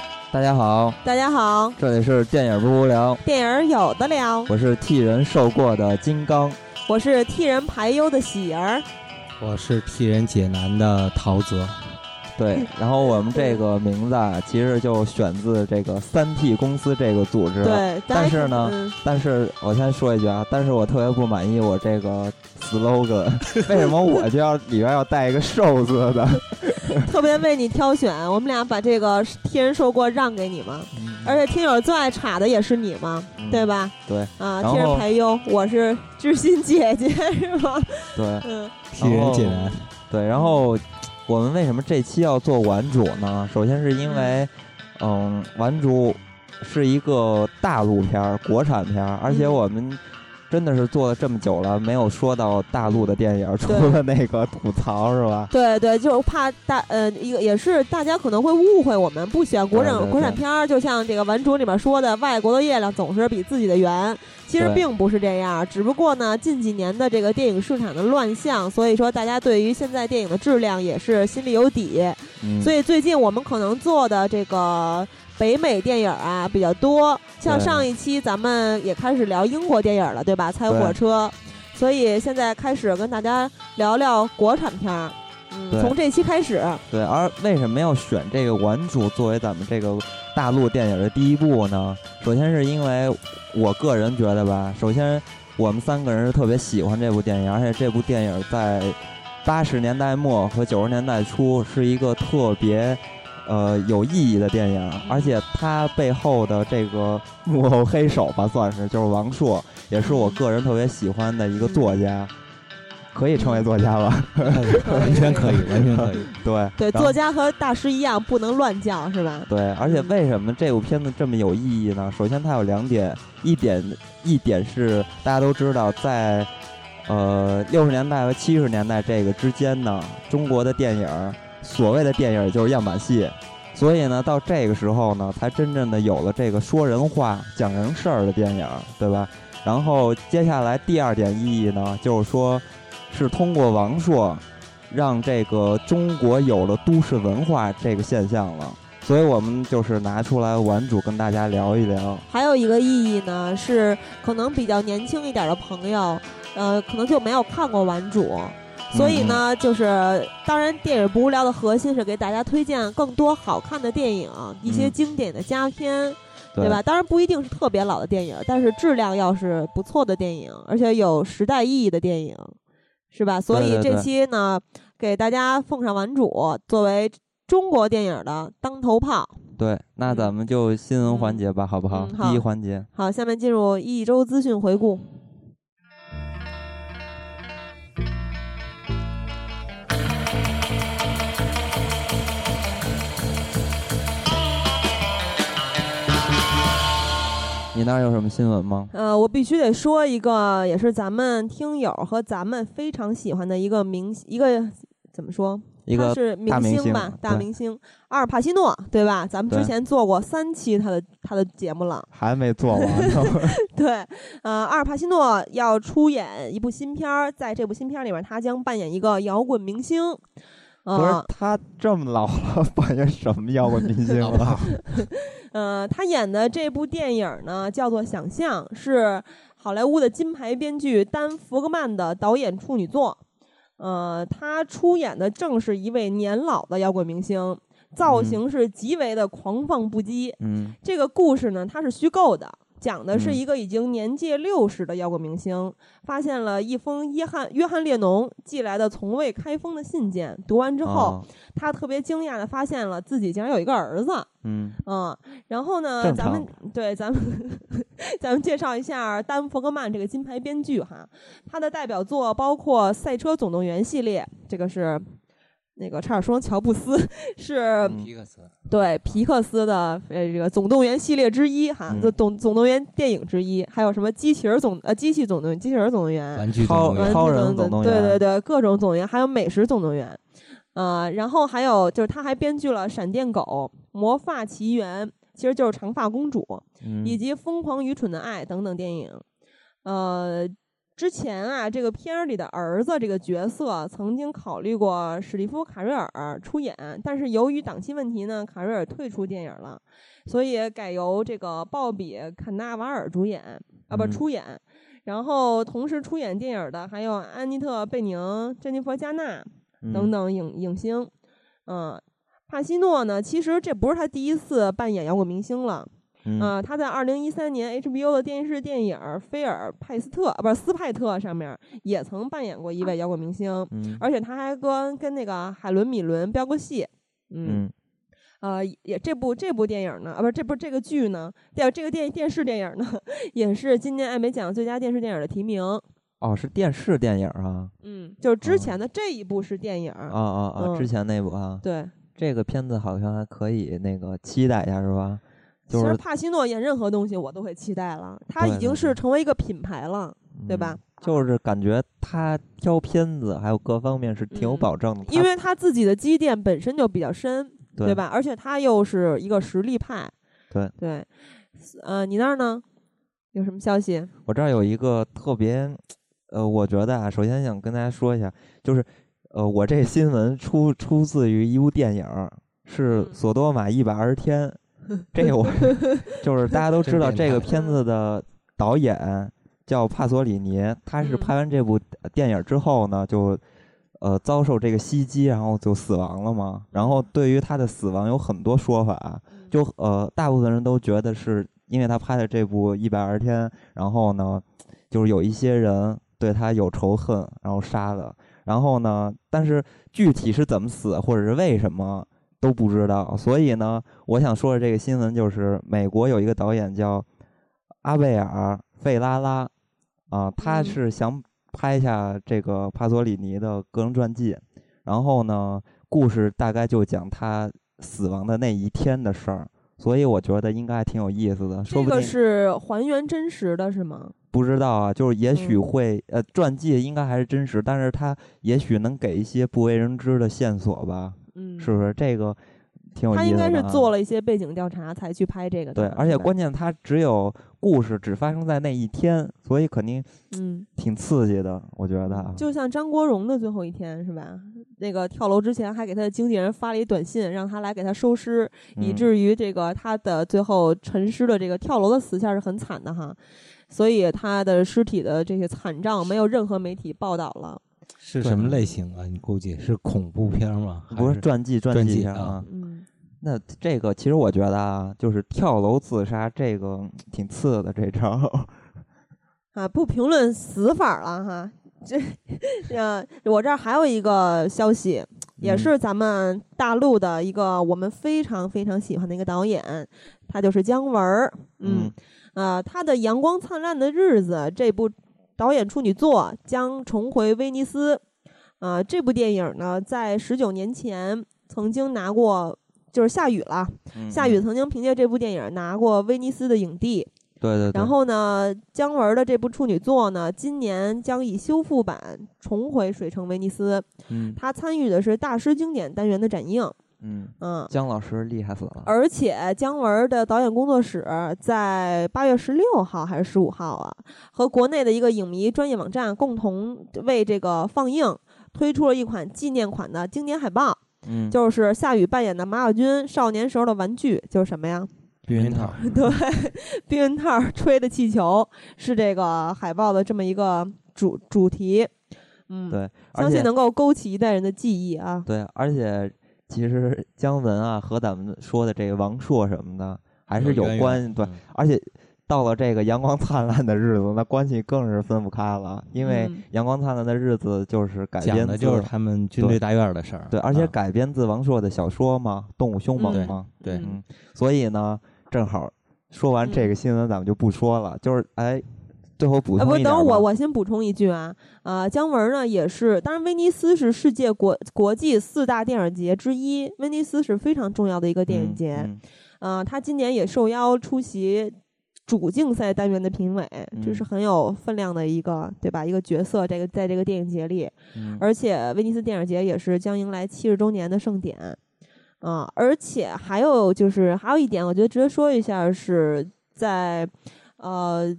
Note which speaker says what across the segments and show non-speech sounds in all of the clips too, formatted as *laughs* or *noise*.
Speaker 1: 好，
Speaker 2: 大家好，
Speaker 1: 这里是电影不无聊，
Speaker 2: 电影儿有的聊，
Speaker 1: 我是替人受过的金刚。
Speaker 2: 我是替人排忧的喜儿，
Speaker 3: 我是替人解难的陶泽，
Speaker 2: *laughs*
Speaker 1: 对，然后我们这个名字啊，其实就选自这个三 T 公司这个组织。，
Speaker 2: 对，大家
Speaker 1: 但是呢
Speaker 2: 嗯
Speaker 1: 但是我先说一句啊，但是我特别不满意我这个 slogan，为
Speaker 2: *laughs*
Speaker 1: 什么我就要里边要带一个瘦字的？
Speaker 2: 特别为你挑选， *laughs* 我们俩把这个替人受过让给你嘛，而且听友最爱插的也是你嘛，
Speaker 1: 嗯
Speaker 2: 对吧？
Speaker 1: 对
Speaker 2: 啊，
Speaker 1: 然后
Speaker 2: 替人排忧，我是知心姐姐 *laughs* 是吗？
Speaker 1: 对
Speaker 2: 嗯，
Speaker 3: 替人解难。
Speaker 1: 对，然后我们为什么这期要做玩主呢？首先是因为，嗯，玩主是一个大陆片儿、国产片儿，而且
Speaker 2: 嗯
Speaker 1: 我们真的是做了这么久了，没有说到大陆的电影，除
Speaker 2: 对
Speaker 1: 了那个吐槽是吧？
Speaker 2: 对对，就是怕大呃，一个也是大家可能会误会我们不喜欢国产
Speaker 1: 对对对
Speaker 2: 国产片儿，就像这个文竹里面说的，外国的月亮总是比自己的圆，其实
Speaker 1: 对
Speaker 2: 并不是这样，只不过呢，近几年的这个电影市场的乱象，所以说大家对于现在电影的质量也是心里有底，
Speaker 1: 嗯，
Speaker 2: 所以最近我们可能做的这个。北美电影啊比较多，像
Speaker 1: 对
Speaker 2: 上一期咱们也开始聊英国电影了，对吧？猜
Speaker 1: 对
Speaker 2: 火车，所以现在开始跟大家聊聊国产片儿。嗯，
Speaker 1: 对
Speaker 2: 从这期开始，
Speaker 1: 对，而为什么要选这个《玩主》作为咱们这个大陆电影的第一部呢？首先是因为我个人觉得吧，首先我们三个人是特别喜欢这部电影，而且这部电影在八十年代末和九十年代初是一个特别。呃，有意义的电影，而且它背后的这个幕后黑手吧，算是就是王朔，也是我个人特别喜欢的一个作家，可以称为作家吧？
Speaker 3: *laughs*
Speaker 1: 哦
Speaker 3: *laughs* 完全可以，完全可以。
Speaker 1: *laughs* 对
Speaker 2: 对，
Speaker 1: 然后
Speaker 2: 作家和大师一样，不能乱叫，是吧？
Speaker 1: 对，而且为什么这部片子这么有意义呢？首先，它有两点，一点一点是大家都知道，在呃六十年代和七十年代这个之间呢，中国的电影儿所谓的电影儿就是样板戏，所以呢，到这个时候呢，才真正的有了这个说人话、讲人事儿的电影儿，对吧？然后接下来第二点意义呢，就是说，是通过王朔，让这个中国有了都市文化这个现象了。所以我们就是拿出来玩主跟大家聊一聊。
Speaker 2: 还有一个意义呢，是可能比较年轻一点的朋友，呃，可能就没有看过《玩主》，
Speaker 1: 嗯
Speaker 2: 所以呢，就是当然，电影不无聊的核心是给大家推荐更多好看的电影，一些
Speaker 1: 嗯
Speaker 2: 经典的佳片，
Speaker 1: 对
Speaker 2: 对吧？？当然不一定是特别老的电影，但是质量要是不错的电影，而且有时代意义的电影，是吧？所以
Speaker 1: 对对
Speaker 2: 这期呢，给大家奉上《玩主》作为中国电影的当头炮。
Speaker 1: 对，那咱们就新闻环节吧，好不好？
Speaker 2: 嗯好
Speaker 1: 第一环节，
Speaker 2: 好，下面进入一周资讯回顾。
Speaker 1: 你那儿有什么新闻吗？
Speaker 2: 呃，我必须得说一个，也是咱们听友和咱们非常喜欢的一个明一个怎么说？
Speaker 1: 一
Speaker 2: 他
Speaker 1: 个
Speaker 2: 是明
Speaker 1: 大明
Speaker 2: 星
Speaker 1: 星
Speaker 2: 吧，大
Speaker 1: 对
Speaker 2: 明星阿尔帕西诺，对吧？咱们之
Speaker 1: 对
Speaker 2: 前做过三期他的他的节目了。 *laughs*
Speaker 1: 还没做完呢。
Speaker 2: 对，呃，阿尔帕西诺要出演一部新片儿，在这部新片儿里边，他将扮演一个摇滚明星。
Speaker 1: 不是
Speaker 2: 呃
Speaker 1: 他这么老了， *laughs* 扮演什么摇滚明星了？
Speaker 2: 呃，他演的这部电影呢，叫做《想象》，是好莱坞的金牌编剧丹·福格曼的导演处女作。呃，他出演的正是一位年老的摇滚明星，造
Speaker 1: 嗯
Speaker 2: 型是极为的狂放不羁。
Speaker 1: 嗯 *laughs*
Speaker 2: 这个故事呢，它是虚构的，讲的是
Speaker 1: 嗯
Speaker 2: 一个已经年届六十的摇滚明星，发现了一封约翰约翰列侬寄来的从未开封的信件。读完之后，
Speaker 1: 哦
Speaker 2: 他特别惊讶的发现了自己竟然有一个儿子。
Speaker 1: 嗯，
Speaker 2: 嗯，然后呢，
Speaker 1: 正
Speaker 2: 咱们对咱们 *laughs* 咱们介绍一下丹·福格曼这个金牌编剧哈，他的代表作包括《赛车总动员》系列，这个是那个差点说成乔布斯是
Speaker 1: 嗯
Speaker 3: 克斯，
Speaker 2: 对皮克斯的呃这个总动员系列之一哈，
Speaker 1: 嗯
Speaker 2: 就总总动员电影之一，还有什么机器人总呃机器总动员、机器人总动员、
Speaker 3: 玩具
Speaker 1: 超
Speaker 3: 总动员
Speaker 2: 呃
Speaker 1: 超人
Speaker 2: 等等
Speaker 1: 总动
Speaker 2: 对
Speaker 1: 员
Speaker 2: 对对，各种总动员，还有美食总动员，呃，然后还有就是他还编剧了《闪电狗》《魔发奇缘》，其实就是《长发公主》，
Speaker 1: 嗯
Speaker 2: 以及《疯狂愚蠢的爱》等等电影，呃。之前啊，这个片儿里的儿子这个角色曾经考虑过史蒂夫·卡瑞尔出演，但是由于档期问题呢，卡瑞尔退出电影了，所以改由这个鲍比·坎纳瓦尔主演啊，不
Speaker 1: 嗯
Speaker 2: 出演。然后同时出演电影的还有安妮特·贝宁、珍妮佛·加纳等
Speaker 1: 嗯
Speaker 2: 等影影星。嗯，帕西诺呢，其实这不是他第一次扮演摇滚明星了。
Speaker 1: 嗯
Speaker 2: 啊，他在二零一三年 HBO 的电视电影《菲尔派斯特》啊，不是斯派特上面也曾扮演过一位摇滚明星，
Speaker 1: 嗯
Speaker 2: 而且他还跟跟那个海伦米伦飙过戏。嗯，
Speaker 1: 嗯
Speaker 2: 呃，也这部这部电影呢，啊，不是这不是这个剧呢，对，这个电电视电影呢， *laughs* 也是今年艾美奖最佳电视电影的提名。
Speaker 1: 哦，是电视电影啊
Speaker 2: 嗯，就是之
Speaker 1: 哦
Speaker 2: 前的这一部是电影，
Speaker 1: 啊啊啊！之
Speaker 2: 嗯
Speaker 1: 前那部啊，
Speaker 2: 对。
Speaker 1: 这个片子好像还可以那个期待一下是吧？就
Speaker 2: 其实
Speaker 1: 是
Speaker 2: 帕西诺演任何东西我都会期待了，他
Speaker 1: 对
Speaker 2: 已
Speaker 1: 对
Speaker 2: 经
Speaker 1: 对
Speaker 2: 是成为一个品牌了。对吧
Speaker 1: 嗯？就是感觉他挑片子还有各方面是挺有
Speaker 2: 嗯
Speaker 1: 保证的，他
Speaker 2: 因为他自己的积淀本身就比较深，
Speaker 1: 对？
Speaker 2: 吧？而且他又是一个实力派，
Speaker 1: 对
Speaker 2: 对，呃，你那儿呢？有什么消息？
Speaker 1: 我这儿有一个特别，呃，我觉得啊，首先想跟大家说一下，就是，呃，我这新闻出出自于一部电影儿，是
Speaker 2: 嗯
Speaker 1: 《索多玛一百二十
Speaker 2: *laughs*
Speaker 1: 天》，这个我就是大家都
Speaker 3: 真
Speaker 1: 知道
Speaker 3: 变
Speaker 1: 这个
Speaker 2: 态
Speaker 1: 片子的导演叫帕索里尼，他是
Speaker 2: 嗯
Speaker 1: 拍完这部呃电影之后呢，就。呃，遭受这个袭击，然后就死亡了嘛。然后对于他的死亡有很多说法，
Speaker 2: 嗯
Speaker 1: 就呃，大部分人都觉得是因为他拍的这部《一百二十天》，然后呢，就是有一些人对他有仇恨，然后杀了。然后呢，但是具体是怎么死或者是为什么都不知道。所以呢，我想说的这个新闻就是，美国有一个导演叫阿贝尔·费拉拉，啊、他
Speaker 2: 嗯
Speaker 1: 是想拍一下这个帕索里尼的个人传记。然后呢，故事大概就讲他死亡的那一天的事儿。所以我觉得应该还挺有意思的，说
Speaker 2: 这
Speaker 1: 不定
Speaker 2: 个是还原真实的，是吗？
Speaker 1: 不知道啊，就是也许
Speaker 2: 嗯
Speaker 1: 会、呃，传记应该还是真实，但是它也许能给一些不为人知的线索吧，
Speaker 2: 嗯，
Speaker 1: 是不是？这个挺有意思
Speaker 2: 他应该是
Speaker 1: 的啊
Speaker 2: 做了一些背景调查才去拍这个
Speaker 1: 对，
Speaker 2: 的，
Speaker 1: 而且
Speaker 2: 是吧
Speaker 1: 关键它只有故事只发生在那一天，所以肯定
Speaker 2: 嗯，
Speaker 1: 挺刺激的，我觉得啊。
Speaker 2: 就像张国荣的最后一天是吧？那个跳楼之前还给他的经纪人发了一短信，让他来给他收尸，以
Speaker 1: 嗯
Speaker 2: 至于这个他的最后沉尸的这个跳楼的死相是很惨的哈，所以他的尸体的这些惨状没有任何媒体报道了。
Speaker 3: 是
Speaker 1: 对
Speaker 3: 什么类型啊？你估计是恐怖片吗？
Speaker 1: 不
Speaker 3: 还
Speaker 1: 是传记，传
Speaker 3: 传
Speaker 1: 记
Speaker 3: 记
Speaker 1: 片
Speaker 3: 啊
Speaker 1: 啊。
Speaker 2: 嗯，
Speaker 1: 那这个其实我觉得啊，就是跳楼自杀这个嗯挺次的这
Speaker 2: *laughs*
Speaker 1: 招嗯儿。
Speaker 2: 啊，不评论死法了哈。这，呃，我这儿还有一个消息，也
Speaker 1: 嗯
Speaker 2: 是咱们大陆的一个我们非常非常喜欢的一个导演，他就是姜文儿。嗯，呃，他的《阳光灿烂的日子》这部导演处女作将重回威尼斯。呃，这部电影呢，在十九年前曾经拿过，就是夏雨了。
Speaker 1: 嗯
Speaker 2: 夏雨，曾经凭借这部电影拿过威尼斯的影帝。
Speaker 1: 对对对，
Speaker 2: 然后呢，姜文的这部处女作呢，今年将以修复版重回水城威尼斯。
Speaker 1: 嗯
Speaker 2: 他参与的是大师经典单元的展映，
Speaker 1: 嗯，
Speaker 2: 嗯，
Speaker 1: 姜老师厉害死了。
Speaker 2: 而且姜文的导演工作室在八月十六号还是十五号啊，和国内的一个影迷专业网站共同为这个放映推出了一款纪念款的经典海报，
Speaker 1: 嗯，
Speaker 2: 就是夏雨扮演的马小军少年时候的玩具，就是什么呀？
Speaker 3: 避孕套，
Speaker 2: 对，避孕套儿吹的气球是这个海报的这么一个主主题，嗯，
Speaker 1: 对，而
Speaker 2: 相信
Speaker 1: 且
Speaker 2: 能够勾起一代人的记忆啊。
Speaker 1: 对，而且其实姜文啊和咱们说的这个王朔什么的还是有
Speaker 3: 渊源
Speaker 1: 关系，对，
Speaker 3: 嗯
Speaker 1: 而且到了这个阳光灿烂的日子，那关系更是分不开了，因为
Speaker 2: 嗯
Speaker 1: 阳光灿烂的日子就是改
Speaker 3: 讲
Speaker 1: 编
Speaker 3: 的
Speaker 1: 自
Speaker 3: 就是他们军队大院的事儿。
Speaker 1: 对，而且
Speaker 3: 啊
Speaker 1: 改编自王朔的小说嘛，《动物凶猛
Speaker 2: 嗯》
Speaker 1: 嘛，
Speaker 3: 对
Speaker 2: 嗯
Speaker 1: 嗯，所以呢，正好说完这
Speaker 2: 嗯
Speaker 1: 个新闻，咱们就不说了，就是哎，最后补
Speaker 2: 啊，不
Speaker 1: 充一
Speaker 2: 是，
Speaker 1: 点吧，
Speaker 2: 等我我先补充一句啊，啊，姜文呢也是，当然威尼斯是世界国国际四大电影节之一，威尼斯是非常重要的一个电影
Speaker 1: 嗯
Speaker 2: 节，
Speaker 1: 嗯
Speaker 2: 呃，他今年也受邀出席主竞赛单元的评委，这是
Speaker 1: 嗯
Speaker 2: 很有分量的一个，对吧？一个角色，这个在这个电影节里，
Speaker 1: 嗯
Speaker 2: 而且威尼斯电影节也是将迎来七十周年的盛典，啊、而且还有就是还有一点，我觉得值得说一下是在，呃。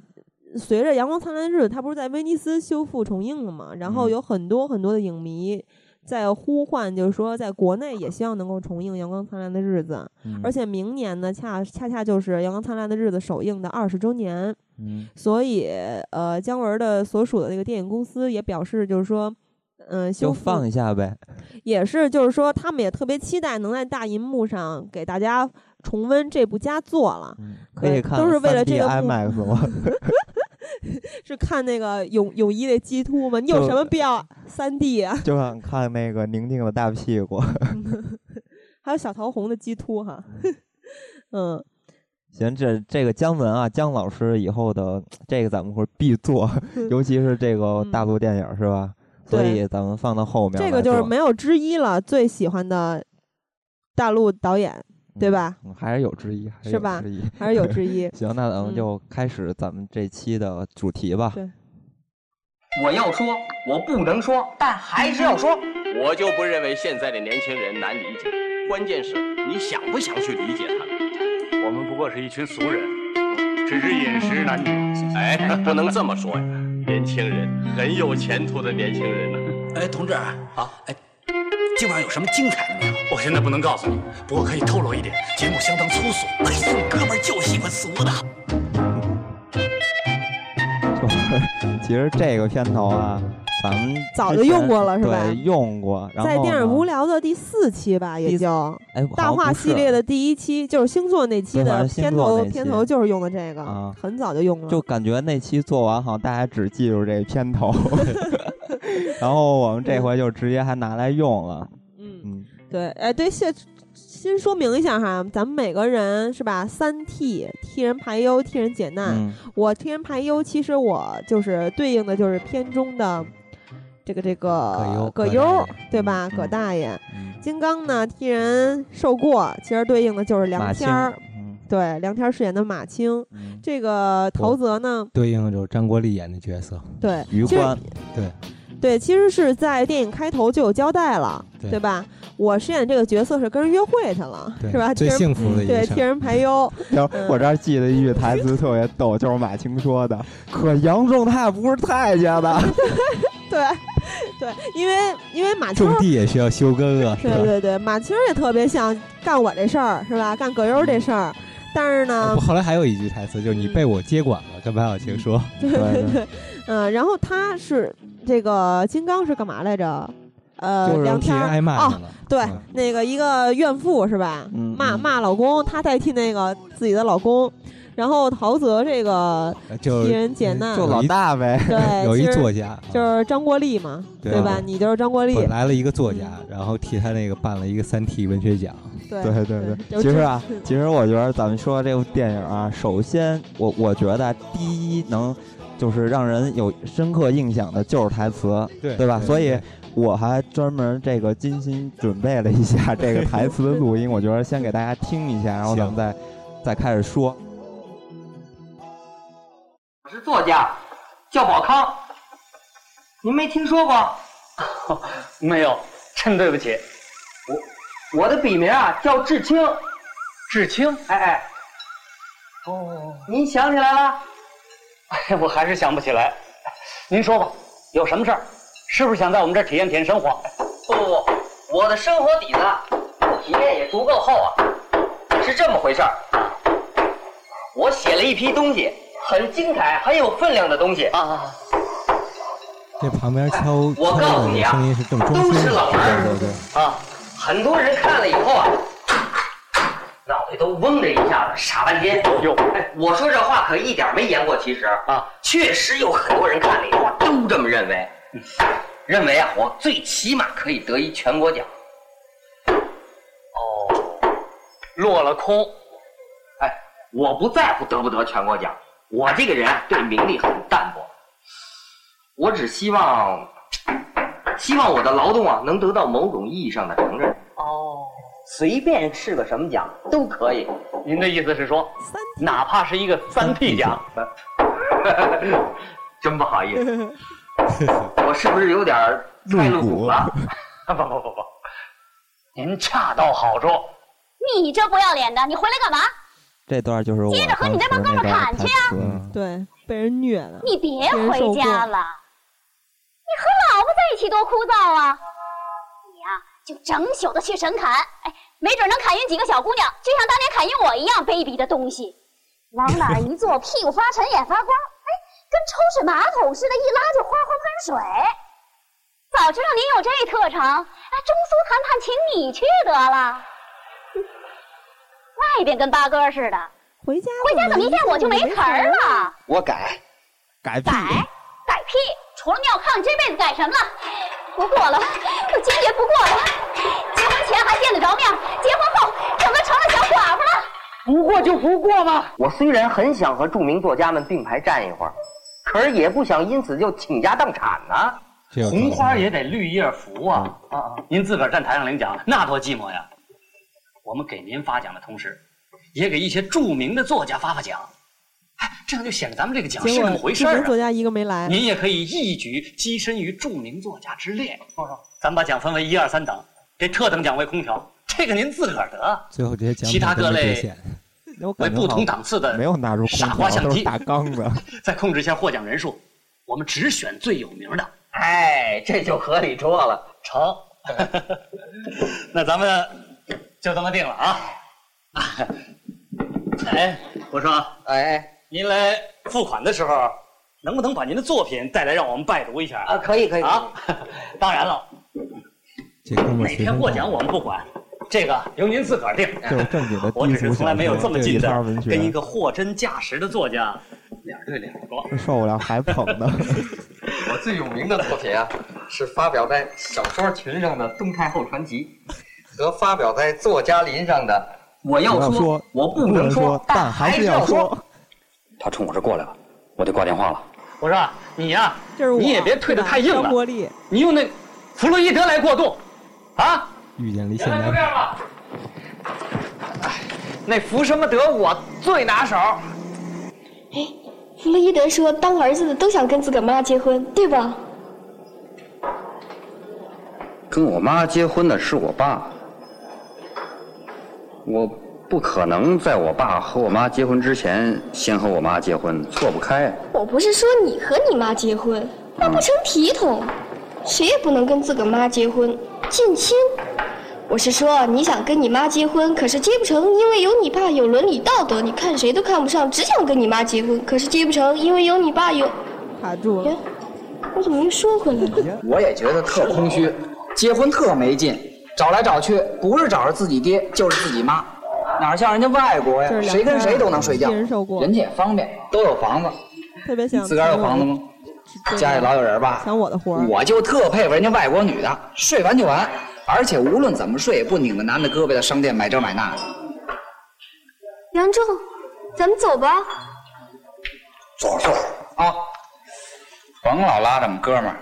Speaker 2: 随着《阳光灿烂的日子》，它不是在威尼斯修复重映了嘛？然后
Speaker 1: 嗯
Speaker 2: 有很多很多的影迷在呼唤，就是说在国内也希望能够重映《阳光灿烂的日子》，
Speaker 1: 嗯
Speaker 2: 而且明年呢，恰恰恰就是《阳光灿烂的日子》首映的二十周年，
Speaker 1: 嗯
Speaker 2: 所以呃，姜文的所属的那个电影公司也表示，就是说。嗯，修
Speaker 1: 就
Speaker 2: 复
Speaker 1: 放一下呗，
Speaker 2: 也是，就是说，他们也特别期待能在大银幕上给大家重温这部佳作了。
Speaker 1: 嗯
Speaker 2: 呃
Speaker 1: 可以看
Speaker 2: 都是为了这个
Speaker 1: 3D
Speaker 2: 目
Speaker 1: IMAX 吗？ *laughs*
Speaker 2: 是看那个泳泳衣的鸡突吗？你有
Speaker 1: 就
Speaker 2: 什么必要三 D 啊？
Speaker 1: 就想看那个宁静的大屁股。 *laughs*
Speaker 2: 还有小桃红的鸡突哈， *laughs* 嗯，
Speaker 1: 行，这这个姜文啊，姜老师以后的这个咱们会必做，尤其是这个大陆电影是吧？所
Speaker 2: 嗯对
Speaker 1: 以咱们放到后面来
Speaker 2: 这个
Speaker 1: 做。
Speaker 2: 就是没有之一了，最喜欢的大陆导演对吧
Speaker 1: 嗯？还是有之一，还
Speaker 2: 是
Speaker 1: 有
Speaker 2: 吧
Speaker 1: 之一。。
Speaker 2: 还是有之一
Speaker 1: 行，那咱
Speaker 2: 嗯
Speaker 1: 们就开始咱们这期的主题吧。
Speaker 2: 对
Speaker 4: 我要说，我不能说，但还是要说。我就不认为现在的年轻人难理解，关键是你想不想去理解他们。
Speaker 5: 我们不过是一群俗人，只是饮食男女。 *laughs*
Speaker 4: 哎，不能这么说呀，年轻人很有前途的年轻人呢、
Speaker 5: 哎，同志啊，哎，今晚有什么精彩的没有？我现在不能告诉你，不过可以透露一点，节目相当粗俗。哎呦，哥们儿就喜欢俗的。
Speaker 1: 就是其实这个片头啊，咱们
Speaker 2: 早
Speaker 1: 之
Speaker 2: 就
Speaker 1: 前
Speaker 2: 用过了是吧
Speaker 1: 对，用过。 *laughs* 然后
Speaker 2: 在电影
Speaker 1: 呢
Speaker 2: 《无，聊》的第四期吧，也
Speaker 1: 第
Speaker 2: 就
Speaker 1: 哎，好像
Speaker 2: 大话
Speaker 1: 不是
Speaker 2: 系列的第一期，就是星座那期
Speaker 1: 对好
Speaker 2: 的
Speaker 1: 像星
Speaker 2: 片
Speaker 1: 座
Speaker 2: 头，
Speaker 1: 那期
Speaker 2: 片头就是用的这个，
Speaker 1: 啊
Speaker 2: 很早就用了。
Speaker 1: 就感觉那期做完，好像大家只记住这片
Speaker 2: *laughs*
Speaker 1: 头，然后我们这回就直接还拿来用了。
Speaker 2: 嗯，
Speaker 1: 嗯，
Speaker 2: 对，哎，对，先先说明一下哈，咱们每个人是吧？三替替人排忧，替人解难。
Speaker 1: 嗯
Speaker 2: 我替人排忧，其实我就是对应的就是片中的这个这个
Speaker 3: 葛优葛
Speaker 2: 优
Speaker 3: 大爷
Speaker 2: 对吧？葛
Speaker 1: 嗯
Speaker 2: 大爷，
Speaker 1: 嗯，
Speaker 2: 金刚呢替人受过，其实对应的就是
Speaker 1: 马
Speaker 2: 梁
Speaker 1: 青
Speaker 2: 天儿，，
Speaker 1: 嗯
Speaker 2: 对，梁天儿饰演的马青。
Speaker 1: 嗯，
Speaker 2: 这个陶泽呢，
Speaker 3: 对应的就是张国立演的角色，
Speaker 2: 对
Speaker 1: 余
Speaker 2: 其实
Speaker 1: 欢，
Speaker 2: 对，其实是在电影开头就有交代了，
Speaker 3: 对
Speaker 2: 对吧？我饰演的这个角色是跟人约会去了，
Speaker 3: 对
Speaker 2: 是吧？替
Speaker 3: 最
Speaker 2: 人
Speaker 3: 幸福的一
Speaker 2: 对
Speaker 3: 个
Speaker 2: 替
Speaker 3: 事儿。嗯
Speaker 2: 人排忧，
Speaker 1: 然
Speaker 2: 嗯
Speaker 1: 后我这儿记得一句台词特别逗，就是马青
Speaker 2: *laughs*
Speaker 1: 说的：“可杨正泰不是太监的。
Speaker 2: 对，对，因为因为马青
Speaker 3: 种
Speaker 2: 儿，
Speaker 3: 地也需要修哥哥，是
Speaker 2: *laughs* 对
Speaker 3: 吧？
Speaker 2: 对对，马青儿也特别想干我这事儿，是吧？干葛优这事儿，但是
Speaker 3: 嗯啊
Speaker 2: 呢
Speaker 3: 不，，后来还有一句台词，就是你被我接管了，跟白小晴说，”
Speaker 1: 对对对，
Speaker 2: 嗯、然后他是这个金刚是干嘛来着？呃，
Speaker 3: 就是
Speaker 2: 梁
Speaker 3: 替
Speaker 2: 天
Speaker 3: 人
Speaker 2: 儿
Speaker 3: 挨骂去
Speaker 2: 哦，
Speaker 3: 了。
Speaker 2: 对
Speaker 3: 嗯，
Speaker 2: 那个一个怨妇是吧？
Speaker 1: 嗯
Speaker 2: 骂
Speaker 1: 嗯
Speaker 2: 骂老公，她代替那个自己的老公，然后陶泽这个
Speaker 3: 就
Speaker 2: 替人解难，
Speaker 1: 就老大呗。 *laughs*
Speaker 2: 对，
Speaker 3: 有一
Speaker 2: 呃其实
Speaker 3: 作家，
Speaker 2: 就
Speaker 3: 啊
Speaker 2: 是张国立嘛，
Speaker 3: 对
Speaker 2: 对吧？
Speaker 3: 对
Speaker 2: 你就是张国立，
Speaker 3: 本来了一个作家，
Speaker 2: 嗯
Speaker 3: 然后替他那个办了一个三 T 文学奖，
Speaker 2: 对
Speaker 1: 对对
Speaker 2: 就
Speaker 1: 对，其实啊
Speaker 2: 这，
Speaker 1: 其实我觉得咱们说这部电影啊，首先我我觉得啊第一能就是让人有深刻印象的就是台词，
Speaker 3: 对
Speaker 1: 对吧所以
Speaker 3: 对
Speaker 1: 我还专门这个精心准备了一下这个台词的录音，我觉得先给大家听一下，然后咱们再再开始说。
Speaker 6: 我是作家，叫宝康。您没听说过？ *laughs*
Speaker 5: 没有，真对不起，
Speaker 6: 我的笔名啊叫志清。
Speaker 5: 志清。
Speaker 6: 哎哎，
Speaker 5: 哦，
Speaker 6: 您想起来了？
Speaker 5: 哎，我还是想不起来。您说吧，有什么事儿？是不是想在我们这儿体验体验生活？
Speaker 6: 不不不，我的生活底子体验也足够厚啊。是这么回事儿，我写了一批东西，很精彩、很有分量的东西，
Speaker 5: 啊，
Speaker 3: 这旁边敲
Speaker 6: 我
Speaker 3: 敲
Speaker 6: 告诉
Speaker 3: 的那
Speaker 6: 你
Speaker 3: 个
Speaker 6: 啊
Speaker 3: 声音是正中
Speaker 6: 都
Speaker 3: 心
Speaker 6: 是
Speaker 3: 的，
Speaker 6: 老玩
Speaker 1: 对
Speaker 6: 儿
Speaker 1: 对对，
Speaker 6: 啊。很多人看了以后啊，脑袋都嗡的一下子，傻半天。
Speaker 5: 哦哟，
Speaker 6: 哎，我说这话可一点没言过其实
Speaker 5: 啊，
Speaker 6: 确实有很多人看了以后啊都这么认为，认为啊，我最起码可以得一全国奖。
Speaker 5: 哦落了空。
Speaker 6: 哎，我不在乎得不得全国奖，我这个人啊对名利很淡薄，我只希望，希望我的劳动啊能得到某种意义上的承认。
Speaker 5: 哦，
Speaker 6: 随便是个什么奖都可以，
Speaker 5: 您的意思是说，
Speaker 2: 三
Speaker 5: 哪怕是一个三 P 奖，
Speaker 6: *laughs* 真不好意思，我是不是有点儿太露骨啊了？
Speaker 5: 不 *laughs* 不不不，您恰到好处。
Speaker 7: 你这不要脸的，你回来干嘛？
Speaker 1: 这段就是我
Speaker 7: 接着和你
Speaker 1: 当
Speaker 7: 那
Speaker 1: 时
Speaker 7: 帮哥们儿
Speaker 1: 那段
Speaker 7: 砍
Speaker 1: 台
Speaker 7: 去啊
Speaker 5: 嗯
Speaker 1: 词。
Speaker 2: 对，被人虐的。
Speaker 7: 你别回家了，你和老婆在一起多枯燥啊！你呀、就整宿的去神砍，哎，没准能砍晕几个小姑娘，就像当年砍晕我一样卑鄙的东西。往哪儿一坐，屁股发沉，眼发光，哎，跟抽水马桶似的，一拉就哗哗喷水。早知道您有这特长，哎，中苏谈判请你去得了。哼外边跟八哥似的，
Speaker 2: 回家
Speaker 7: 回家怎么一见我就没词儿
Speaker 2: 了？
Speaker 7: 了？
Speaker 6: 我改，
Speaker 1: 改屁
Speaker 7: 改改屁！除了尿炕，这辈子改什么了？不过了，我坚决不过了。结婚前还见得着面，结婚后整个成了小寡妇了。
Speaker 6: 不过就不过嘛。我虽然很想和著名作家们并排站一会儿，可是也不想因此就倾家荡产呐、
Speaker 3: 这有
Speaker 5: 红花
Speaker 3: 道理
Speaker 5: 也得绿叶扶啊！
Speaker 6: 啊啊！
Speaker 5: 您自个儿站台上领奖，那多寂寞呀！我们给您发奖的同时，也给一些著名的作家发发奖，哎，这样就显得咱们这个奖是
Speaker 2: 结
Speaker 5: 这
Speaker 2: 果
Speaker 5: 么回事
Speaker 2: 著名
Speaker 5: 儿
Speaker 2: 作
Speaker 5: 啊！
Speaker 2: 家一个没来，
Speaker 5: 您也可以一举跻身于著名作家之列。说说，咱把奖分为一二三等，这特等奖为空调，这个您自个儿得，
Speaker 3: 最后这些奖
Speaker 5: 其他
Speaker 3: 品都
Speaker 5: 各
Speaker 3: 没兑
Speaker 5: 类
Speaker 3: 现
Speaker 1: 我
Speaker 5: 为
Speaker 1: 感觉
Speaker 5: 不
Speaker 1: 好
Speaker 5: 同
Speaker 1: 像
Speaker 5: 档次的
Speaker 1: 啊没有纳入空
Speaker 5: 傻瓜
Speaker 1: 调，
Speaker 5: 相
Speaker 1: 都是
Speaker 5: 机
Speaker 1: 大
Speaker 5: *laughs*
Speaker 1: 缸的。
Speaker 5: 再控制一下获奖人数，我们只选最有名的。
Speaker 6: 哎，这就合理多了。
Speaker 5: 成， *laughs* 那咱们就这么定了啊！哎，我说，
Speaker 6: 哎
Speaker 5: 您来付款的时候，能不能把您的作品带来让我们拜读一下
Speaker 6: 啊，可以可以。
Speaker 5: 啊，当然了，
Speaker 3: 这哥们儿
Speaker 5: 哪
Speaker 3: 随身
Speaker 5: 天获奖
Speaker 3: 带
Speaker 5: 我们不管，这个由您自个儿定。
Speaker 1: 就是正经的
Speaker 5: 我
Speaker 1: 低
Speaker 5: 只是
Speaker 1: 俗
Speaker 5: 从来
Speaker 1: 小
Speaker 5: 没有这
Speaker 1: 说，
Speaker 5: 么
Speaker 1: 这
Speaker 5: 近
Speaker 1: 一
Speaker 5: 的
Speaker 1: 圈文
Speaker 5: 跟一
Speaker 1: 学啊
Speaker 5: 个货真价实的作家脸对脸过。
Speaker 1: 受不了还捧
Speaker 5: *laughs*
Speaker 1: 呢。
Speaker 6: 我最有名的作品啊，是发表在小说群上的《东太后传奇》，和发表在作家林上的《我
Speaker 1: 要说
Speaker 6: 我
Speaker 1: 不能说，但还是要说。。
Speaker 4: 他冲我这过来了，我得挂电话了。
Speaker 5: 我说啊你呀、
Speaker 2: 这是我，
Speaker 5: 你也别退得太硬
Speaker 2: 是
Speaker 5: 了
Speaker 2: 吧张国立，
Speaker 5: 你用那弗洛伊德来过渡，啊，
Speaker 3: 遇见了一现代派，
Speaker 5: 吧。
Speaker 6: 那福什么德我最拿手，
Speaker 8: 弗洛伊德说，当儿子的都想跟自个儿妈结婚，对吧？
Speaker 4: 跟我妈结婚的是我爸，我不可能在我爸和我妈结婚之前先和我妈结婚，错不开。啊
Speaker 8: 我不是说你和你妈结婚，那不成体统，谁也不能跟自个儿妈结婚，近亲。我是说，你想跟你妈结婚，可是结不成，因为有你爸有伦理道德，你看谁都看不上，只想跟你妈结婚，可是结不成，因为有你爸有……
Speaker 2: 卡住了
Speaker 8: 耶。，我怎么又说回来了？
Speaker 9: 我也觉得特空虚，结婚特没劲，找来找去不是找着自己爹就是自己妈，哪像人家外国
Speaker 2: 这是
Speaker 9: 呀，
Speaker 2: 两
Speaker 9: 谁跟谁都能睡觉，
Speaker 2: 一人受过
Speaker 9: 人家也方便，都有房子，
Speaker 2: 特别想
Speaker 9: 自个儿有房子吗？家里老有人吧？
Speaker 2: 抢我的活儿
Speaker 9: 我就特佩服人家外国女的，睡完就完，而且无论怎么睡也不拧着男的胳膊在商店买这买那的。
Speaker 8: 杨仲，咱们走吧。
Speaker 9: 左帅啊，甭老拉着我们哥们儿，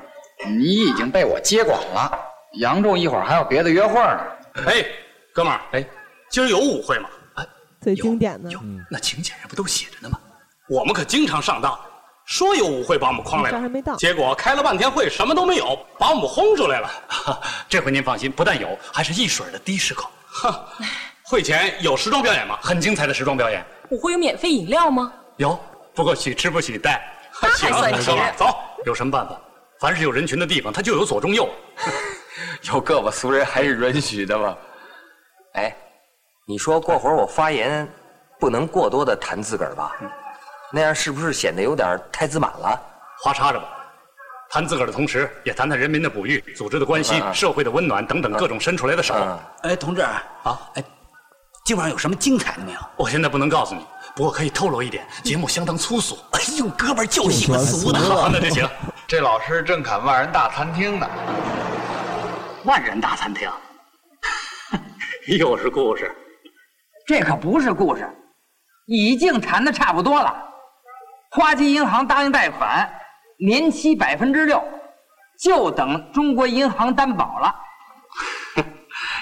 Speaker 9: 你已经被我接管了。杨仲一会儿还有别的约会呢。
Speaker 5: 哎，哥们儿，哎，今儿有舞会吗？哎，
Speaker 2: 最经典的，
Speaker 5: 有，那请柬上不都写着呢吗？我们可经常上当，说有舞会把我们诓来
Speaker 2: 这儿还
Speaker 5: 了，
Speaker 2: 没到
Speaker 5: 结果开了半天会什么都没有，哦把我们轰出来了。 *laughs* 这回您放心，不但有，还是一水儿的的士口。哈，会前有时装表演吗？很精彩的时装表演。
Speaker 10: 我会有免费饮料吗？
Speaker 5: 有，不过许吃不许
Speaker 10: *laughs*
Speaker 5: 带。
Speaker 10: 那还
Speaker 5: 行，
Speaker 10: 算是
Speaker 5: 哥们儿走，有什么办法？凡是有人群的地方，它就有左中
Speaker 10: *laughs*
Speaker 5: 右。
Speaker 4: 有胳膊俗人还是允许的吧？
Speaker 6: 哎，你说过会儿我发言不能过多的谈自个儿吧，那样是不是显得有点太自满了？
Speaker 5: 花叉着吧。谈自个儿的同时，也谈谈人民的哺育、组织的关系、
Speaker 6: 嗯嗯
Speaker 5: 社会的温暖等等各种伸出来的手。
Speaker 6: 嗯
Speaker 5: *laughs* 哎，同志啊，哎，今晚有什么精彩的没有？我现在不能告诉你，不过可以透露一点，节目相当粗俗。哎呦，哥们儿就喜欢俗的，好 *laughs* 那就行。
Speaker 11: 这老师正砍万人大餐厅呢。
Speaker 5: 万人大餐厅， *laughs* 又是故事。
Speaker 9: 这可不是故事，已经谈的差不多了。花旗银行答应贷款，年息百分之六，就等中国银行担保了。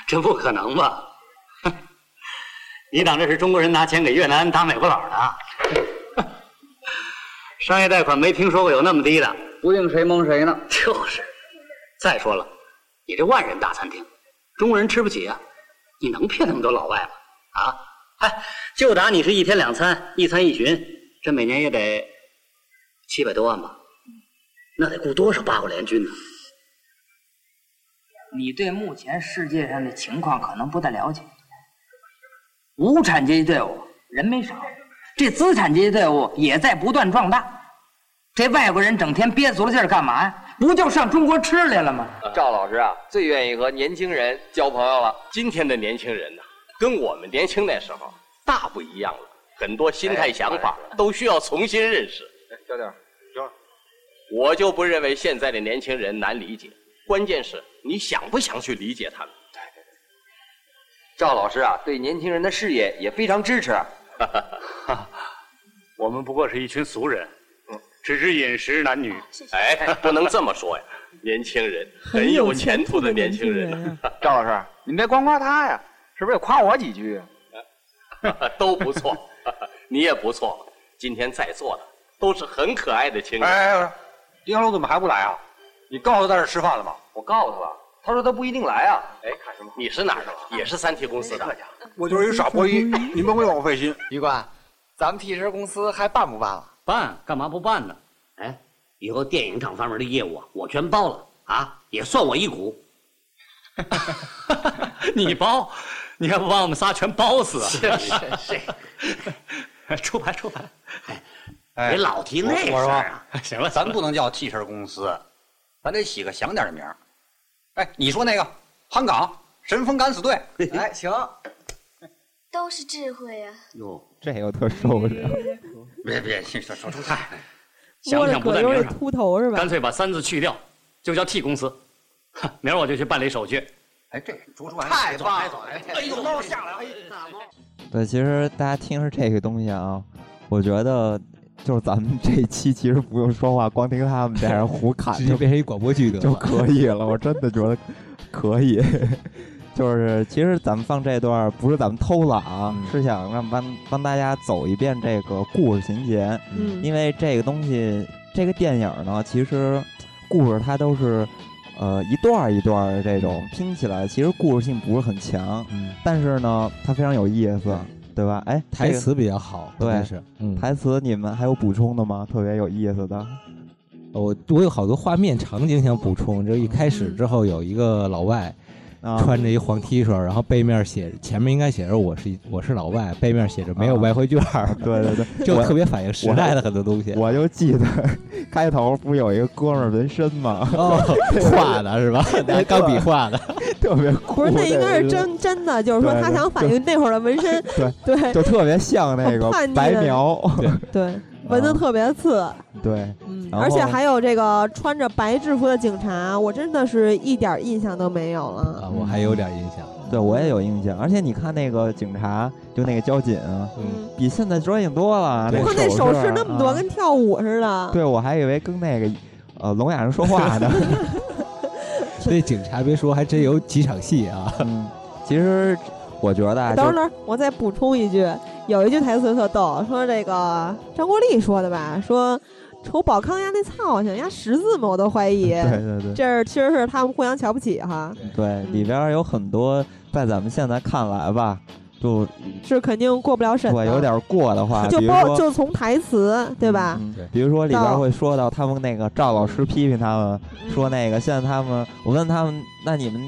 Speaker 5: 这不可能吧？哼你当这是中国人拿钱给越南打美国佬的啊？商业贷款没听说过有那么低的，
Speaker 9: 不定谁蒙谁呢。
Speaker 5: 就是。再说了，你这万人大餐厅，中国人吃不起啊，你能骗那么多老外吗？啊？哎，就打你是一天两餐，一餐一巡，这每年也得
Speaker 12: 七百多万吧，那得雇多少八国联军呢？
Speaker 9: 你对目前世界上的情况可能不太了解。无产阶级队伍人没少，这资产阶级队伍也在不断壮大。这外国人整天憋足了劲儿干嘛呀？不就上中国吃来了吗？
Speaker 4: 赵老师啊，最愿意和年轻人交朋友了。今天的年轻人呢、跟我们年轻那时候大不一样了，很多心
Speaker 11: 哎
Speaker 4: 态、想法都需要重新认识。
Speaker 11: 小点儿，行，
Speaker 4: 我就不认为现在的年轻人难理解，关键是你想不想去理解他们。
Speaker 6: 赵老师啊，对年轻人的事业也非常支持。
Speaker 5: 我们不过是一群俗人，
Speaker 11: 嗯
Speaker 5: 只知饮食男女。
Speaker 4: 哎，不能这么
Speaker 11: *laughs*
Speaker 4: 说呀，年轻人很有前途的年轻人，
Speaker 2: 啊
Speaker 11: 赵老师，你别光夸他呀，是不是也夸我几句啊？啊
Speaker 4: *laughs* 都不错，你也不错。今天在座的都是很可爱的青年。
Speaker 11: 哎哎哎，丁香楼怎么还不来啊？你告诉他在这吃饭了吗？
Speaker 6: 我告诉他了，他说他不一定来啊。
Speaker 4: 哎，看什么？你是哪儿
Speaker 11: 啊
Speaker 4: 的？也是三体公司的。
Speaker 11: 我就是一傻波一，你们会让我费
Speaker 4: *laughs*
Speaker 11: 心。 *laughs*
Speaker 13: 余冠，咱们替身公司还办不办了？
Speaker 12: 办，干嘛不办呢？哎，以后电影厂方面的业务啊，我全包了啊，也算我一股。
Speaker 5: *laughs* 你包，你还不把我们仨全包死啊？
Speaker 12: 是是
Speaker 5: 是，出牌出牌，
Speaker 12: 哎别老提那事
Speaker 14: 哎我
Speaker 12: 儿啊！
Speaker 5: *laughs*
Speaker 14: 说，行了， *laughs* 咱不能叫汽车公司，咱得起个响点的名儿。哎，你说那个汉港神风敢死队，哎，行，
Speaker 8: 都是智慧啊呀、
Speaker 12: 哟，
Speaker 1: 这个我特受不了。
Speaker 5: 别别，说说出菜，
Speaker 2: 摸
Speaker 5: *laughs* 想
Speaker 2: 着
Speaker 5: 想不
Speaker 2: 葛
Speaker 5: 在
Speaker 2: 优
Speaker 5: 名
Speaker 2: 这
Speaker 5: 上，
Speaker 2: 秃头是吧？
Speaker 5: 干脆把“三”字去掉，就叫 T 公司。哼明儿我就去办理手续。
Speaker 14: 哎，这竹叔
Speaker 13: 太棒了！
Speaker 14: 哎呦，猫下来，哎，大猫。
Speaker 1: 对，其实大家听着这个东西啊，我觉得就是咱们这一期其实不用说话，光听他们在那胡 *laughs* 侃
Speaker 3: 直接变成啊一广播剧得了
Speaker 1: 就可以了。我真的觉得可以， *laughs* 就是其实咱们放这段儿不是咱们偷懒啊，是想让帮帮大家走一遍这个故事情节，
Speaker 2: 嗯
Speaker 1: 因为这个东西，这个电影呢，其实故事它都是。呃，一段儿一段儿的这种拼起来，其实故事性不是很强，但是呢，它非常有意思，对吧？哎，
Speaker 3: 嗯台
Speaker 1: 这个
Speaker 3: 词比较好，关
Speaker 1: 对，
Speaker 3: 键是嗯
Speaker 1: 台词你们还有补充的吗？特别有意思的，
Speaker 3: 我我有好多画面场景想补充，就一开始
Speaker 2: 嗯
Speaker 3: 之后有一个老外。
Speaker 1: 啊
Speaker 3: 穿着一黄 T 恤，然后背面写前面应该写着我是我是老外，背面写着
Speaker 1: 啊
Speaker 3: 没有外汇券儿、
Speaker 1: 对对对
Speaker 3: *laughs* 就
Speaker 1: 我
Speaker 3: 特别反映时代的很多东西。
Speaker 1: 我就记得开头不有一个哥们儿纹身吗？ *laughs*
Speaker 3: 哦画的是吧？拿钢笔画的，
Speaker 1: 特别酷。
Speaker 2: 不是，那应该
Speaker 1: 这
Speaker 2: 是
Speaker 1: 个
Speaker 2: 真真的，就是说
Speaker 1: 对
Speaker 2: 他
Speaker 1: 对
Speaker 2: 想反映那会儿的纹身，
Speaker 1: 对
Speaker 2: 对，
Speaker 1: 就特别像那
Speaker 2: 很 *laughs*
Speaker 1: 个
Speaker 2: 叛逆的
Speaker 1: 白描， *laughs*
Speaker 2: *laughs* 对，纹的特别刺，
Speaker 1: 对，啊然后
Speaker 2: 而且还有这个穿着白制服的警察，我真的是一点儿印象都没有了。
Speaker 3: 啊我还有点印象。
Speaker 1: 对，我也有印象，而且你看那个警察，就那个交警，啊
Speaker 3: 嗯
Speaker 1: 比现在专业多了。
Speaker 2: 我看那手
Speaker 1: 手
Speaker 2: 势嗯那么多，
Speaker 1: 啊
Speaker 2: 跟跳舞似的。
Speaker 1: 对我还以为跟那个呃聋哑人说
Speaker 2: *laughs*
Speaker 1: 话呢。
Speaker 3: 这警察别说，还真有几场戏啊。
Speaker 2: 嗯
Speaker 1: 其实我觉得啊，
Speaker 2: 等会儿，
Speaker 1: 就
Speaker 2: 等会儿，我再补充一句，有一句台词特逗，说这个张国立说的吧，说瞅宝康家那操性，家识字嘛，我都怀疑。
Speaker 1: 对对对
Speaker 2: 这是其实是他们互相瞧不起哈，
Speaker 1: 对里边儿有很多，在咱们现在看来吧，就
Speaker 2: 这肯定过不了审
Speaker 1: 如
Speaker 2: 的。
Speaker 1: 果有点过的话，
Speaker 2: *laughs* 就
Speaker 1: 比如
Speaker 2: 包就
Speaker 1: 说，嗯
Speaker 2: 从台词对吧？
Speaker 1: 比如说里边
Speaker 2: 到嗯
Speaker 1: 会说到他们那个赵老师批评他们，嗯说那个现在他们，我问他们，那你们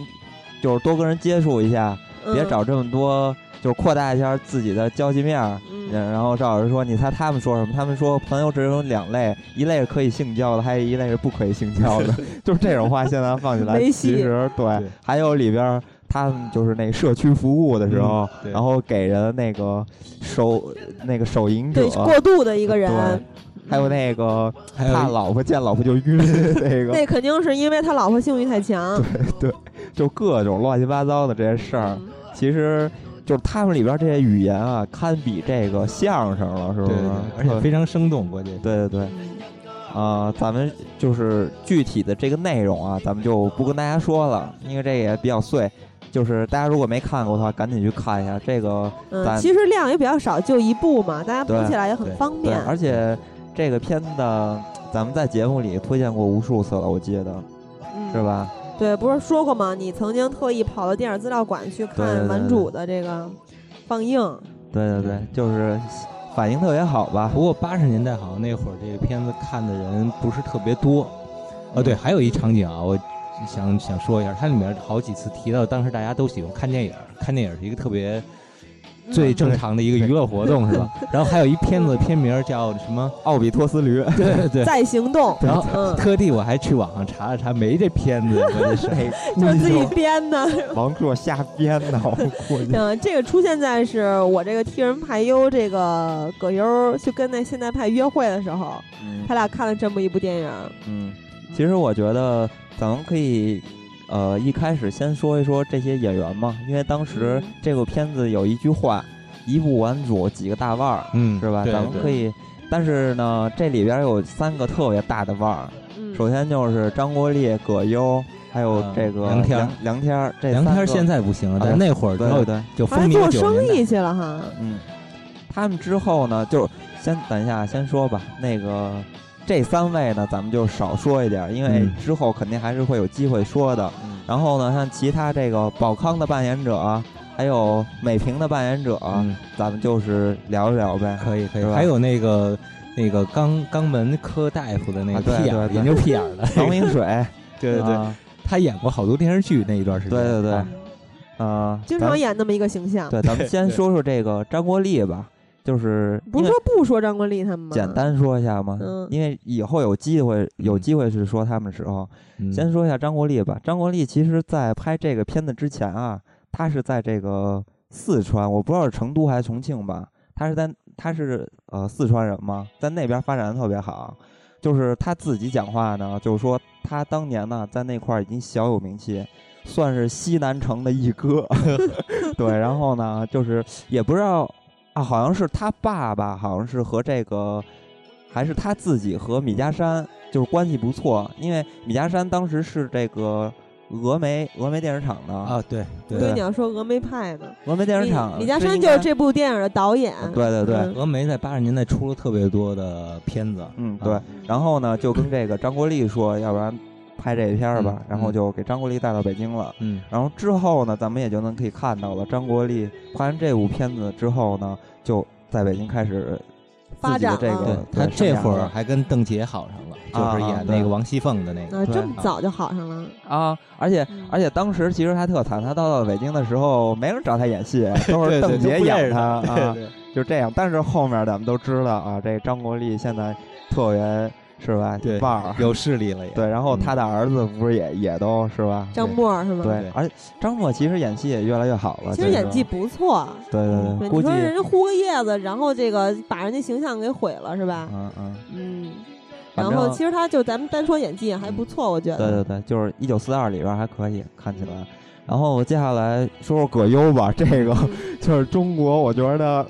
Speaker 1: 就是多跟人接触一下，别
Speaker 2: 嗯
Speaker 1: 找这么多，就是扩大一下自己的交际面儿。
Speaker 2: 嗯
Speaker 1: 呃然然后赵老师说，你猜他们说什么？他们说朋友只有两类，一类是可以性交的，还有一类是不可以性
Speaker 2: *laughs*
Speaker 1: 交的，就是这种话现在放起来，
Speaker 2: 没戏
Speaker 1: 其实对，还有里边儿他们就是那社区服务的时候，
Speaker 3: 对
Speaker 1: 然后给人那个手那个手淫者
Speaker 2: 对过度的一个人
Speaker 1: 对，还有那个
Speaker 3: 有
Speaker 1: 怕老婆见老婆就
Speaker 2: *laughs*
Speaker 1: 晕那
Speaker 2: 那
Speaker 1: 个，
Speaker 2: 肯定是因为他老婆性欲太强。
Speaker 1: 对，啊就各种乱七八糟的这些事
Speaker 2: 嗯
Speaker 1: 儿，其实。就是他们里边这些语言啊，堪比这个相声了，是不
Speaker 3: 对
Speaker 1: 是嗯
Speaker 3: 对对？而且非常生动，关键
Speaker 1: 对对对，啊，咱们就是具体的这个内容啊，咱们就不跟大家说了，因为这也比较碎。就是大家如果没看过的话，赶紧去看一下这个咱。
Speaker 2: 嗯，其实量也比较少，就一部嘛，大家补
Speaker 1: 对
Speaker 2: 起来也很方
Speaker 1: 对
Speaker 2: 便。
Speaker 1: 而且这个片子，咱们在节目里推荐过无数次了，我记得，是吧？
Speaker 2: 嗯对，不是说过吗？你曾经特意跑到电影资料馆去
Speaker 1: 对对
Speaker 2: 看
Speaker 1: 对
Speaker 2: 顽
Speaker 1: 对
Speaker 2: 主的这个放映，
Speaker 1: 对对对，就是反应特别好吧？
Speaker 3: 不过八十年代好像那会儿这个片子看的人不是特别多。哦，对，还有一场景啊，我想想说一下，它里面好几次提到，当时大家都喜欢看电影，看电影是一个特别
Speaker 1: 嗯
Speaker 3: 最
Speaker 2: 嗯
Speaker 3: 正常的一个娱乐活动，是吧？然后还有一片子片名叫什么 *laughs*
Speaker 1: 《奥比托斯驴》，
Speaker 3: 对对，
Speaker 2: 在行动，
Speaker 3: 然后
Speaker 2: 嗯，
Speaker 3: *laughs* 特地我还去网上查了查，没这片子，我这是
Speaker 1: *laughs*
Speaker 2: 就是自己编的。
Speaker 1: 王朔瞎编的，我估
Speaker 2: *laughs*
Speaker 1: 计。
Speaker 2: 嗯，这个出现在是我这个替人排忧这个葛优去跟那现代派约会的时候，他俩看了这么一部电影。
Speaker 1: 嗯，其实我觉得咱们可以，呃，一开始先说一说这些演员嘛，因为当时
Speaker 3: 嗯
Speaker 1: 这部片子有一句话：“一部完主，几个大腕儿”，
Speaker 3: 嗯
Speaker 1: 是吧？
Speaker 3: 对
Speaker 1: 咱们
Speaker 3: 对
Speaker 1: 可以，但是呢，这里边有三个特别大的腕儿，
Speaker 3: 嗯
Speaker 2: 嗯
Speaker 1: 首先就是张国立、葛优，还有这个
Speaker 3: 梁天儿
Speaker 1: 梁天儿，这
Speaker 3: 梁天儿
Speaker 1: 三个
Speaker 3: 现在不行了
Speaker 1: 啊
Speaker 3: 但是那会儿
Speaker 1: 对
Speaker 3: 之后
Speaker 1: 对
Speaker 3: 就
Speaker 2: 后来做生意去了哈。
Speaker 1: 嗯，他们之后呢，就是先等一下，先说吧。那个这三位呢，咱们就少说一点，因为之后肯定还是会有机会说的。然后呢，像其他这个宝康的扮演者啊，还有美平的扮演者啊，咱们就是聊一聊 *laughs* 呗。
Speaker 3: 嗯可以可以
Speaker 1: 是吧
Speaker 3: 还有那个那个肛肛门科大夫的那
Speaker 1: 啊
Speaker 3: 个
Speaker 1: 对
Speaker 3: 屁眼儿
Speaker 1: 对对
Speaker 3: 研究屁眼儿
Speaker 1: *laughs*
Speaker 3: 的
Speaker 1: 王明水
Speaker 3: 对对对
Speaker 1: 啊，
Speaker 3: 他演过好多电视剧那一段时间，
Speaker 1: 对对对，啊，
Speaker 2: 经
Speaker 1: 咱
Speaker 2: 常
Speaker 1: 们
Speaker 2: 演那么一个形象。
Speaker 1: 对，咱们先说说这个张国立吧，就是
Speaker 2: 不是
Speaker 1: 因为
Speaker 2: 说不说张国立他们吗？
Speaker 1: 简单说一下吗？
Speaker 2: 嗯
Speaker 1: 因为以后有机会有机会去说他们的时候，
Speaker 3: 嗯啊
Speaker 1: 先说一下张国立吧。张国立其实在拍这个片子之前啊，他是在这个四川，我不知道是成都还是重庆吧，他是在他是呃四川人嘛，在那边发展的特别好。就是他自己讲话呢，就是说他当年呢在那块儿已经小有名气，算是西南城的一哥。 *laughs* 对，然后呢，就是也不知道啊，好像是他爸爸，好像是和这个，还是他自己和米家山就是关系不错，因为米家山当时是这个峨眉峨眉电视厂的啊，
Speaker 3: 对
Speaker 2: 我以为你要说峨眉派呢。
Speaker 1: 峨眉电视厂
Speaker 2: 李李嘉
Speaker 1: 是
Speaker 2: 诚
Speaker 1: 应
Speaker 2: 就是
Speaker 1: 该
Speaker 2: 这部电影的导演。嗯
Speaker 3: 峨眉在八十年代出了特别多的片子，啊
Speaker 1: 嗯，对。然后呢，就跟这个张国立说，要不然拍这一片儿吧。然后就给张国立带到北京了。
Speaker 3: 嗯，
Speaker 1: 然后之后呢，咱们也就能可以看到了，张国立拍完这部片子之后呢，就在北京开始自己的这
Speaker 3: 对
Speaker 1: 个。
Speaker 3: 他
Speaker 1: 对
Speaker 3: 这
Speaker 1: 生涯
Speaker 3: 会儿
Speaker 1: 了
Speaker 3: 还跟邓婕好上了，
Speaker 1: 啊
Speaker 3: 就是
Speaker 1: 啊
Speaker 3: 演
Speaker 1: 对
Speaker 3: 那个王熙凤的那个，
Speaker 2: 啊，这
Speaker 3: 对
Speaker 2: 么早就好上了。
Speaker 1: 啊，而且而且当时其实还特惨，他到了北京的时候，没人找他演戏，都
Speaker 3: 对对
Speaker 1: 是 *laughs* 邓
Speaker 3: 都
Speaker 1: 婕
Speaker 3: 不认
Speaker 1: 演
Speaker 3: 识
Speaker 1: 他
Speaker 3: 他对
Speaker 1: 啊
Speaker 3: 对，
Speaker 1: 就这样。但是后面咱们都知道啊，这张国立现在特别是吧，
Speaker 3: 对
Speaker 1: 腕儿
Speaker 3: 有势力了也
Speaker 1: 对，然后他的儿子不是也也都是吧，
Speaker 2: 张默是吗
Speaker 1: 对
Speaker 2: 对，
Speaker 1: 而且张默其实演戏也越来越好了，
Speaker 2: 其实
Speaker 1: 就是
Speaker 2: 演技不错。啊
Speaker 1: 对对
Speaker 2: 对
Speaker 1: 对，
Speaker 2: 你
Speaker 1: 估计
Speaker 2: 说人家呼个叶子，然后这个把人家形象给毁了是吧？
Speaker 1: 嗯嗯，
Speaker 2: 嗯，
Speaker 1: 反
Speaker 2: 然
Speaker 1: 正
Speaker 2: 后其实他就咱们单说演技也还不错，我觉
Speaker 1: 对
Speaker 2: 得。
Speaker 1: 对对，就是一九四二里边还可以看起来。然后接下来说说葛优吧，这个
Speaker 2: 嗯
Speaker 1: *laughs* 就是中国，我觉得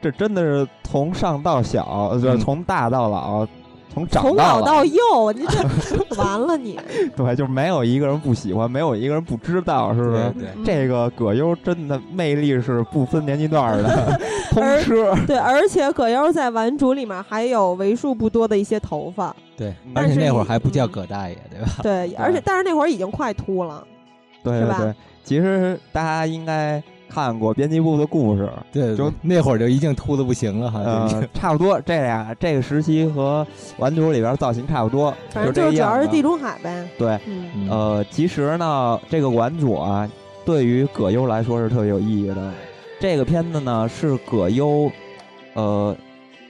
Speaker 1: 这真的是从上到小，就是从大到老，从
Speaker 2: 嗯
Speaker 1: 长
Speaker 2: 从
Speaker 1: 到
Speaker 2: 老到幼，你这 *laughs* 完了你。
Speaker 1: 对，就是没有一个人不喜欢，没有一个人不知道，是不是？
Speaker 2: 对对
Speaker 1: 这个葛优真的魅力是不分年纪段儿的，
Speaker 2: *laughs*
Speaker 1: 通
Speaker 2: 而
Speaker 1: 吃。
Speaker 2: 对，而且葛优在《顽主》里面还有为数不多的一些头发，
Speaker 3: 对，
Speaker 2: 嗯但
Speaker 3: 而且
Speaker 2: 是
Speaker 3: 那会儿
Speaker 2: 你
Speaker 3: 还不叫葛大爷，对吧？
Speaker 2: 对，而且但是那会儿已经快秃了，
Speaker 1: 对
Speaker 2: 是
Speaker 1: 对
Speaker 2: 吧
Speaker 1: 对，其实大家应该看过编辑部的故事，
Speaker 3: 对，
Speaker 1: 就
Speaker 3: 那 *laughs* 会儿就已经秃的不行了哈，
Speaker 1: *laughs* 呃，差不多这俩这个时期和《顽主》里边造型差不多，
Speaker 2: 反正
Speaker 1: 这
Speaker 2: 就
Speaker 1: 个
Speaker 2: 主要
Speaker 1: 样
Speaker 2: 是
Speaker 1: 子
Speaker 2: 地中海呗。
Speaker 1: 对，
Speaker 2: 嗯
Speaker 1: 呃，其实呢，这个《顽主》啊，对于葛优来说是特别有意义的。这个片子呢，是葛优，呃，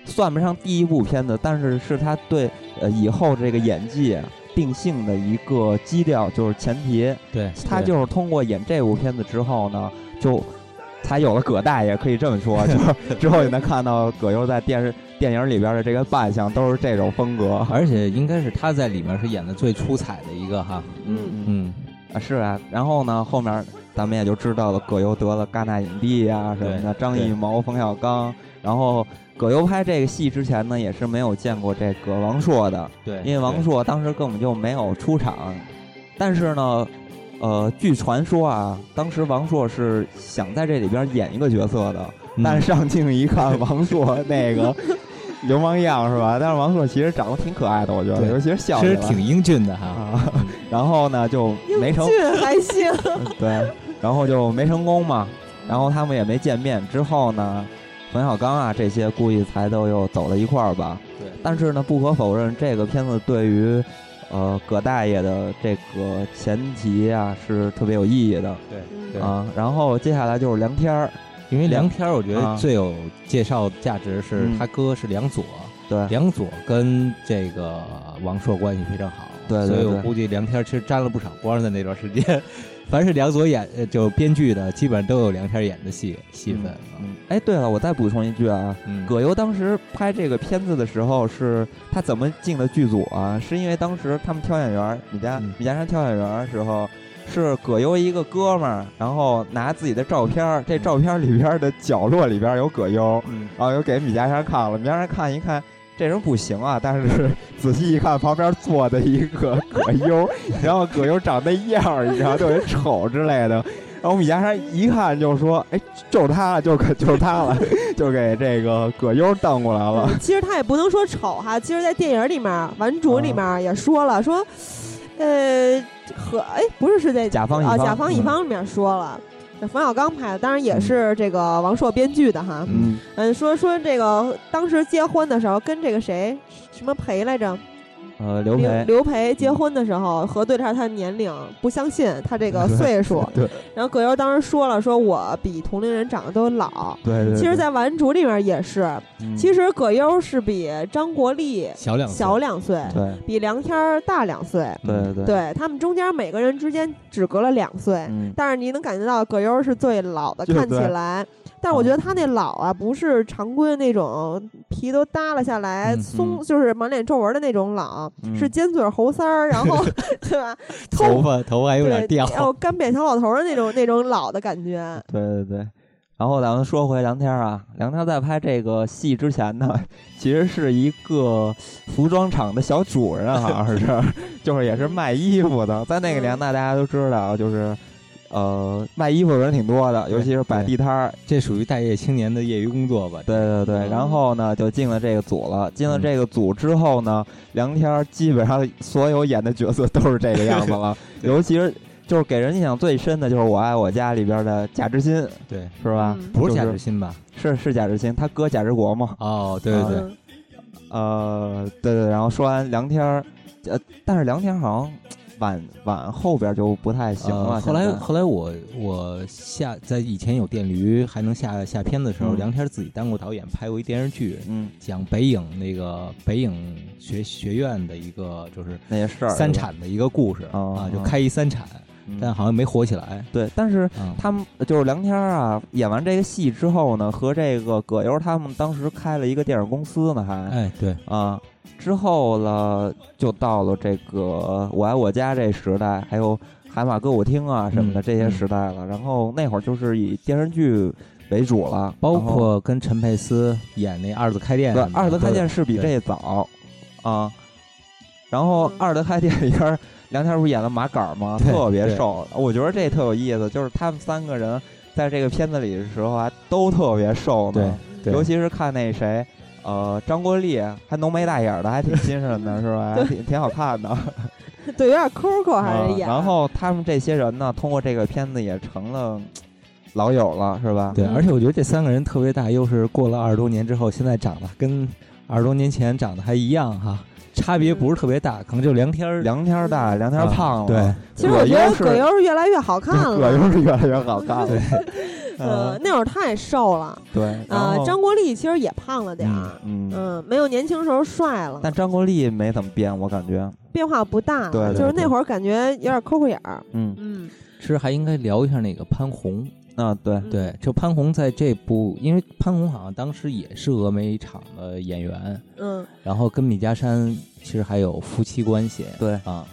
Speaker 1: 算不上第一部片子，但是是他对呃以后这个演技啊定性的一个基调，就是前提。
Speaker 3: 对，
Speaker 1: 他
Speaker 3: 对
Speaker 1: 就是通过演这部片子之后呢，就才有了葛大爷，可以这么说，就是 *laughs* 之后你能看到葛优在电视电影里边的这个扮相都是这种风格，
Speaker 3: 而且应该是他在里面是演的最出彩的一个哈，
Speaker 1: 嗯
Speaker 3: 嗯，
Speaker 1: 啊是啊，然后呢，后面咱们也就知道了，葛优得了戛纳影帝呀、什么的，
Speaker 3: 对
Speaker 1: 张艺谋、冯小刚，然后葛优拍这个戏之前呢，也是没有见过这个王朔的，
Speaker 3: 对
Speaker 1: 因为王朔当时根本就没有出场，但是呢。呃，据传说啊，当时王朔是想在这里边演一个角色的，
Speaker 3: 嗯
Speaker 1: 但上镜一看，王朔那个流氓样是吧？但是王朔其实长得挺可爱的，我觉得，
Speaker 3: 对
Speaker 1: 尤其是笑起
Speaker 3: 其
Speaker 1: 来
Speaker 3: 实挺英俊的哈，
Speaker 1: 啊，然后呢就没成，
Speaker 2: 俊还
Speaker 1: *laughs*
Speaker 2: 行，
Speaker 1: 对，然后就没成功嘛，然后他们也没见面。之后呢，冯小刚啊这些，估计才都又走到一块儿吧。
Speaker 3: 对
Speaker 1: 但是呢，不可否认，这个片子对于呃葛大爷的这个前提啊是特别有意义的。
Speaker 3: 对对
Speaker 1: 啊，然后接下来就是梁天儿，
Speaker 3: 因为梁天儿我觉
Speaker 1: 啊
Speaker 3: 得最有介绍价值是
Speaker 1: 嗯
Speaker 3: 他哥是梁左，
Speaker 1: 对
Speaker 3: 梁左跟这个王朔关系非常好，
Speaker 1: 对对
Speaker 3: 所以
Speaker 1: 对
Speaker 3: 我估计梁天儿其实沾了不少光的那段时间， *laughs* 凡是梁左演呃就编剧的，基本上都有梁天儿演的戏戏份。啊
Speaker 1: 嗯，哎，对了，我再补充一句啊，葛优当时拍这个片子的时候是，他怎么进的剧组啊？是因为当时他们挑演员儿，米家、
Speaker 3: 嗯
Speaker 1: 米家山挑演员儿的时候，是葛优一个哥们儿，然后拿自己的照片儿，这照片儿里边儿的角落里边儿有葛优，
Speaker 3: 嗯
Speaker 1: 然后又给米家山看了，米家山看一看。这人不行啊！但是 *laughs* 仔细一看，旁边坐的一个葛优，然后葛优长那样儿，你知道，特别丑之类的。然后米家山一看就说：“哎，就是他了，就可就是他了， *laughs* 就给这个葛优瞪过来了。
Speaker 2: 其实他也不能说丑哈，其实，在电影里面《顽主》
Speaker 1: 哦
Speaker 2: 里面也说了，说，呃，和哎，不是是在
Speaker 1: 甲方乙
Speaker 2: 啊，
Speaker 1: 方
Speaker 2: 甲方乙
Speaker 1: 嗯
Speaker 2: 方里面说了，这冯小刚拍的，当然也是这个王朔编剧的哈，
Speaker 1: 嗯
Speaker 2: 嗯，说说这个当时结婚的时候跟这个谁什么培来着，
Speaker 1: 呃，刘
Speaker 2: 刘
Speaker 1: 培，
Speaker 2: 刘培结婚的时候核对了一下他的年龄，不相信他这个岁数。
Speaker 1: *laughs* 对
Speaker 2: 然后葛优当时说了，说我比同龄人长得都老。
Speaker 1: 对对对
Speaker 2: 其实，在《顽主》里面也是，
Speaker 1: 嗯
Speaker 2: 其实葛优是比张国立
Speaker 1: 小两岁
Speaker 2: 小两岁，
Speaker 1: 对
Speaker 2: 比梁天儿大两岁。
Speaker 1: 对对
Speaker 2: 对他们中间每个人之间只隔了两岁，
Speaker 1: 嗯
Speaker 2: 但是你能感觉到葛优是最老的，
Speaker 1: 就
Speaker 2: 看起
Speaker 1: 对
Speaker 2: 来。但是我觉得
Speaker 1: 嗯
Speaker 2: 他那老啊，不是常规那种皮都耷拉下来、
Speaker 1: 嗯
Speaker 2: 松，
Speaker 1: 嗯
Speaker 2: 就是满脸皱纹的那种老，
Speaker 1: 嗯
Speaker 2: 是尖嘴猴腮儿，然
Speaker 1: *laughs*
Speaker 2: 后对吧？
Speaker 3: 头发头发还有点
Speaker 2: 对，哦
Speaker 3: 掉，
Speaker 2: 然后干瘪小老头儿的那种那种老的感觉。
Speaker 1: 对对对。然后咱们说回梁天儿啊，梁天儿在拍这个戏之前呢， *laughs* 其实是一个服装厂的小主人，啊好像是， *laughs* 就是也是卖衣服的。在那个年代，大家都知道，就是呃，卖衣服的人挺多的，尤其是摆地摊儿，
Speaker 3: 这属于待业青年的业余工作吧？
Speaker 2: 嗯
Speaker 1: 对对对，然后呢就进了这个组了。进了这个组之后呢，梁天儿基本上所有演的角色都是这个样子
Speaker 3: *laughs*
Speaker 1: 了，尤其是就是给人印象最深的就是《我爱我家》里边的贾志新，
Speaker 3: 对，
Speaker 1: 是吧？
Speaker 3: 不是
Speaker 1: 就
Speaker 3: 贾志新吧？
Speaker 1: 是是贾志新，他哥贾志国嘛。
Speaker 3: 哦，对对
Speaker 2: 嗯
Speaker 3: 对
Speaker 1: 啊呃，对对，然后说完梁天儿，呃，但是梁天儿好像晚晚后边就不太啊行了。
Speaker 3: 呃后来
Speaker 1: 现在
Speaker 3: 后来我我下在以前有电驴还能下下片子的时候，
Speaker 1: 嗯
Speaker 3: 梁天儿自己当过导演，拍过一电视剧，
Speaker 1: 嗯，
Speaker 3: 讲北影那个北影学学院的一个就是
Speaker 1: 那些事儿
Speaker 3: 三产嗯的一个故事
Speaker 1: 哦
Speaker 3: 啊，就开一三产，
Speaker 1: 嗯
Speaker 3: 但好像没火起来。嗯
Speaker 1: 对，但是他们就是梁天儿啊，演完这个戏之后呢，和这个葛优他们当时开了一个电影公司呢，还
Speaker 3: 哎对
Speaker 1: 啊，之后了就到了这个我爱我家这时代，还有海马歌舞厅啊什么
Speaker 3: 嗯
Speaker 1: 的、这些时代了。然后那会儿就是以电视剧为主了，
Speaker 3: 包
Speaker 1: 然后
Speaker 3: 括跟陈佩斯演那《二字开店》
Speaker 1: 对
Speaker 3: 什么的，
Speaker 1: 二德开店
Speaker 3: 对
Speaker 1: 是比
Speaker 3: 对
Speaker 1: 这早啊。然
Speaker 2: 嗯
Speaker 1: 后二德开店里边儿，梁天儿不是演了马杆吗？
Speaker 3: 对
Speaker 1: 特别
Speaker 3: 对
Speaker 1: 瘦，我觉得这特有意思，就是他们三个人在这个片子里的时候啊，都特别瘦呢。
Speaker 3: 对对
Speaker 1: 尤其是看那谁，呃，张国立还浓眉大眼儿的，还挺精神的，是
Speaker 2: *laughs*
Speaker 1: 吧？还挺挺好看的。
Speaker 2: 对，有点 Coco 还
Speaker 1: 啊
Speaker 2: 是演。
Speaker 1: 然后他们这些人呢，通过这个片子也成了老友了，是吧？
Speaker 3: 对，而且我觉得这三个人特别大优势，过了二十多年之后，现在长得跟二十多年前长得还一样哈，差别不是特别大，可能就梁天儿
Speaker 1: 梁天儿大，梁天儿胖了。
Speaker 3: 啊对，
Speaker 2: 其实我觉得葛
Speaker 1: 葛优
Speaker 2: 优是越来越好看了。
Speaker 1: *laughs* 葛优是越来越好看了。嗯对，
Speaker 2: *laughs* 呃，那会儿太瘦了。
Speaker 1: 对，然
Speaker 2: 呃
Speaker 1: 后，
Speaker 2: 张国立其实也胖了点儿，
Speaker 1: 嗯，嗯
Speaker 2: 嗯，没有年轻时候帅了，
Speaker 1: 但张国立没怎么变，我感觉，
Speaker 2: 变化不大，
Speaker 1: 对对
Speaker 2: 就是那
Speaker 1: 对
Speaker 2: 会儿感觉有点抠抠眼儿。
Speaker 1: 嗯
Speaker 2: 嗯，
Speaker 3: 其实还应该聊一下那个潘虹。
Speaker 1: 啊，对
Speaker 3: 对，就潘虹在这部，因为潘虹好像当时也是峨眉厂的演员，
Speaker 2: 嗯，
Speaker 3: 然后跟米家山其实还有夫妻关系，
Speaker 1: 对
Speaker 3: 啊，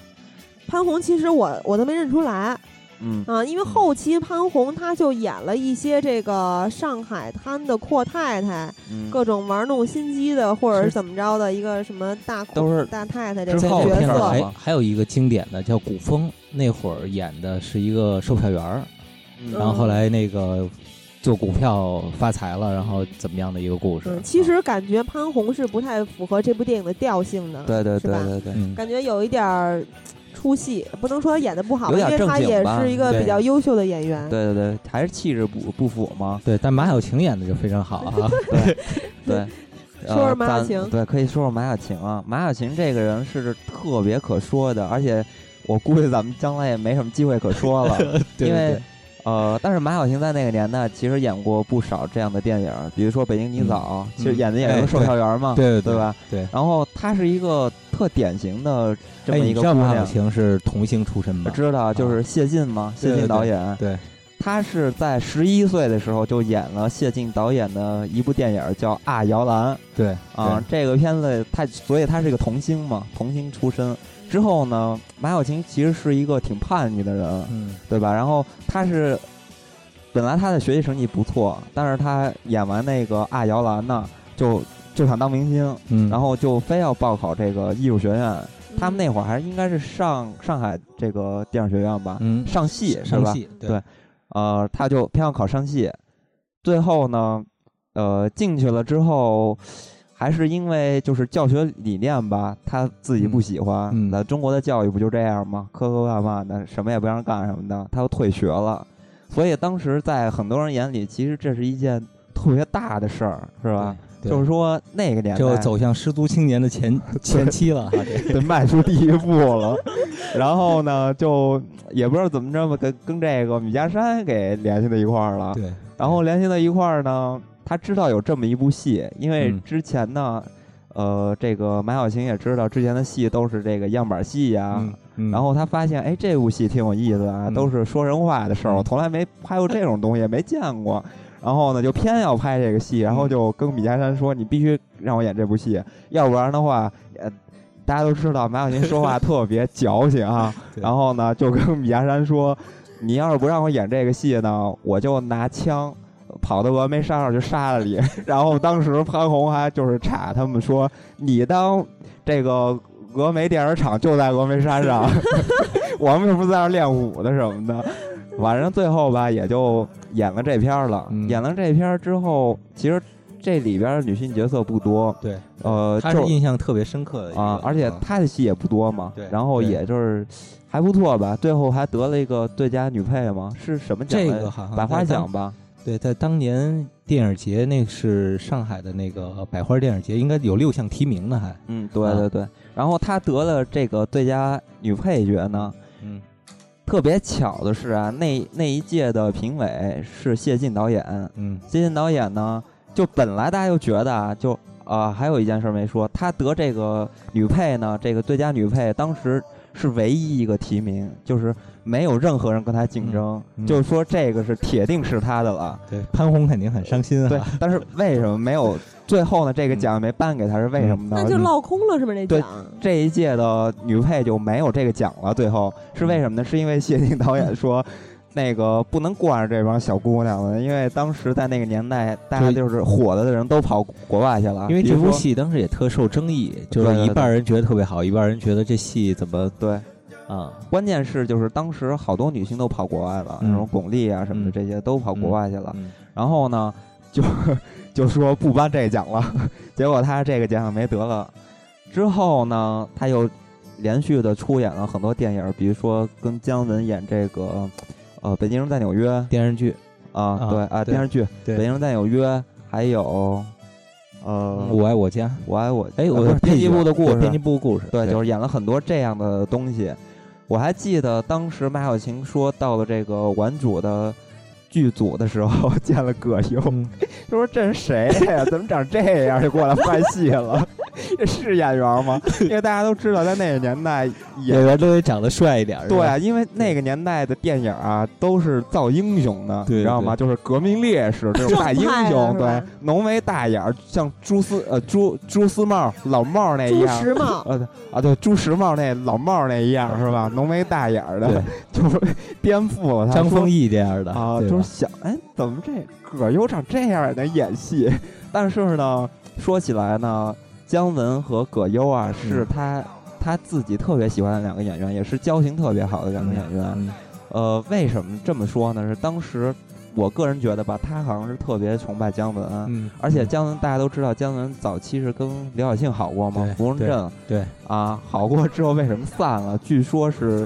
Speaker 2: 潘虹其实我我都没认出来。
Speaker 1: 嗯
Speaker 2: 啊，因为后期潘虹她就演了一些这个上海滩的阔太太，
Speaker 1: 嗯
Speaker 2: 各种玩弄心机的或者是怎么着的一个什么大阔
Speaker 3: 都是
Speaker 2: 大太太这
Speaker 3: 之
Speaker 2: 个
Speaker 3: 后
Speaker 2: 角
Speaker 3: 片子
Speaker 2: 色，
Speaker 3: 还还有一个经典的叫《古风》，那会儿演的是一个售票员儿，
Speaker 1: 嗯
Speaker 3: 然后后来那个做股票发财了，然后怎么样的一个故事？啊
Speaker 2: 嗯，其实感觉潘虹是不太符合这部电影的调性的，
Speaker 1: 对对
Speaker 2: 是
Speaker 1: 对
Speaker 2: 吧
Speaker 1: 对对，
Speaker 2: 感觉有一点儿出戏，不能说他演的不好，
Speaker 1: 有
Speaker 2: 因
Speaker 1: 点
Speaker 2: 为他
Speaker 1: 正经
Speaker 2: 也
Speaker 1: 吧
Speaker 2: 是一个比
Speaker 1: 对
Speaker 2: 较优秀的演员。
Speaker 1: 对对对，还是气质不不符嘛。
Speaker 3: 对，但马小晴演的就非常好
Speaker 2: *laughs*
Speaker 3: 啊。，
Speaker 1: 对对，呃
Speaker 2: 说说马小
Speaker 1: 咱
Speaker 2: 晴
Speaker 1: 对，可以说说马小晴啊。马小晴这个人是特别可说的，而且我估计咱们将来也没什么机会可说了
Speaker 2: *laughs*
Speaker 3: 对对
Speaker 1: 因为
Speaker 3: 对
Speaker 1: 呃，但是马小晴在那个年代其实演过不少这样的电影，比如说《北京泥枣》
Speaker 3: 嗯
Speaker 1: 其实演的也
Speaker 3: 哎
Speaker 1: 是个售票员嘛，
Speaker 3: 对对
Speaker 1: 对
Speaker 3: 对
Speaker 1: 吧？
Speaker 3: 对
Speaker 1: 然后她是一个特典型的这
Speaker 3: 哎，
Speaker 1: 么一
Speaker 3: 你
Speaker 1: 个
Speaker 3: 知道
Speaker 1: 姑
Speaker 3: 马
Speaker 1: 娘
Speaker 3: 小。晴是童星出身
Speaker 1: 我
Speaker 3: 吗？
Speaker 1: 知道，就是谢晋嘛，谢
Speaker 3: 啊对
Speaker 1: 晋
Speaker 3: 对
Speaker 1: 导
Speaker 3: 对
Speaker 1: 演。
Speaker 3: 对，
Speaker 1: 他是在十一岁的时候就演了谢晋导演的一部电影儿叫《啊摇篮》。
Speaker 3: 对
Speaker 1: 啊，这个片子他所以他是一个童星嘛，童星出身。之后呢，马小晴其实是一个挺叛逆的人，
Speaker 3: 嗯
Speaker 1: 对吧？然后他是本来他的学习成绩不错，但是他演完那个《啊摇篮》呢，就就想当明星，
Speaker 3: 嗯
Speaker 1: 然后就非要报考这个艺术学院。他
Speaker 2: 嗯
Speaker 1: 们那会儿还应该是上上海这个电影学院吧，
Speaker 3: 嗯
Speaker 1: 上戏是
Speaker 3: 上
Speaker 1: 吧？
Speaker 3: 戏对
Speaker 1: 呃，他就偏要考上戏，最后呢，呃，进去了之后，还是因为就是教学理念吧，他自己不喜欢。
Speaker 3: 嗯嗯
Speaker 1: 那中国的教育不就这样吗？磕磕绊绊的，什么也不让干什么的，他又退学了。所以当时在很多人眼里，其实这是一件特别大的事儿，是吧？
Speaker 3: 对对
Speaker 1: 就是说那个年代
Speaker 3: 就走向失足青年的
Speaker 1: *laughs*
Speaker 3: 前前期了哈，这
Speaker 1: 得迈出第一步了。然后呢，就也不知道怎么着吧，跟跟这个米家山给联系到一块儿了。
Speaker 3: 对，
Speaker 1: 然后联系到一块儿呢，他知道有这么一部戏，因为
Speaker 3: 嗯
Speaker 1: 之前呢，呃，这个马小晴也知道之前的戏都是这个样板戏呀、
Speaker 3: 嗯嗯
Speaker 1: 啊然后他发现，哎，这部戏挺有意思啊，都是说人话的事儿，我从来没拍过这种东西，也没见过。然后呢，就偏要拍这个戏，然后就跟米家山说：“你必须让我演这部戏，要不然的话，呃，大家都知道马小晴说话特别矫情啊。然后呢，就跟米家山说：‘你要是不让我演这个戏呢，我就拿枪跑到峨眉山上去杀了你。’然后当时潘虹还就是插他们说：‘你当这个峨眉电影厂就在峨眉山上，我们又不是在那儿练武的什么的。’反正最后吧，也就演了这片儿了。
Speaker 3: 嗯
Speaker 1: 演了这片儿之后，其实这里边儿女性角色不多。
Speaker 3: 嗯对，
Speaker 1: 呃，
Speaker 3: 他是
Speaker 1: 就
Speaker 3: 印象特别深刻的一个嗯
Speaker 1: 啊，而且她的戏也不多嘛，
Speaker 3: 对
Speaker 1: 然后
Speaker 3: 对
Speaker 1: 也就是还不错吧，最后还得了一个最佳女配嘛，是什么奖
Speaker 3: 这
Speaker 1: 来着？
Speaker 3: 个好像
Speaker 1: 百花
Speaker 3: 在当
Speaker 1: 奖吧？。
Speaker 3: 对，在当年电影节，那是上海的那个百花电影节，应该有六项提名呢，还。
Speaker 1: 嗯，对对对。然后她得了这个最佳女配角呢，
Speaker 3: 嗯，
Speaker 1: 特别巧的是啊，那那一届的评委是谢晋导演，
Speaker 3: 嗯，
Speaker 1: 谢晋导演呢，就本来大家就觉得啊，就啊、呃还有一件事没说，他得这个女配呢，这个最佳女配，当时是唯一一个提名，就是没有任何人跟他竞争，
Speaker 3: 嗯嗯
Speaker 1: 就是说这个是铁定是他的
Speaker 3: *laughs*
Speaker 1: 了。
Speaker 3: 对，潘虹肯定很伤心啊。
Speaker 1: 对，但是为什么没有最后呢？这个奖没颁给他是为什么呢？
Speaker 2: 那就落空了，是不啊是那
Speaker 1: 对
Speaker 2: 奖？
Speaker 1: 这一届的女配就没有这个奖了，最后是为什么呢？是因为谢晋导演说。那个不能惯着这帮小姑娘了，因为当时在那个年代，大家
Speaker 3: 对
Speaker 1: 就是火了的人都跑国外去了。
Speaker 3: 因为
Speaker 1: 比
Speaker 3: 这
Speaker 1: 如
Speaker 3: 部
Speaker 1: 说
Speaker 3: 戏当时也特受争议，就
Speaker 1: 对
Speaker 3: 是
Speaker 1: 对
Speaker 3: 一
Speaker 1: 对
Speaker 3: 半人觉得特别好，一半人觉得这戏怎么
Speaker 1: 对
Speaker 3: 啊？
Speaker 1: 关键是就是当时好多女星都跑国外了，
Speaker 3: 嗯
Speaker 1: 然后巩俐啊什么的这些都跑国外去了。
Speaker 3: 嗯
Speaker 1: 然后呢，就 *laughs* 就说不颁这个奖了， *laughs* 结果她这个奖也没得了。之后呢，她又连续的出演了很多电影，比如说跟姜文演这个呃《北京人在纽约》
Speaker 3: 电视剧
Speaker 1: 啊，
Speaker 3: 啊
Speaker 1: 对啊
Speaker 3: 对
Speaker 1: 电视剧《
Speaker 3: 对
Speaker 1: 北京人在纽约》，还有呃
Speaker 3: 我爱我家，
Speaker 1: 我爱我，
Speaker 3: 哎，
Speaker 1: 呃
Speaker 3: 我
Speaker 1: 不是
Speaker 3: 的
Speaker 1: 编
Speaker 3: 配
Speaker 1: 辑
Speaker 3: 角
Speaker 1: 部的故
Speaker 3: 对
Speaker 1: 事，
Speaker 3: 编辑部的故事，
Speaker 1: 对，就是演了很多这样的东西。我还记得当时马小晴说到了这个玩主的剧组的时候， *laughs* 见了葛优，就 *laughs* 说这是谁呀、怎么长这样就过来拍戏了？这是演员吗？因为大家都知道，在那个年代
Speaker 3: 演员都得长得帅一点，是吧
Speaker 1: *laughs* 对啊，因为那个年代的电影啊，都是造英雄的，
Speaker 3: 对
Speaker 1: 你知道吗？就是革命烈士这种大英雄，
Speaker 2: 正派的是
Speaker 1: 对
Speaker 2: 吧，
Speaker 1: 浓眉大眼儿，像朱丝呃朱朱丝帽老帽那
Speaker 2: 朱
Speaker 1: 样，
Speaker 2: 时茂
Speaker 1: 呃啊对，朱时茂那老帽那一样是吧？浓眉大眼儿的， *laughs* 就是颠覆了他
Speaker 3: 张
Speaker 1: 说
Speaker 3: 丰毅这样的
Speaker 1: 啊，
Speaker 3: 对
Speaker 1: 就是
Speaker 3: 吧
Speaker 1: 想哎，怎么这葛优长这样也能演戏？ *laughs* 但是呢，说起来呢，姜文和葛优啊，是
Speaker 3: 嗯
Speaker 1: 他、他自己特别喜欢的两个演
Speaker 3: 嗯
Speaker 1: 嗯员，也是交情特别好的两个演员。呃，为什么这么说呢？是当时我个人觉得吧，他好像是特别崇拜姜文，啊
Speaker 3: 嗯
Speaker 1: 而且姜文大家都知道，姜文早期是跟刘晓庆好过嘛，芙蓉镇
Speaker 3: 对
Speaker 1: 啊，好过之后为什么散了？据说是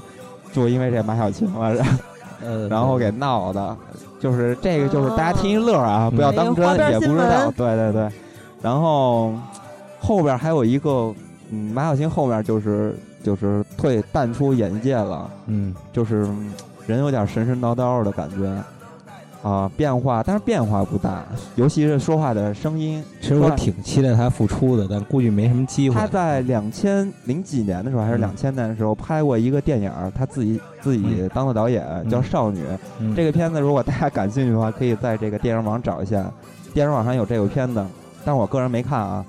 Speaker 1: 就因为这马小晴了，然后
Speaker 3: 呃
Speaker 1: 然后给闹的，就是这个就是大家听一乐啊，
Speaker 3: 嗯
Speaker 1: 不要当真
Speaker 2: 哎呦花，边
Speaker 1: 也不
Speaker 2: 新
Speaker 1: 知
Speaker 2: 闻
Speaker 1: 道，对对对。然后后边还有一个，嗯，马小晴后面就是就是退淡出演艺界了，
Speaker 3: 嗯，
Speaker 1: 就是嗯人有点神神叨叨的感觉。啊，变化，但是变化不大，尤其是说话的声音。
Speaker 3: 其实
Speaker 1: 说
Speaker 3: 我
Speaker 1: 话
Speaker 3: 挺期待他复出的，但估计没什么机会
Speaker 1: 他。在两千零几年的时候，还是两千年的时候，拍过一个电影儿，他自己自己当的导演，叫《少女》。
Speaker 3: 嗯
Speaker 1: 这个片子如果大家感兴趣的话，可以在这个电影网找一下，电影网上有这个片子，但我个人没看啊。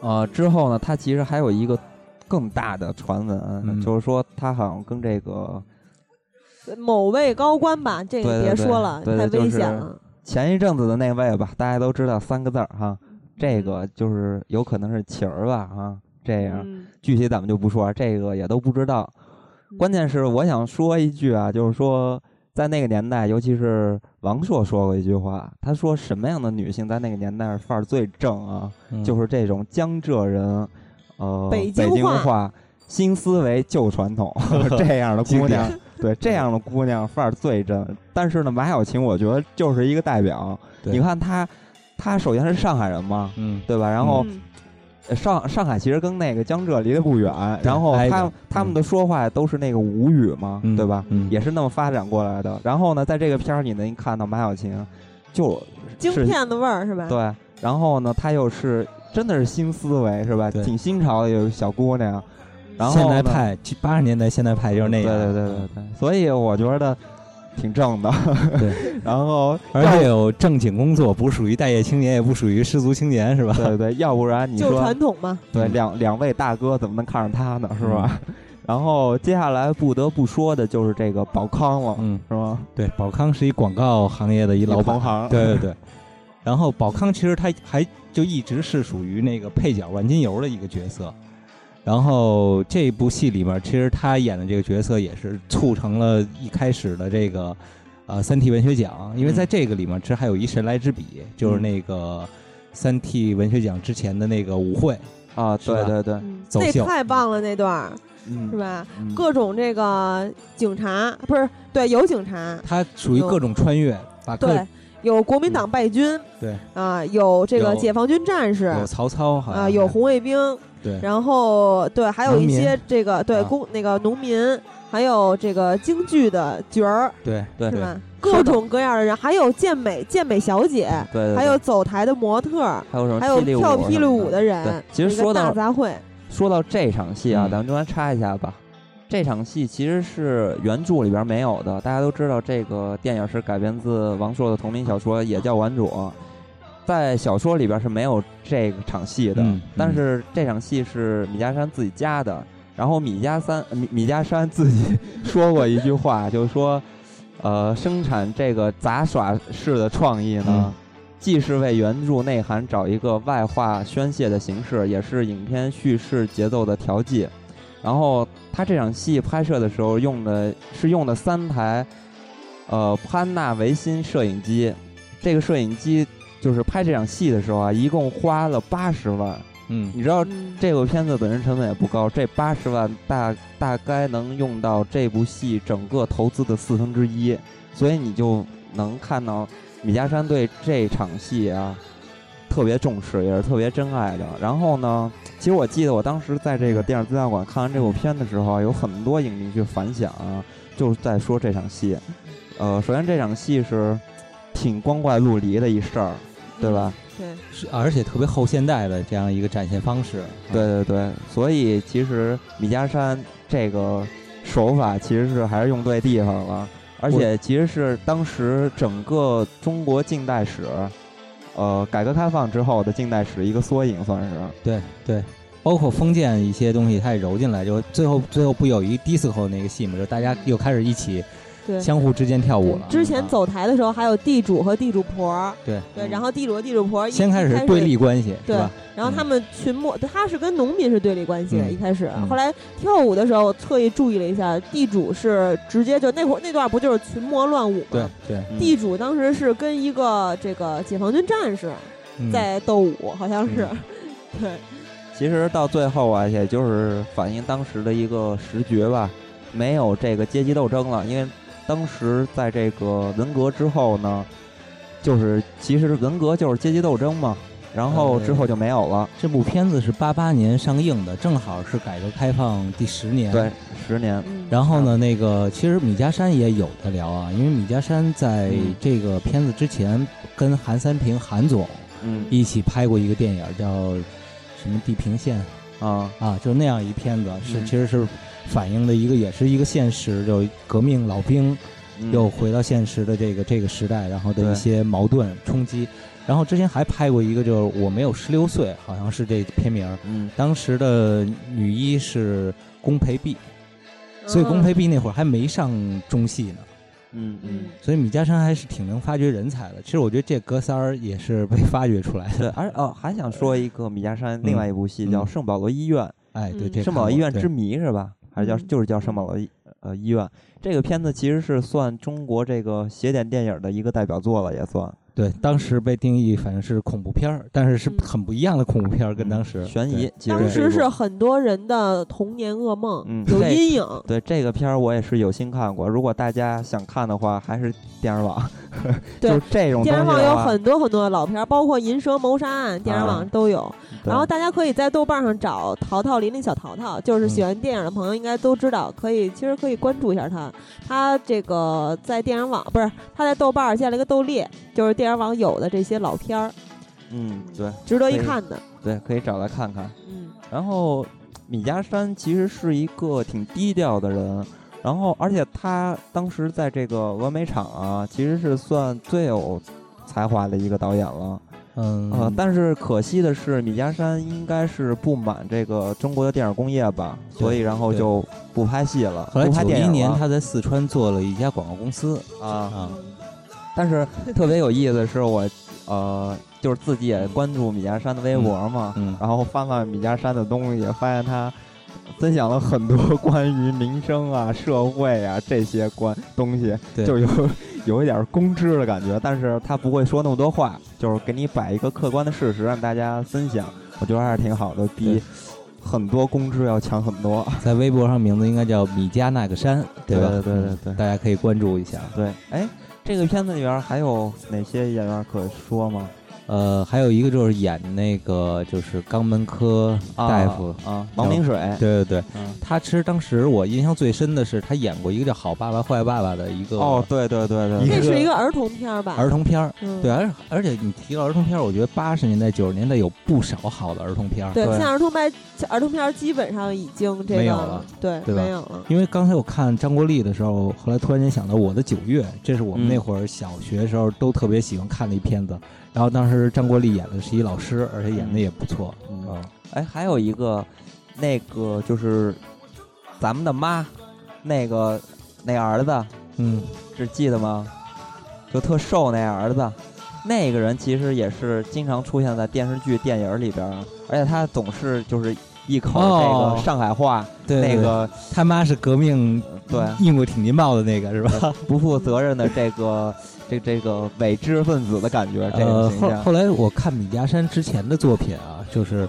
Speaker 1: 呃，之后呢，他其实还有一个更大的传闻，就是说他好像跟这个
Speaker 2: 某位高官吧，这
Speaker 1: 对
Speaker 2: 个别
Speaker 1: 对对
Speaker 2: 说了，
Speaker 1: 对
Speaker 2: 太
Speaker 1: 对
Speaker 2: 危
Speaker 1: 就是
Speaker 2: 险了。
Speaker 1: 前一阵子的那位吧，大家都知道三个字儿哈，这个就是有可能是琪儿吧啊，这
Speaker 2: 嗯
Speaker 1: 样、具体咱们就不说，这个也都不知道。关键是我想说一句啊，就是说在那个年代，尤其是王朔说过一句话，他说什么样的女性在那个年代范儿最正啊？
Speaker 3: 嗯
Speaker 1: 就是这种江浙人，呃，
Speaker 3: 北
Speaker 1: 北
Speaker 3: 京话
Speaker 1: 话新思维旧
Speaker 3: *laughs*
Speaker 1: 传统这样的姑
Speaker 3: 经典
Speaker 1: 娘，
Speaker 3: *laughs*
Speaker 1: 对这样的姑娘范儿最真。但是呢，马小晴我觉得就是一个代表。
Speaker 3: 对
Speaker 1: 你看她，她首先是上海人嘛，
Speaker 3: 嗯，
Speaker 1: 对吧？然后。
Speaker 3: 嗯
Speaker 1: 呃上上海其实跟那个江浙离得不远，然后
Speaker 3: 挨着
Speaker 1: 他们他们的说话都是那个吴语嘛，
Speaker 3: 嗯
Speaker 1: 对吧？
Speaker 3: 嗯
Speaker 1: 也是那么发展过来的。然后呢，在这个片儿你能看到马小晴，就
Speaker 2: 京
Speaker 1: 是
Speaker 2: 片的味儿是吧？
Speaker 1: 对，然后呢，她又是真的是新思维是吧？挺新潮的，有个小姑娘，然后
Speaker 3: 现代
Speaker 1: 呢
Speaker 3: 派，八十年代现代派就是那样。嗯
Speaker 1: 对对对对对，所以我觉得挺正的。
Speaker 3: 对，
Speaker 1: *laughs* 然后
Speaker 3: 而且有正经工作，不属于待业青年，也不属于失足青年，是吧？
Speaker 1: 对对，要不然你
Speaker 2: 就
Speaker 1: 说
Speaker 2: 传统嘛。
Speaker 3: 嗯
Speaker 1: 对，两两位大哥怎么能看上他呢？是吧？ *laughs* 然后接下来不得不说的就是这个宝康了，
Speaker 3: 嗯，
Speaker 1: 是吗？
Speaker 3: 对，宝康是一广告行业的一老板，
Speaker 1: 同行
Speaker 3: 对对对。然后宝康其实他还就一直是属于那个配角万金油的一个角色。然后这部戏里面，其实他演的这个角色也是促成了一开始的这个呃三 T 文学奖，因为在这个里面，其实还有一神来之笔，就是那个三 T 文学奖之前的那个舞会
Speaker 1: 啊，
Speaker 3: 对
Speaker 1: 对对，
Speaker 3: 走
Speaker 2: 那
Speaker 3: 秀，
Speaker 2: 太棒了，那段儿
Speaker 1: 嗯
Speaker 2: 是吧？
Speaker 3: 嗯
Speaker 2: 各种这个警察不是对，有警察，
Speaker 3: 他属于各种穿越，把各
Speaker 1: 嗯
Speaker 2: 对，有国民党败军
Speaker 3: 对
Speaker 2: 啊，有这个
Speaker 3: 有
Speaker 2: 解放军战士
Speaker 3: 有曹操好像
Speaker 2: 啊，
Speaker 1: 嗯
Speaker 2: 有红卫兵，
Speaker 3: 对
Speaker 2: 然后对，还有
Speaker 3: 农
Speaker 2: 一
Speaker 3: 民
Speaker 2: 些这个对
Speaker 3: 啊
Speaker 2: 工那个农民，还有这个京剧的角儿，
Speaker 3: 对对
Speaker 2: 是
Speaker 3: 对
Speaker 2: 吧？各种各样的人，还有健美健美小姐，
Speaker 1: 对
Speaker 3: 呃
Speaker 1: 对对
Speaker 2: 还有走台的模特儿，
Speaker 1: 还有什么
Speaker 2: 还有
Speaker 1: 霹雳舞
Speaker 2: 跳
Speaker 1: 什么
Speaker 2: 霹雳
Speaker 1: 的
Speaker 2: 舞的人
Speaker 1: 对，其实
Speaker 2: 一个
Speaker 1: 说
Speaker 2: 大
Speaker 1: 到
Speaker 2: 杂烩，
Speaker 1: 说到这场戏
Speaker 3: 嗯
Speaker 1: 啊，咱们中间插一下吧。这场戏其实是原著里边没有的，大家都知道这个电影是改编自王朔的同名小说，也叫《顽主》。在小说里边是没有这个场戏的，
Speaker 3: 嗯
Speaker 1: 但是这场戏是米家山自己加的。然后米家三米米家山自己说过一句话，就是说，呃，生产这个杂耍式的创意呢，
Speaker 3: 嗯
Speaker 1: 既是为原著内涵找一个外化宣泄的形式，也是影片叙事节奏的调剂。然后他这场戏拍摄的时候用的是用的三台，呃，潘纳维新摄影机。这个摄影机就是拍这场戏的时候啊，一共花了八十万。
Speaker 3: 嗯，
Speaker 1: 你知道这部片子本身成本也不高，这八十万大大概能用到这部戏整个投资的四分之一，所以你就能看到米家山对这场戏啊特别重视，也是特别真爱的。然后呢，其实我记得我当时在这个电影资料馆看完这部片的时候啊，有很多影迷去反响啊，就是在说这场戏。呃，首先这场戏是挺光怪陆离的一事儿，对吧？
Speaker 2: 对，
Speaker 3: 是而且特别后现代的这样一个展现方式。
Speaker 1: 对对对，所以其实米家山这个手法其实是还是用对地方了，而且其实是当时整个中国近代史，呃，改革开放之后的近代史一个缩影，算是。
Speaker 3: 对对，包括封建一些东西，它也揉进来，就最后最后不有一 disco 那个戏嘛，就大家又开始一起
Speaker 2: 对
Speaker 3: 相互之间跳舞了。
Speaker 2: 之前走台的时候还有地主和地主婆儿，
Speaker 3: 啊对
Speaker 2: 对，然后地主和地主婆儿一
Speaker 3: 先开
Speaker 2: 一
Speaker 3: 始
Speaker 2: 始
Speaker 3: 对立关系是
Speaker 2: 对
Speaker 3: 吧？
Speaker 2: 然后他们群魔，他是跟农民是对立关系的，
Speaker 3: 嗯
Speaker 2: 一开始
Speaker 3: 嗯。
Speaker 2: 后来跳舞的时候特意注意了一下，地主是直接就那会儿那段不就是群魔乱舞
Speaker 3: 对
Speaker 2: 吗？
Speaker 3: 对，
Speaker 2: 地主当时是跟一个这个解放军战士
Speaker 1: 嗯
Speaker 2: 在斗舞，好像是，
Speaker 3: 嗯
Speaker 2: *laughs* 对，
Speaker 1: 其实到最后啊，也就是反映当时的一个时局吧，没有这个阶级斗争了。因为当时在这个文革之后呢，就是其实文革就是阶级斗争嘛，然后之后就没有了。
Speaker 3: 这部片子是八八年上映的，正好是改革开放第十年。
Speaker 1: 对，十年。
Speaker 2: 嗯
Speaker 3: 然后呢，那个其实米家山也有的聊啊，因为米家山在
Speaker 1: 嗯
Speaker 3: 这个片子之前跟韩三平、韩总，
Speaker 1: 嗯，
Speaker 3: 一起拍过一个电影叫什么《地平线》
Speaker 1: 啊
Speaker 3: 啊，就是那样一片子，是
Speaker 1: 嗯
Speaker 3: 其实是反映的一个也是一个现实，就革命老兵
Speaker 1: 嗯
Speaker 3: 又回到现实的这个这个时代，然后的
Speaker 1: 对
Speaker 3: 一些矛盾冲击。然后之前还拍过一个，就是我没有十六岁，好像是这片名儿。
Speaker 1: 嗯，
Speaker 3: 当时的女一是龚培碧，
Speaker 2: 哦嗯
Speaker 3: 所以龚培碧那会儿还没上中戏呢。
Speaker 1: 嗯嗯，
Speaker 3: 所以米家山还是挺能发掘人才的。其实我觉得这哥仨儿也是被发掘出来的。
Speaker 1: 对， *laughs* 而哦还想说一个米家山另外一部戏叫《圣保罗医院》，
Speaker 3: 哎嗯对这
Speaker 1: 圣
Speaker 3: 看
Speaker 1: 保罗嗯医
Speaker 3: 过
Speaker 1: 院
Speaker 3: 对
Speaker 1: 之谜》是吧？还是叫
Speaker 3: 嗯
Speaker 1: 就是叫圣保罗医呃医院？这个片子其实是算中国这个邪典电影的一个代表作了，也算。
Speaker 3: 对，当时被定义反正是恐怖片儿，但是是很不一样的恐怖片儿，跟当时
Speaker 1: 嗯悬疑
Speaker 3: 对
Speaker 1: 其
Speaker 2: 当时是很多人的童年噩梦
Speaker 1: 嗯，，
Speaker 2: 有
Speaker 1: 这
Speaker 2: 阴影。
Speaker 1: 对这个片儿，我也是有幸看过。如果大家想看的话，还是电视网。 *laughs* 就
Speaker 2: 对
Speaker 1: 这种东西
Speaker 2: 电
Speaker 1: 的
Speaker 2: 视
Speaker 1: 话
Speaker 2: 网有很多很多的老片儿，包括《银蛇谋杀案》，电视网都有。
Speaker 1: 对
Speaker 2: 然后大家可以在豆瓣上找淘淘林那小淘淘，就是喜欢电影的朋友应该都知道，可以其实可以关注一下他。他这个在电视网不是他在豆瓣儿建了一个豆列，就是电视网有的这些老片儿。
Speaker 1: 嗯，对，
Speaker 2: 值得一
Speaker 1: 可以
Speaker 2: 看的。
Speaker 1: 对，可以找来看看。
Speaker 2: 嗯，
Speaker 1: 然后米家山其实是一个挺低调的人，然后而且他当时在这个峨眉厂啊，其实是算最有才华的一个导演了。
Speaker 3: 嗯
Speaker 1: 呃，但是可惜的是，米家山应该是不满这个中国的电影工业吧，所以然后
Speaker 3: 对
Speaker 1: 就不拍戏了，
Speaker 3: 后来
Speaker 1: 不拍
Speaker 3: 九
Speaker 1: 电
Speaker 3: 一
Speaker 1: 影
Speaker 3: 年
Speaker 1: 了
Speaker 3: 他在四川做了一家广告公司
Speaker 1: 啊
Speaker 3: 啊，
Speaker 1: 但是特别有意思的是我，呃，就是自己也关注米家山的微博嘛，然后翻翻米家山的东西，发现他分享了很多关于民生啊、社会啊这些关东西，
Speaker 3: 对
Speaker 1: 就有有一点公知的感觉。但是他不会说那么多话，就是给你摆一个客观的事实让大家分享，我觉得还是挺好的，比很多公知要强很多。
Speaker 3: 在微博上名字应该叫米家那个山，吧？
Speaker 1: 对对对对
Speaker 3: 对，大家可以关注一下。
Speaker 1: 对， *laughs* 哎，这个片子里边还有哪些演员可说吗？
Speaker 3: 呃，还有一个就是演那个就是肛门科
Speaker 1: 啊
Speaker 3: 大夫
Speaker 1: 啊王明水
Speaker 3: 对对对
Speaker 1: 嗯，
Speaker 3: 他其实当时我印象最深的是他演过一个叫《好爸爸坏爸爸》的一个
Speaker 1: 哦，对对对对，
Speaker 2: 这是一个儿童片儿吧？
Speaker 3: 儿童片儿，
Speaker 2: 嗯
Speaker 3: 对，啊而而且你提到儿童片儿，我觉得八十年代、九十年代有不少好的儿童片儿，
Speaker 2: 对，现在儿童片儿儿童片儿基本上已经这个
Speaker 3: 没有了，
Speaker 2: 对，
Speaker 3: 吧？
Speaker 2: 没有了。
Speaker 3: 因为刚才我看张国立的时候，后来突然间想到《我的九月》，这是我们
Speaker 1: 嗯
Speaker 3: 那会儿小学时候都特别喜欢看的一片子。然后当时张国立演的是一老师，而且演的也不错。
Speaker 1: 嗯，哎，还有一个，那个就是咱们的妈，那个那儿子，
Speaker 3: 嗯，
Speaker 1: 是记得吗？就特瘦那儿子，那个人其实也是经常出现在电视剧、电影里边儿，而且他总是就是一口
Speaker 3: 哦
Speaker 1: 这个上海话，
Speaker 3: 对对
Speaker 1: 那个
Speaker 3: 他妈是革命
Speaker 1: 对
Speaker 3: 义务挺进报的那个是吧？
Speaker 1: 不负责任的这个这这个伪知识分子的感觉，这
Speaker 3: 呃，
Speaker 1: 个形
Speaker 3: 后
Speaker 1: 象。
Speaker 3: 后来我看米家山之前的作品啊，就是，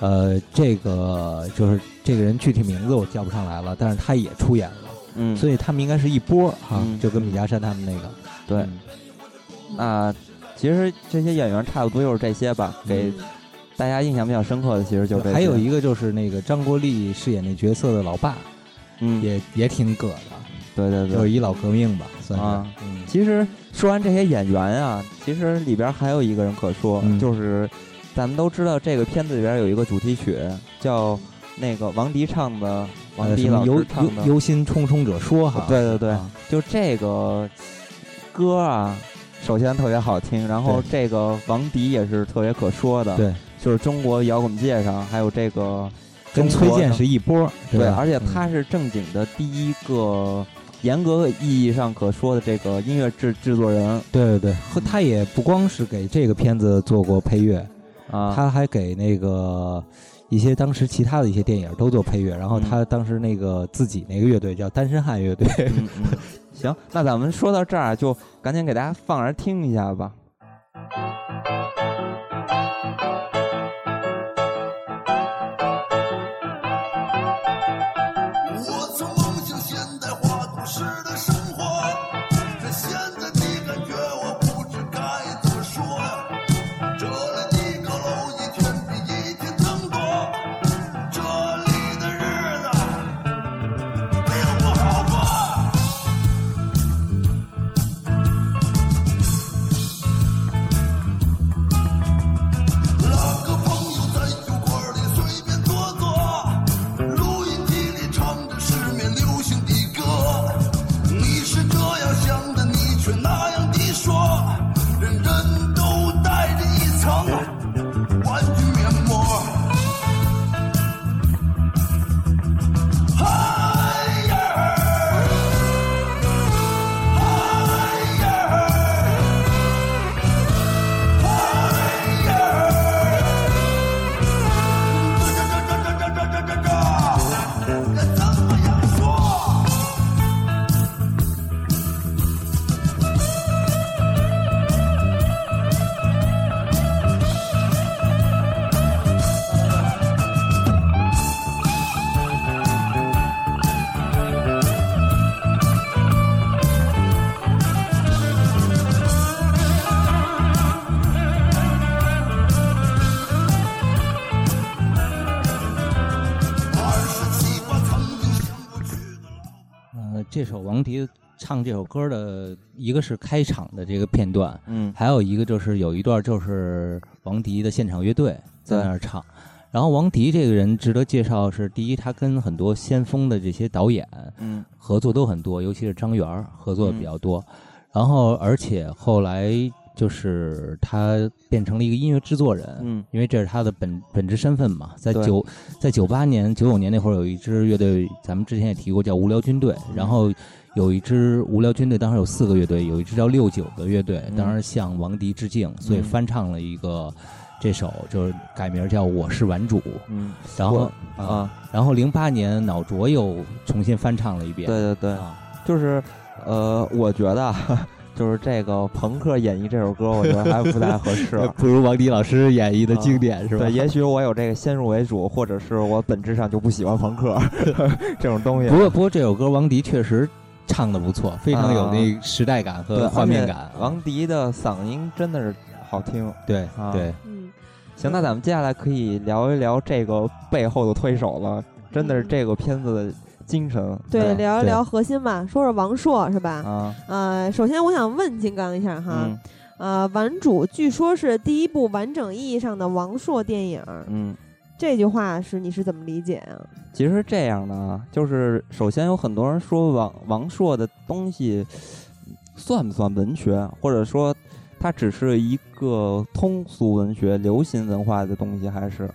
Speaker 3: 呃，这个就是这个人具体名字我叫不上来了，但是他也出演了，
Speaker 1: 嗯
Speaker 3: 所以他们应该是一波儿哈、
Speaker 1: 嗯
Speaker 3: 就跟米家山他们那个，嗯
Speaker 1: 对，那其实这些演员差不多就是这些吧，给大家印象比较深刻的其实就是这些。
Speaker 3: 还有一个就是那个张国立饰演那角色的老爸，
Speaker 1: 嗯，
Speaker 3: 也也挺葛的，
Speaker 1: 对对对，
Speaker 3: 就是一老革命吧，算是。嗯
Speaker 1: 啊，其实说完这些演员啊，其实里边还有一个人可说，
Speaker 3: 嗯
Speaker 1: 就是咱们都知道这个片子里边有一个主题曲叫那个王迪唱的，王
Speaker 3: 呃
Speaker 1: 迪
Speaker 3: 什么
Speaker 1: 老
Speaker 3: 忧
Speaker 1: 师唱的
Speaker 3: 忧，忧心忡忡者说哈，
Speaker 1: 对对对
Speaker 3: 啊，
Speaker 1: 就这个歌啊，首先特别好听，然后这个王迪也是特别可说的，
Speaker 3: 对，
Speaker 1: 就是中国摇滚界上还有这个
Speaker 3: 跟
Speaker 1: 中国
Speaker 3: 崔健
Speaker 1: 的
Speaker 3: 是一波儿对
Speaker 1: 对，
Speaker 3: 吧
Speaker 1: 而且
Speaker 3: 嗯
Speaker 1: 他是正经的第一个严格意义上可说的这个音乐制制作人。
Speaker 3: 对对对，和他也不光是给这个片子做过配乐，
Speaker 1: 啊，
Speaker 3: 他还给那个一些当时其他的一些电影都做配乐。然后
Speaker 1: 嗯
Speaker 3: 他当时那个自己那个乐队叫单身汉乐队。
Speaker 1: 嗯行，那咱们说到这儿，就赶紧给大家放着听一下吧。
Speaker 15: 我曾梦想现代化都市的生活，但现在你感觉我不知该怎么说呀。这里的高楼一天比一天增多，这里的日子没有不好过。拉个朋友在酒馆里随便坐坐。录音机里唱着失眠流行的歌，你是这样想的，你却那样地说，人人都戴着一层玩具面膜。嗨呀儿，嗨呀儿，嗨呀儿，这这这这这这这这这。
Speaker 3: 呃，这首王迪唱这首歌的一个是开场的这个片段，
Speaker 1: 嗯
Speaker 3: 还有一个就是有一段就是王迪的现场乐队在那儿唱。然后王迪这个人值得介绍是，第一，他跟很多先锋的这些导演，
Speaker 1: 嗯，
Speaker 3: 合作都很多，尤其是张元儿合作的比较多。然后，而且后来就是他变成了一个音乐制作人，
Speaker 1: 嗯，
Speaker 3: 因为这是他的本本职身份嘛。在
Speaker 1: 对
Speaker 3: 九在九八年、九九年那会儿，有一支乐队，咱们之前也提过，叫无聊军队。
Speaker 1: 嗯
Speaker 3: 然后有一支无聊军队，当时有四个乐队，有一支叫六九的乐队，
Speaker 1: 嗯
Speaker 3: 当时向王迪致敬，所以
Speaker 1: 嗯
Speaker 3: 翻唱了一个这首，就是改名叫《我是玩主》。
Speaker 1: 嗯，
Speaker 3: 然后
Speaker 1: 我
Speaker 3: 啊，然后零八年脑浊又重新翻唱了一遍。啊
Speaker 1: 对对对，啊就是呃，我觉得啊 *laughs* 就是这个朋克演绎这首歌，我觉得还不太合 *laughs* 适。
Speaker 3: 不如王迪老师演绎的经典、
Speaker 1: 啊
Speaker 3: 是吧？
Speaker 1: 对，也许我有这个先入为主，或者是我本质上就不喜欢朋克 *laughs* 这种东西。
Speaker 3: 不过不过这首歌王迪确实唱的不错，非常有
Speaker 1: 啊
Speaker 3: 那时代感
Speaker 1: 对
Speaker 3: 和画面。
Speaker 1: 而
Speaker 3: 感。啊
Speaker 1: 且王迪的嗓音真的是好听。
Speaker 3: 对
Speaker 1: 啊、
Speaker 3: 对，
Speaker 2: 嗯，
Speaker 1: 行，那咱们接下来可以聊一聊这个背后的推手了，真的是这个片子的精神。
Speaker 2: 嗯对，
Speaker 1: 吧
Speaker 2: 聊一聊核心吧，说说王朔是吧？
Speaker 1: 哎啊，
Speaker 2: 呃，首先我想问金刚一下哈，
Speaker 1: 嗯
Speaker 2: 呃，玩主据说是第一部完整意义上的王朔电影，
Speaker 1: 嗯。
Speaker 2: 这句话是你是怎么理解啊？
Speaker 1: 其实这样的啊，就是首先有很多人说王王朔的东西嗯算不算文学，或者说它只是一个通俗文学、流行文化的东西，还是？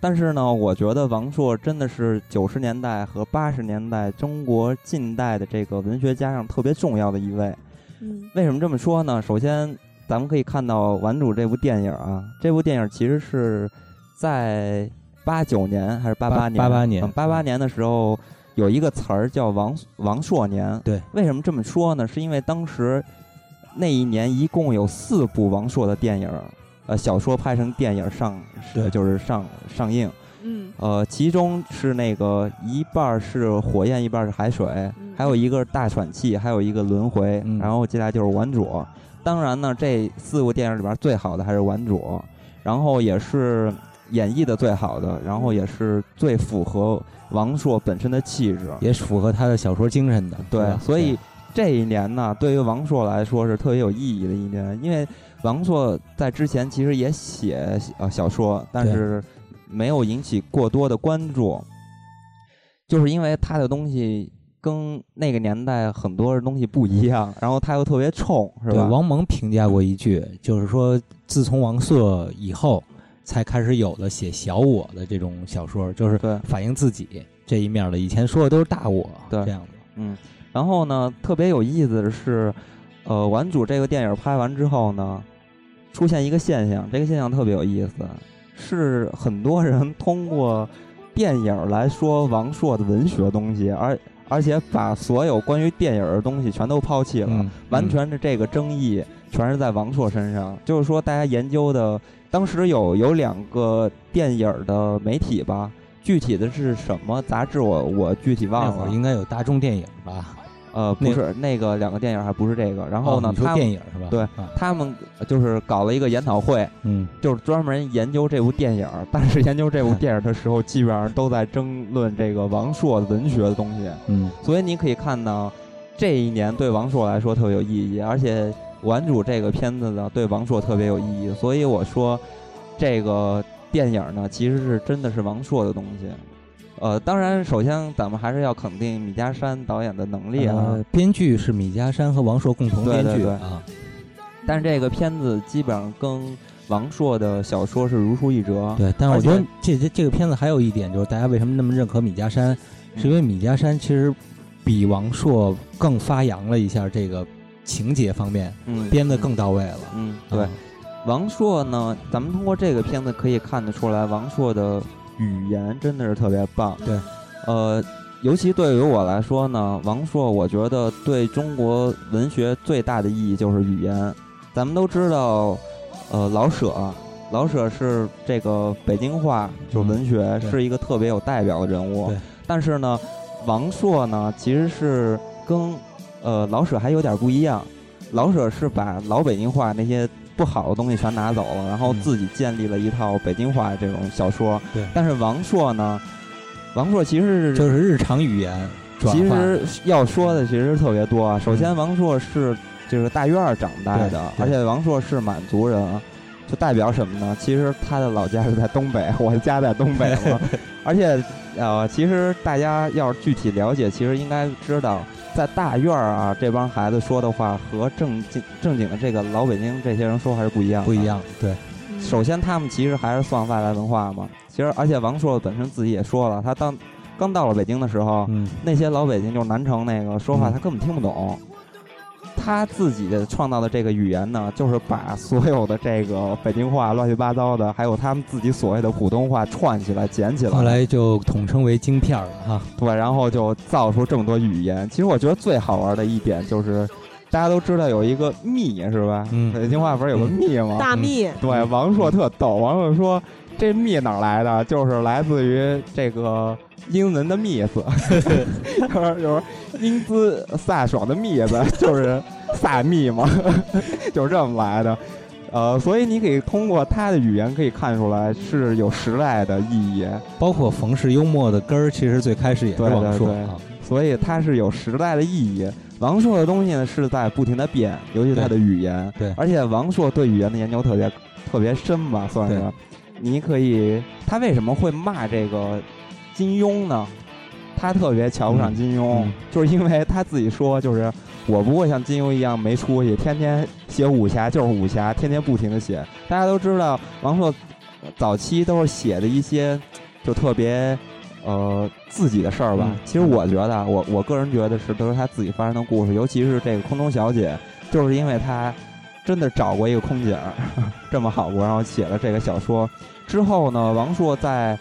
Speaker 1: 但是呢，我觉得王朔真的是九十年代和八十年代中国近代的这个文学家上特别重要的一位。
Speaker 2: 嗯
Speaker 1: 为什么这么说呢？首先，咱们可以看到《顽主》这部电影啊，这部电影其实是在八九年还是八
Speaker 3: 八
Speaker 1: 年？八
Speaker 3: 88年
Speaker 1: 八八年的时候有一个词儿叫王“王朔年”。
Speaker 3: 对，
Speaker 1: 为什么这么说呢？是因为当时那一年一共有四部王朔的电影，呃，小说拍成电影上，
Speaker 3: 对
Speaker 1: 就是上上映。
Speaker 2: 嗯
Speaker 1: 呃，其中是那个一半儿是火焰，一半儿是海水，还有一个是大喘气，还有一个轮回，然后接下来就是顽主。当然呢，这四部电影里边儿最好的还是顽主，然后也是演绎的最好的，然后也是最符合王朔本身的气质，
Speaker 3: 也是符合他的小说精神的。
Speaker 1: 对
Speaker 3: 是吧，
Speaker 1: 所以这一年呢，对于王朔来说是特别有意义的一年，因为王朔在之前其实也写呃小说，但
Speaker 3: 对
Speaker 1: 是没有引起过多的关注，就是因为他的东西跟那个年代很多的东西不一样，然后他又特别冲，是
Speaker 3: 对
Speaker 1: 吧？
Speaker 3: 王蒙评价过一句，就是说，自从王朔以后，才开始有了写小我的这种小说，就是反映自己这一面了。以前说的都是大我，
Speaker 1: 对
Speaker 3: 这样的。
Speaker 1: 嗯，然后呢，特别有意思的是，呃，《顽主》这个电影拍完之后呢，出现一个现象，这个现象特别有意思，是很多人通过电影来说王朔的文学东西，而而且把所有关于电影的东西全都抛弃了，
Speaker 3: 嗯
Speaker 1: 完全是这个争议全是在王朔身上。就是说，大家研究的，当时有有两个电影的媒体吧。具体的是什么杂志我？我具体忘
Speaker 3: 那会
Speaker 1: 了
Speaker 3: 儿，应该有大众电影吧？
Speaker 1: 呃，不
Speaker 3: 那
Speaker 1: 是那个两个电影还不是这个，然后
Speaker 3: 哦
Speaker 1: 呢，
Speaker 3: 你说
Speaker 1: 他们
Speaker 3: 电影是吧
Speaker 1: 对
Speaker 3: 啊，
Speaker 1: 他们就是搞了一个研讨会，
Speaker 3: 嗯，
Speaker 1: 就是专门研究这部电影，但是研究这部电影的时候，基本上都在争论这个王朔文学的东西，
Speaker 3: 嗯，
Speaker 1: 所以你可以看到这一年对王朔来说特别有意义，而且《顽主》这个片子呢对王朔特别有意义，所以我说这个电影呢其实是真的是王朔的东西。呃，当然，首先咱们还是要肯定米家山导演的能力啊，
Speaker 3: 呃，编剧是米家山和王朔共同
Speaker 1: 对
Speaker 3: 编
Speaker 1: 对
Speaker 3: 剧
Speaker 1: 对
Speaker 3: 啊。
Speaker 1: 但是这个片子基本上跟王朔的小说是如出一辙。
Speaker 3: 对，但是
Speaker 1: 啊而
Speaker 3: 我
Speaker 1: 且
Speaker 3: 觉得这这这个片子还有一点，就是大家为什么那么认可米家山，是
Speaker 1: 嗯
Speaker 3: 因为米家山其实比王朔更发扬了一下这个情节方面，
Speaker 1: 嗯
Speaker 3: 编得更到位了。
Speaker 1: 嗯，对，王朔呢，咱们通过这个片子可以看得出来，王朔的语言真的是特别棒。
Speaker 3: 对，
Speaker 1: 呃，尤其对于我来说呢，王朔我觉得对中国文学最大的意义就是语言。咱们都知道，呃，老舍，老舍是这个北京话，就是文学、
Speaker 3: 嗯对
Speaker 1: 是一个特别有代表的人物
Speaker 3: 对。
Speaker 1: 但是呢，王朔呢其实是跟呃老舍还有点不一样，老舍是把老北京话那些不好的东西全拿走了，然后自己建立了一套北京话这种小说。
Speaker 3: 对
Speaker 1: 但是王朔呢，王朔其实是
Speaker 3: 就是日常语言转
Speaker 1: 其
Speaker 3: 化。
Speaker 1: 实要说的其实特别多啊。首先，王朔是就是大院儿长大的，
Speaker 3: 对
Speaker 1: 而
Speaker 3: 对
Speaker 1: 且王朔是满族人，啊就代表什么呢？其实他的老家是在东北，我的家在东北
Speaker 3: *laughs*
Speaker 1: 嘛。而且，呃，其实大家要是具体了解，其实应该知道，在大院儿啊这帮孩子说的话和正经正经的这个老北京这些人说还是不一样，
Speaker 3: 不一样。对，
Speaker 2: 嗯
Speaker 1: 首先他们其实还是算外来文化嘛。其实，而且王朔本身自己也说了，他当刚到了北京的时候，
Speaker 3: 嗯
Speaker 1: 那些老北京就是南城那个说话，他根本听不懂。他自己创造的这个语言呢，就是把所有的这个北京话乱七八糟的，还有他们自己所谓的普通话串起来、捡起来，
Speaker 3: 后来就统称为京片儿了哈。
Speaker 1: 对，然后就造出这么多语言。其实我觉得最好玩的一点就是，大家都知道有一个密是吧？嗯，北京话不是有个密吗？
Speaker 2: 大幂嗯
Speaker 1: 对，王朔特逗。王朔说这密哪儿来的？就是来自于这个英文的 miss，就是就是英姿飒爽的 miss，就是飒密嘛， *laughs* 就是这么来的。呃，所以你可以通过他的语言可以看出来是有时代的意义，
Speaker 3: 包括冯氏幽默的根儿，其实最开始也是
Speaker 1: 对
Speaker 3: 王
Speaker 1: 对
Speaker 3: 朔
Speaker 1: 对
Speaker 3: 啊。
Speaker 1: 所以它是有时代的意义。王朔的东西呢是在不停的变，尤其是他的语言。
Speaker 3: 对
Speaker 1: 而且王朔对语言的研究特别特别深吧，算是
Speaker 3: 对。
Speaker 1: 你可以，他为什么会骂这个金庸呢？他特别瞧不
Speaker 3: 嗯
Speaker 1: 上金庸，就是因为他自己说，就是我不会像金庸一样没出息，天天写武侠就是武侠，天天不停的写。大家都知道，王朔呃早期都是写的一些就特别呃自己的事儿吧。
Speaker 3: 嗯
Speaker 1: 其实我觉得啊，我我个人觉得是都是他自己发生的故事，尤其是这个空中小姐，就是因为他真的找过一个空姐儿 *laughs* 这么好过，然后写了这个小说。之后呢，王朔在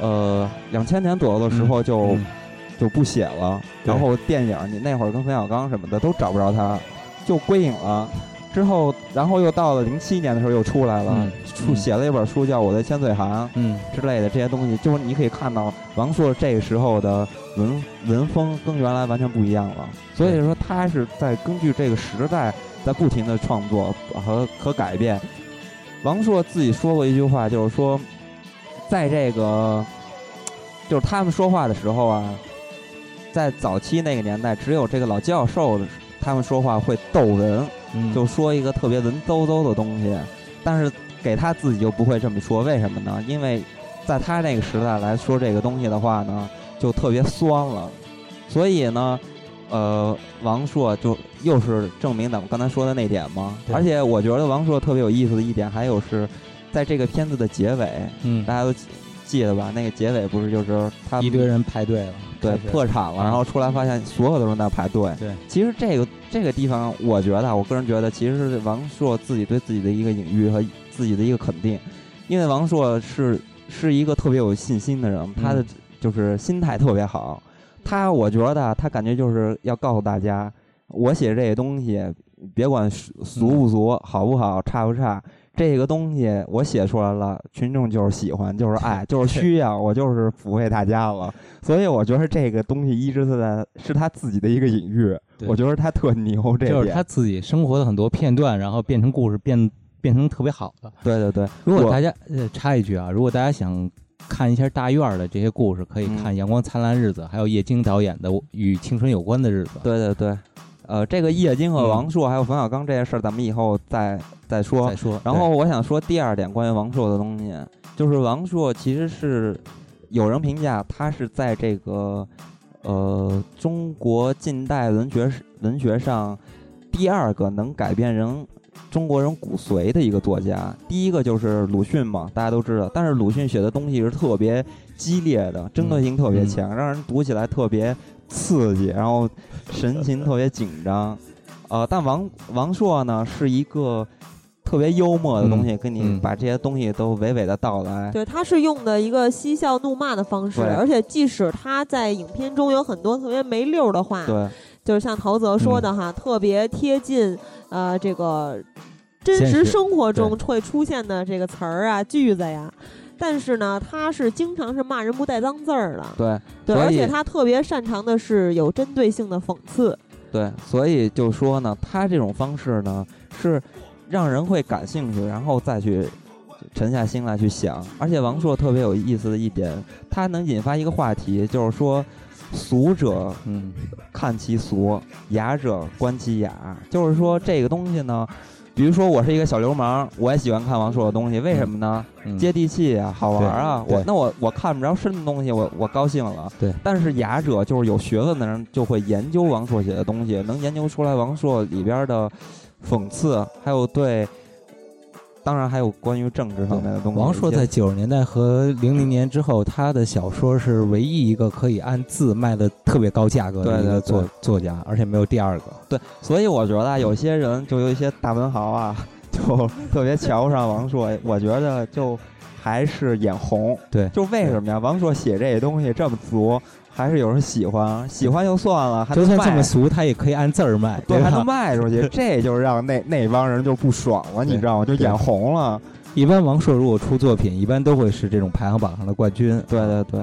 Speaker 1: 呃两千年左右的时候就、就不写了，
Speaker 3: 嗯对
Speaker 1: 然后电影你那会儿跟冯小刚什么的都找不着他，就归隐了。之后，然后又到了零七年的时候又出来了，
Speaker 3: 嗯
Speaker 1: 出写了一本书叫《我的千岁寒》
Speaker 3: 嗯
Speaker 1: 之类的这些东西，就是你可以看到王朔这个时候的文文风跟原来完全不一样了。所以说他是在根据这个时代在不停的创作和和改变。王朔自己说过一句话，就是说，在这个就是他们说话的时候啊，在早期那个年代，只有这个老教授他们说话会逗哏，
Speaker 3: 嗯
Speaker 1: 就说一个特别文绉绉的东西，但是给他自己就不会这么说，为什么呢？因为在他那个时代来说这个东西的话呢，就特别酸了，所以呢。呃，王朔就又是证明咱们刚才说的那点嘛，
Speaker 3: 对
Speaker 1: 而且我觉得王朔特别有意思的一点，还有是在这个片子的结尾，
Speaker 3: 嗯
Speaker 1: 大家都记得吧？那个结尾不是就是他
Speaker 3: 一堆人排队了，
Speaker 1: 对，
Speaker 3: 开始
Speaker 1: 破产了，然后出来发现所有的人在排队。
Speaker 3: 对，
Speaker 1: 其实这个这个地方，我觉得啊，我个人觉得，其实是王朔自己对自己的一个隐喻和自己的一个肯定，因为王朔是是一个特别有信心的
Speaker 3: 嗯
Speaker 1: 人，他的就是心态特别好。他我觉得啊他感觉就是要告诉大家，我写这个东西，别管俗俗不俗，好不好，差不差。这个东西我写出来了，群众就是喜欢，就是爱， *laughs* 就是需要，我就是抚慰大家了。所以我觉得这个东西一直是在是他自己的一个隐喻，
Speaker 3: 对
Speaker 1: 我觉得他特牛这
Speaker 3: 就是
Speaker 1: 点
Speaker 3: 他自己生活的很多片段，然后变成故事，变变成特别好的。
Speaker 1: 对对对，
Speaker 3: 如
Speaker 1: 我
Speaker 3: 果大家呃插一句啊，如果大家想看一下大院儿的这些故事，
Speaker 1: 嗯
Speaker 3: 可以看《阳光灿烂日子》，还有叶京导演的《与青春有关的日子》。
Speaker 1: 对对对，呃，这个叶金和王朔还有冯小刚这些事儿，咱们以后再再说。
Speaker 3: 再说
Speaker 1: 然后我想说第二点关于王朔的东西，就是王朔其实是有人评价他是在这个呃中国近代文学史文学上第二个能改变人。中国人骨髓的一个作家，第一个就是鲁迅嘛，大家都知道。但是鲁迅写的东西是特别激烈的，针对性特别强，让人读起来特别刺激，然后神情特别紧张。呃，但王王朔呢是一个特别幽默的东西，跟你把这些东西都娓娓的道来。
Speaker 2: 对，他是用的一个嬉笑怒骂的方式，
Speaker 1: 对
Speaker 2: 而且即使他在影片中有很多特别没溜儿的话，
Speaker 1: 对
Speaker 2: 就是像陶泽
Speaker 1: 嗯
Speaker 2: 说的哈，特别贴近呃这个真
Speaker 16: 现
Speaker 2: 实
Speaker 16: 实
Speaker 2: 生活中
Speaker 16: 对
Speaker 2: 会出现的这个词儿啊、句子呀。但是呢，他是经常是骂人不带脏字儿的，
Speaker 1: 对
Speaker 2: 对，
Speaker 1: 所
Speaker 2: 而
Speaker 1: 以
Speaker 2: 且他特别擅长的是有针对性的讽刺，
Speaker 1: 对，所以就说呢，他这种方式呢是让人会感兴趣，然后再去沉下心来去想。而且王朔特别有意思的一点，他能引发一个话题，就是说。俗者，
Speaker 3: 嗯，
Speaker 1: 看其俗；雅者观其雅。就是说，这个东西呢，比如说我是一个小流氓，我也喜欢看王朔的东西，为什么呢？
Speaker 3: 嗯
Speaker 1: 接地气啊，好玩啊。
Speaker 3: 对
Speaker 1: 我
Speaker 3: 对
Speaker 1: 那我我看不着深的东西，我我高兴了。
Speaker 3: 对，
Speaker 1: 但是雅者就是有学问的人，就会研究王朔写的东西，能研究出来王朔里边的讽刺，还有对，当然还有关于政治方面的东西。
Speaker 3: 王朔
Speaker 1: 一些
Speaker 3: 在九十年代和零零年之后，他的小说是唯一一个可以按字卖的特别高价格的
Speaker 1: 对
Speaker 3: 一个
Speaker 1: 对
Speaker 3: 作
Speaker 1: 对
Speaker 3: 作家，而且没有第二个。
Speaker 1: 对，所以我觉得啊有些人就有一些大文豪啊，
Speaker 3: *laughs*
Speaker 1: 就特别瞧不上王朔。我觉得就还是眼红。
Speaker 3: 对
Speaker 1: 就为什么呀？王朔写这东西这么俗，还是有人喜欢，喜欢就算了，还
Speaker 3: 就
Speaker 1: 能
Speaker 3: 算这
Speaker 1: 卖
Speaker 3: 么俗，他也可以按字儿卖，
Speaker 1: 对，还啊
Speaker 3: 吧
Speaker 1: 能？卖出 *laughs* 去，这就是让那那帮人就不爽了，你知道吗？就眼红了。
Speaker 3: 一般王朔如果出作品，一般都会是这种排行榜上的冠军。啊
Speaker 1: 对对对，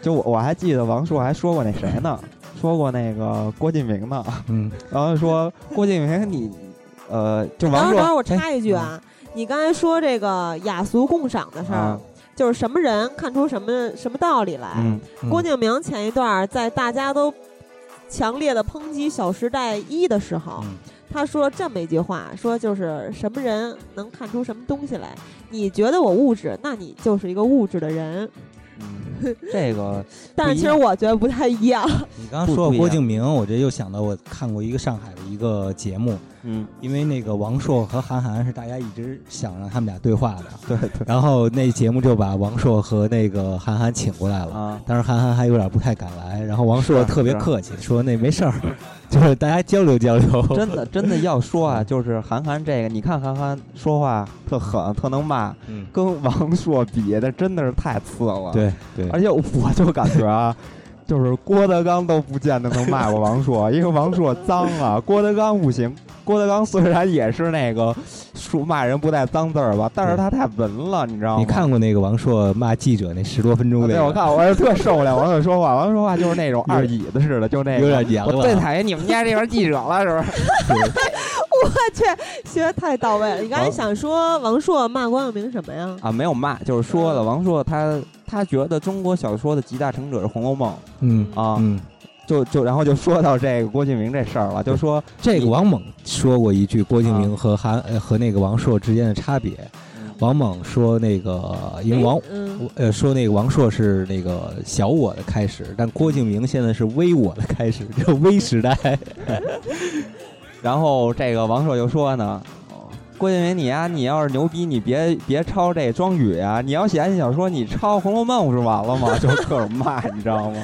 Speaker 1: 就我我还记得王朔还说过那谁呢，说过那个郭敬明 *laughs* 呢，
Speaker 3: 嗯，
Speaker 1: 然后说郭敬明你，呃，就
Speaker 2: 等会
Speaker 1: 王
Speaker 2: 儿，
Speaker 1: 朔，
Speaker 2: 等会儿我
Speaker 1: 哎
Speaker 2: 插一句啊，你刚才说这个雅俗共赏的事儿，
Speaker 1: 啊
Speaker 2: 就是什么人看出什么什么道理来。
Speaker 1: 嗯嗯
Speaker 2: 郭敬明前一段儿在大家都强烈的抨击《小时代一》的时候，
Speaker 1: 嗯
Speaker 2: 他说这么一句话，说就是什么人能看出什么东西来？你觉得我物质，那你就是一个物质的人。，
Speaker 1: 嗯这个
Speaker 2: 但是其实我觉得不太一样。 *laughs*
Speaker 3: 你刚刚说到郭敬明，我这又想到我看过一个上海的一个节目，
Speaker 1: *laughs* 嗯，
Speaker 3: 因为那个王朔和韩寒是大家一直想让他们俩对话的，
Speaker 1: 对对，
Speaker 3: 然后那节目就把王朔和那个韩寒请过来了，
Speaker 1: 啊，
Speaker 3: 但是韩寒还有点不太敢来，然后王朔
Speaker 1: 是
Speaker 3: 特别
Speaker 1: 是啊
Speaker 3: 客气，说那没事儿， *laughs* 就是大家交流交流，
Speaker 1: *laughs* 真的真的要说啊，就是韩寒这个，你看韩寒说话特狠，特能骂，跟王朔比，那真的是太次
Speaker 3: 嗯
Speaker 1: 了。
Speaker 3: 对对
Speaker 1: 而且我就感觉啊。就是郭德纲都不见得能骂过王朔，因为王朔脏啊。郭德纲不行，郭德纲虽然也是那个说骂人不带脏字儿吧，但是他太文了，你知道吗？
Speaker 3: 你看过那个王朔骂记者那十多分钟那
Speaker 1: 啊对，
Speaker 3: 个？
Speaker 1: 我看我是特受不了王朔说话，王朔说话就是那种二椅子似的，就那个
Speaker 3: 有点娘了
Speaker 1: 我最讨厌你们家这边记者了，是不是？
Speaker 2: 我去，学得太到位了。你刚才
Speaker 1: 王
Speaker 2: 想说王朔骂关晓明什么呀？
Speaker 1: *laughs* 啊，没有骂，就是说了，王朔他他觉得中国小说的集大成者是《红楼梦》
Speaker 3: 嗯
Speaker 1: 啊，
Speaker 3: 嗯
Speaker 1: 就就然后就说到这个郭敬明这事儿了，就说
Speaker 3: 这个王猛说过一句郭敬明和韩、呃和那个王朔之间的差别。王猛说那个，因为王、
Speaker 2: 嗯
Speaker 3: 呃说那个王朔是那个小我的开始，但郭敬明现在是微我的开始， *laughs* 这微时代。
Speaker 1: 然后这个王朔就说呢，郭敬明，你呀、你要是牛逼，你别别抄这庄羽呀、你要写爱情小说，你抄《红楼梦》不是完了吗？ *laughs* 就各种骂，你知道吗？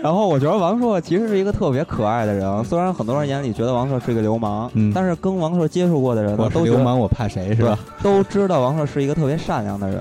Speaker 1: 然后我觉得王朔其实是一个特别可爱的人，虽然很多人眼里觉得王朔是一个流氓，
Speaker 3: 嗯
Speaker 1: 但是跟王朔接触过的人呢，
Speaker 3: 我是
Speaker 1: 都觉
Speaker 3: 流
Speaker 1: 得
Speaker 3: 氓，我怕谁是吧？
Speaker 1: 都知道王朔是一个特别善良的人。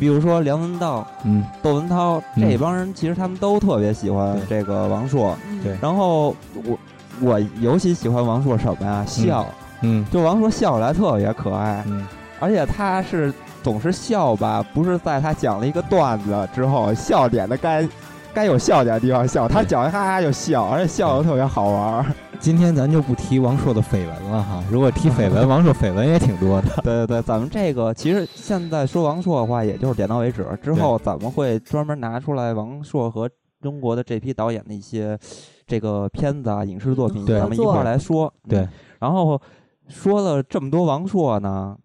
Speaker 1: 比如说梁文道、
Speaker 3: 嗯，
Speaker 1: 窦文涛
Speaker 3: 嗯
Speaker 1: 这帮人，其实他们都特别喜欢这个王朔。
Speaker 3: 对
Speaker 1: 然后我我尤其喜欢王朔什么呀？笑，
Speaker 3: 嗯
Speaker 1: 就王朔笑起来特别可爱，
Speaker 3: 嗯，
Speaker 1: 而且他是总是笑吧，不是在他讲了一个段子之后，笑点的该该有笑点的地方笑，他讲完哈哈就笑，而且笑的特别好玩儿。
Speaker 3: 今天咱就不提王朔的绯闻了哈，如果提绯 *laughs* 闻，王朔绯闻也挺多的。
Speaker 1: 对对对，咱们这个其实现在说王朔的话，也就是点到为止。之后咱们会专门拿出来王朔和中国的这批导演的一些这个片子啊、影视作品，
Speaker 3: 对
Speaker 1: 咱们一块儿来说。
Speaker 3: 对
Speaker 1: 嗯然后说了这么多王朔呢，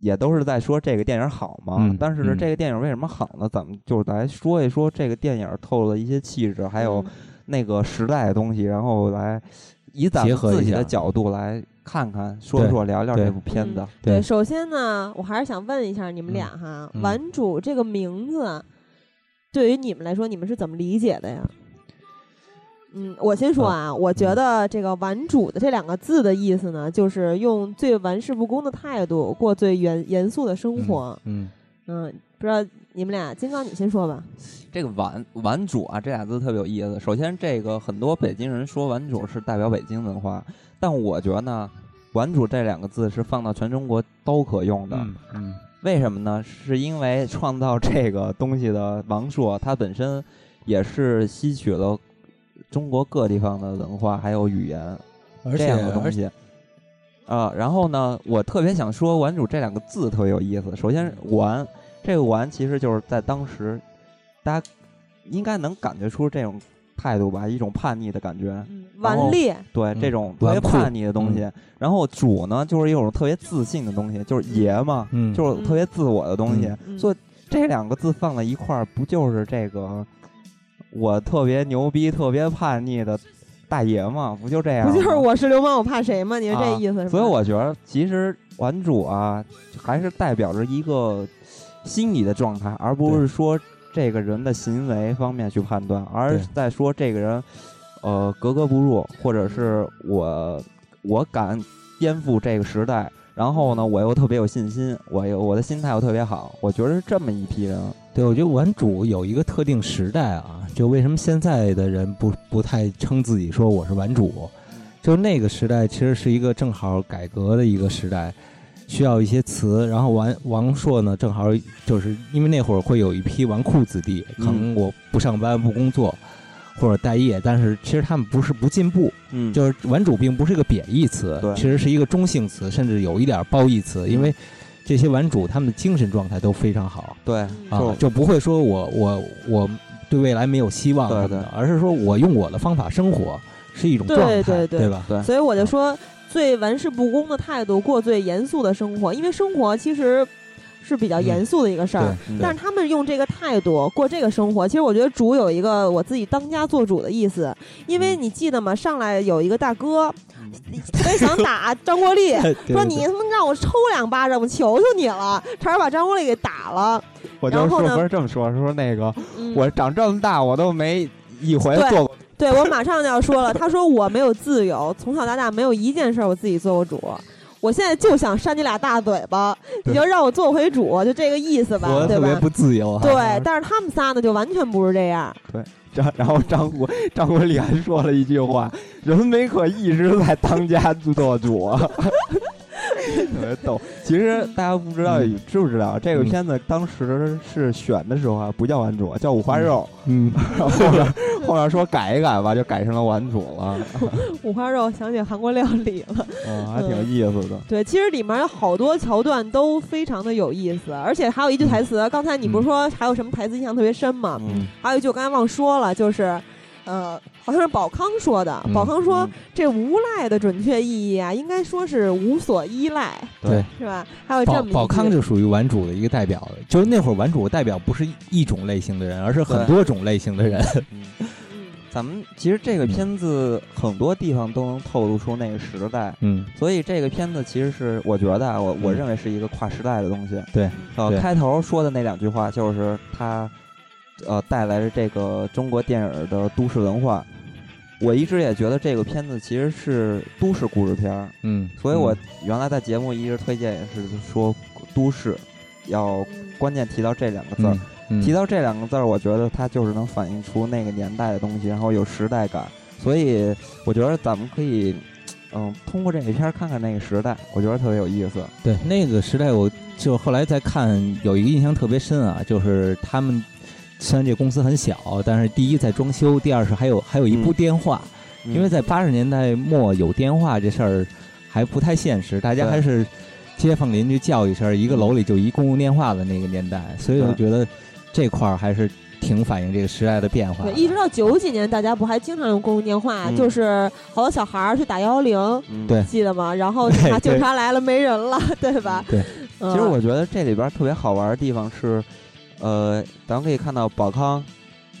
Speaker 1: 也都是在说这个电影好嘛。
Speaker 3: 嗯
Speaker 1: 但是
Speaker 3: 嗯
Speaker 1: 这个电影为什么好呢？咱们就来说一说这个电影透露的一些气质，
Speaker 2: 嗯
Speaker 1: 还
Speaker 3: 嗯
Speaker 1: 有那个时代的东西，然后来以咱
Speaker 3: 结
Speaker 1: 们
Speaker 3: 合
Speaker 1: 自
Speaker 3: 一
Speaker 1: 己的
Speaker 3: 下
Speaker 1: 角度来看看、说
Speaker 3: 对
Speaker 1: 说、聊聊
Speaker 3: 对
Speaker 1: 这部片子。
Speaker 2: 嗯对，首先呢，我还是想问一下你们俩哈，
Speaker 1: 嗯嗯
Speaker 2: 顽主这个名字，对于你们来说，你们是怎么理解的呀？嗯，我先说啊，我觉得这个“顽主”的这两个字的意思呢，
Speaker 1: 嗯
Speaker 2: 就是用最玩世不恭的态度过最严严肃的生活。
Speaker 3: 嗯，
Speaker 2: 嗯不知道你们俩，金刚，你先说吧。
Speaker 1: 这个顽顽主啊，这俩字特别有意思。首先，这个很多北京人说顽主是代表北京文化，但我觉得呢，顽主这两个字是放到全中国都可用的。
Speaker 3: 嗯嗯
Speaker 1: 为什么呢？是因为创造这个东西的王朔，他本身也是吸取了中国各地方的文化还有语言
Speaker 3: 而
Speaker 1: 这样的
Speaker 3: 且
Speaker 1: 东
Speaker 3: 而
Speaker 1: 西。啊，然后呢，我特别想说“顽主”这两个字特别有意思。首先，“顽”这个“顽”其实就是在当时，大家应该能感觉出这种态度吧，一种叛逆的感觉，然后
Speaker 2: 顽劣
Speaker 1: 对
Speaker 3: 嗯
Speaker 1: 这种特别
Speaker 3: 纨绔
Speaker 1: 叛逆的东西。然后“主”呢，就是一种特别自信的东西，就是爷嘛，
Speaker 3: 嗯
Speaker 1: 就是特别自我的东西。
Speaker 2: 嗯
Speaker 1: 所以这两个字放在一块儿，不就是这个我特别牛逼、特别叛逆的大爷嘛？不就这样
Speaker 2: 不
Speaker 1: 吗？
Speaker 2: 就是我是流氓，我怕谁吗？你是这意思是
Speaker 1: 啊
Speaker 2: 吗？
Speaker 1: 所以我觉得，其实玩主啊，还是代表着一个心理的状态，而不是说这个人的行为方面去判断，而是在说这个人，呃，格格不入，或者是我我敢颠覆这个时代。然后
Speaker 2: 嗯
Speaker 1: 呢，我又特别有信心，我又我的心态又特别好，我觉得是这么一批人。
Speaker 3: 对，我觉得玩主有一个特定时代啊，就为什么现在的人不不太称自己说我是玩主，就那个时代其实是一个正好改革的一个时代，需要一些词。然后王王朔呢，正好就是因为那会儿会有一批纨绔子弟，可能我不上班不工作或者待业，但是其实他们不是不进步，
Speaker 1: 嗯
Speaker 3: 就是玩主并不是一个贬义词，
Speaker 1: 对
Speaker 3: 其实是一个中性词，甚至有一点褒义词，因为这些玩主他们的精神状态都非常好。
Speaker 1: 对，
Speaker 3: 啊，就不会说我我我对未来没有希望什么的，而是说我用我的方法生活是一种状态，
Speaker 2: 对对啊
Speaker 3: 吧？
Speaker 2: 所以我就说，最玩世不恭的态度，过最严肃的生活，因为生活其实。是比较严肃的一个事儿，
Speaker 3: 对嗯
Speaker 2: 但是他们用这个态度过这个生活，其实我觉得主有一个我自己当家做主的意思，因为你记得吗？上来有一个大哥，特别想打张国 *laughs* 立
Speaker 1: 对，对
Speaker 2: 说
Speaker 1: 对
Speaker 2: 你他妈让我抽两巴掌，我求求你了，差点把张国立给打了。
Speaker 1: 我就
Speaker 2: 然后
Speaker 1: 说
Speaker 2: 呢
Speaker 1: 不是这么说，说那个、
Speaker 2: 嗯
Speaker 1: 我长这么大，我都没一回
Speaker 2: 对
Speaker 1: 做过。 *laughs*
Speaker 2: 对我马上就要说了，他说我没有自由，从小到大没有一件事儿我自己做过主，我现在就想扇你俩大嘴巴，你就让我做回主，就这个意思吧
Speaker 1: 活，得
Speaker 2: 对
Speaker 1: 特别
Speaker 2: 吧？
Speaker 1: 不自由啊哈
Speaker 2: 对，但是他们仨呢，就完全不是这样。
Speaker 1: 对，张然后张国张国立还说了一句话：“人没可一直在当家做主。”啊 *laughs* 特别逗。其实大家不知道
Speaker 3: 嗯
Speaker 1: 知不知道，啊这个片子当时是选的时候啊，不叫顽主，叫五花肉。
Speaker 3: 嗯，
Speaker 1: 然后 *laughs* 后面后面说改一改吧，就改成了顽主了，
Speaker 2: 五花肉想起韩国料理了。
Speaker 1: 哦，还挺有意思的。
Speaker 2: 对，其实里面有好多桥段都非常的有意思，而且还有一句台词，刚才你不是说还有什么台词印象特别深吗？
Speaker 1: 嗯，
Speaker 2: 还有一句我刚才忘说了，就是，呃，好像是宝康说的。
Speaker 1: 嗯
Speaker 2: 宝康说、这无赖的准确意义啊，应该说是无所依赖，
Speaker 3: 对
Speaker 2: 是吧？还有这
Speaker 3: 宝
Speaker 2: 么一
Speaker 3: 宝
Speaker 2: 句
Speaker 3: 康就属于玩主的一个代表，
Speaker 2: 嗯
Speaker 3: 就是那会儿玩主代表不是一种类型的人，而是很多种类型的人。
Speaker 1: 咱们其实这个片子很多地方都能透露出那个时代，
Speaker 3: 嗯，
Speaker 1: 所以这个片子其实是我觉得啊，我我
Speaker 3: 嗯
Speaker 1: 认为是一个跨时代的东西。
Speaker 3: 对
Speaker 1: 呃，
Speaker 3: 对
Speaker 1: 开头说的那两句话就是它，呃，带来了这个中国电影的都市文化。我一直也觉得这个片子其实是都市故事片儿，
Speaker 3: 嗯
Speaker 1: 所以我
Speaker 3: 嗯
Speaker 1: 原来在节目一直推荐也是说都市，要关键提到这两个字儿。
Speaker 3: 嗯嗯
Speaker 1: 提到这两个字儿，我觉得它就是能反映出那个年代的东西，然后有时代感。所以我觉得咱们可以，嗯，通过这一片儿看看那个时代，我觉得特别有意思。
Speaker 3: 对，那个时代我就后来再看，有一个印象特别深啊，就是他们虽然这公司很小，但是第一在装修，第二是还有还有一部电话，
Speaker 1: 嗯
Speaker 3: 因为在八十年代末有电话这事儿还不太现实，大家
Speaker 1: 对嗯
Speaker 3: 还是街坊邻居叫一声，一个楼里就一公用电话的那个年代，所以我
Speaker 2: 对
Speaker 3: 觉得这块儿还是挺反映这个时代的变化
Speaker 2: 对，。一直到九几年，大家不还经常用公用电话，
Speaker 3: 嗯
Speaker 2: 就是好多小孩儿去打幺幺零，
Speaker 3: 对
Speaker 2: 记得吗？然后
Speaker 1: 对
Speaker 2: 警察
Speaker 1: 对
Speaker 2: 警察来了没人了，对吧？
Speaker 1: 对，
Speaker 2: 嗯
Speaker 1: 其实我觉得这里边儿特别好玩儿的地方是，呃，咱们可以看到宝康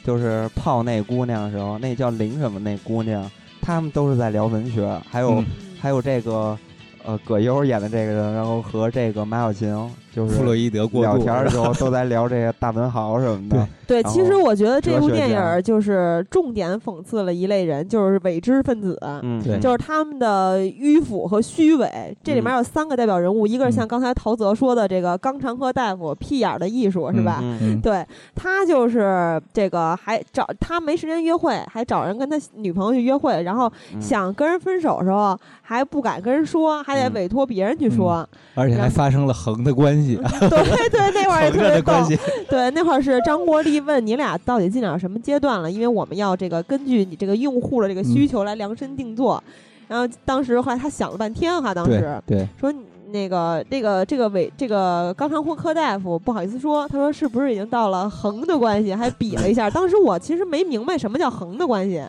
Speaker 1: 就是泡那姑娘的时候，那叫林什么那姑娘，他们都是在聊文学，还有、
Speaker 3: 嗯
Speaker 1: 还有这个呃葛优演的这个人，然后和这个马小晴就是
Speaker 3: 弗洛伊德过渡
Speaker 1: 聊天儿的时候
Speaker 3: 是吧
Speaker 1: 都在聊这个大文豪什么的。
Speaker 2: 对，
Speaker 1: 然
Speaker 2: 其实
Speaker 1: 后
Speaker 2: 我觉得这
Speaker 1: 哲
Speaker 2: 部
Speaker 1: 学
Speaker 2: 电影
Speaker 1: 家
Speaker 2: 儿就是重点讽刺了一类人，就是伪知识分子，
Speaker 1: 嗯对
Speaker 2: 就是他们的迂腐和虚伪。这里面有三个代表人物，一个是像刚才陶泽说的这个肛肠科大夫，屁眼儿的艺术是吧？
Speaker 10: 嗯
Speaker 3: *laughs*
Speaker 10: 嗯嗯
Speaker 2: 对他就是这个还找他没时间约会，还找人跟他女朋友去约会，然后
Speaker 3: 嗯
Speaker 2: 想跟人分手的时候还不敢跟人说，还得
Speaker 3: 嗯
Speaker 2: 委托别人去说。
Speaker 3: 而且
Speaker 2: 然
Speaker 3: 还发生了横的关系，
Speaker 2: *laughs* 对对，那会儿
Speaker 3: *laughs*
Speaker 2: 也特
Speaker 3: 好热
Speaker 2: 别
Speaker 3: 的关
Speaker 2: 逗
Speaker 3: 系。
Speaker 2: 对，那会儿是张国立问你俩到底进展到什么阶段了，因为我们要这个根据你这个用户的这个
Speaker 3: 嗯
Speaker 2: 需求来量身定做。然后当时后来他想了半天哈，当
Speaker 3: 对
Speaker 2: 时
Speaker 3: 对
Speaker 2: 说你那个这个这个伪这个肛肠科科大夫不好意思说，他说是不是已经到了横的关系？还比了一下，当时我其实没明白什么叫横的关系。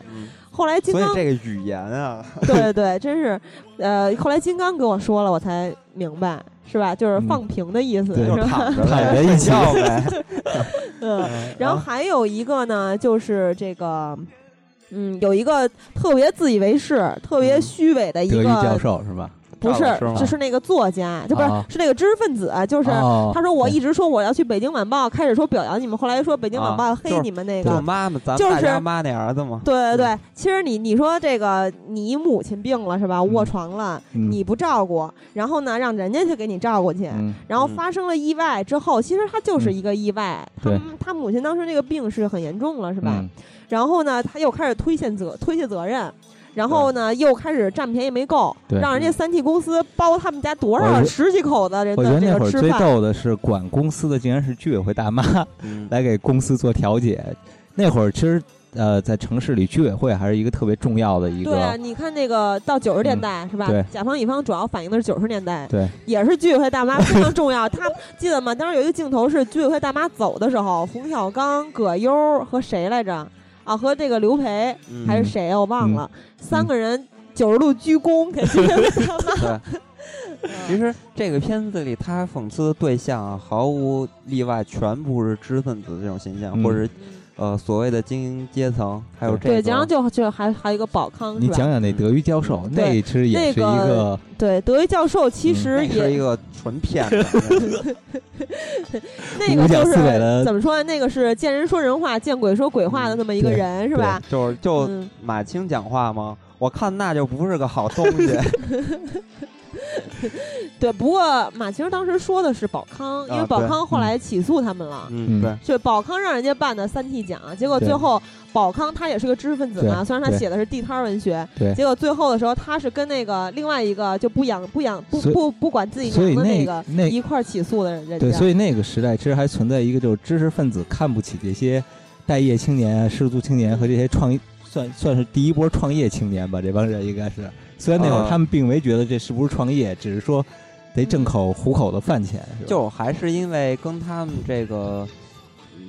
Speaker 2: 后来金
Speaker 1: 所以
Speaker 2: 刚
Speaker 1: 这个语言啊，
Speaker 2: 对对对，真是，呃，后来金刚跟我说了，我才明白，是吧？就是
Speaker 3: 嗯
Speaker 2: 放平的意思，
Speaker 1: 对
Speaker 2: 是
Speaker 1: 就
Speaker 2: 吧？
Speaker 1: 躺着呗躺着一起睡觉 *laughs* 呗
Speaker 2: *laughs*
Speaker 1: 啊
Speaker 2: 嗯， *laughs* 然
Speaker 3: 啊
Speaker 2: 后还有一个呢，就是这个。嗯，有一个特别自以为是、特别虚伪的一
Speaker 3: 嗯德
Speaker 2: 个
Speaker 3: 育教授是吧？
Speaker 2: 不是，就是那个作家，就不是、
Speaker 3: 啊
Speaker 2: 是那个知识分子，就是、
Speaker 3: 哦
Speaker 2: 他说我一直说我要去北京晚报，开始说表扬你们，后来又说北京晚报、
Speaker 1: 啊就
Speaker 2: 黑
Speaker 1: 是
Speaker 2: 你们那
Speaker 1: 就
Speaker 2: 个，
Speaker 1: 是妈妈，咱
Speaker 2: 就
Speaker 1: 大家
Speaker 2: 是
Speaker 1: 妈那儿子嘛。
Speaker 2: 对对
Speaker 3: 嗯
Speaker 2: 对，其实你你说这个，你母亲病了是吧？卧床了，
Speaker 1: 嗯
Speaker 2: 你不照顾，然后呢，让人家去给你照顾去，
Speaker 3: 嗯
Speaker 2: 然后发生了意外之后，其实他就是一个意外，他
Speaker 3: 对
Speaker 2: 他母亲当时那个病是很严重了是吧？
Speaker 3: 嗯
Speaker 2: 然后呢，他又开始推卸责推卸责任。然后呢，又开始占便宜没够，
Speaker 3: 对
Speaker 2: 让人家三 T 公司包他们家多
Speaker 3: 我觉
Speaker 2: 少
Speaker 3: 得
Speaker 2: 十几口子人
Speaker 3: 我觉得
Speaker 2: 的这
Speaker 3: 那会
Speaker 2: 个
Speaker 3: 儿
Speaker 2: 吃
Speaker 3: 最
Speaker 2: 饭。
Speaker 3: 逗的是，管公司的竟然是居委会大妈来给公司做调解。那会儿其实呃，在城市里，居委会还是一个特别重要的一
Speaker 2: 对啊，
Speaker 3: 个。
Speaker 2: 你看那
Speaker 1: 嗯
Speaker 2: 个到九十年代、是吧
Speaker 3: 对？
Speaker 2: 甲方乙方主要反映的是九十年代，
Speaker 3: 对
Speaker 2: 也是居委会大妈非常重要。他 *laughs* 记得吗？当时有一个镜头是居委会大妈走的时候，冯小刚、葛优和谁来着？啊，和这个刘培、
Speaker 1: 嗯
Speaker 2: 还是谁啊我忘了，三个人九十度鞠躬
Speaker 1: *laughs*
Speaker 2: 给居委会大妈。
Speaker 1: 对，
Speaker 2: *laughs*
Speaker 1: 其实这个片子里，他讽刺的对象啊，毫无例外，全部是知识分子这种形象，
Speaker 3: 嗯
Speaker 1: 或者是呃所谓的精英阶层，还有这
Speaker 2: 对，
Speaker 1: 个。
Speaker 2: 然后就就还还有一个宝康，
Speaker 3: 你
Speaker 2: 是吧
Speaker 3: 讲讲那德育教授，那其实也是一
Speaker 2: 嗯
Speaker 3: 个
Speaker 2: 那个，对德育教授，其实
Speaker 1: 那
Speaker 2: 也、
Speaker 1: 嗯是一个纯骗子，
Speaker 2: 那个
Speaker 1: 五讲
Speaker 2: 就是
Speaker 1: 四百的嗯
Speaker 2: 怎么说呢？那个是见人说人话，见鬼说鬼话的那么一个人，是吧？
Speaker 1: 对 *laughs* 就是就
Speaker 2: 嗯
Speaker 1: 马青讲话吗？我看那就不是个好东西。
Speaker 2: 对，不过马其实当时说的是宝康，因为
Speaker 1: 啊
Speaker 2: 宝
Speaker 1: 对
Speaker 2: 康后来起诉他们了。
Speaker 1: 嗯，对，
Speaker 2: 是宝康让人家办的三 T 奖，结果
Speaker 1: 对
Speaker 2: 最后宝康他也是个知识分子嘛，
Speaker 1: 对
Speaker 2: 虽然他
Speaker 1: 对
Speaker 2: 写的是地摊儿文学
Speaker 3: 对，
Speaker 2: 结果最后的时候他是跟那个另外一个就不养不养不
Speaker 3: 所以
Speaker 2: 不不管自己
Speaker 3: 所以
Speaker 2: 娘的
Speaker 3: 那
Speaker 2: 个
Speaker 3: 那
Speaker 2: 一块儿起诉的人家。
Speaker 3: 对，所以那个时代其实还存在一个，就是知识分子看不起这些待业青年啊、失足青年和这些创业，算算是第一波创业青年吧。这帮人应该是，虽然那会
Speaker 1: 啊
Speaker 3: 儿他们并没觉得这是不是创业，只是说得挣口
Speaker 2: 嗯
Speaker 3: 糊口的饭钱。是吧
Speaker 1: 就还是因为跟他们这个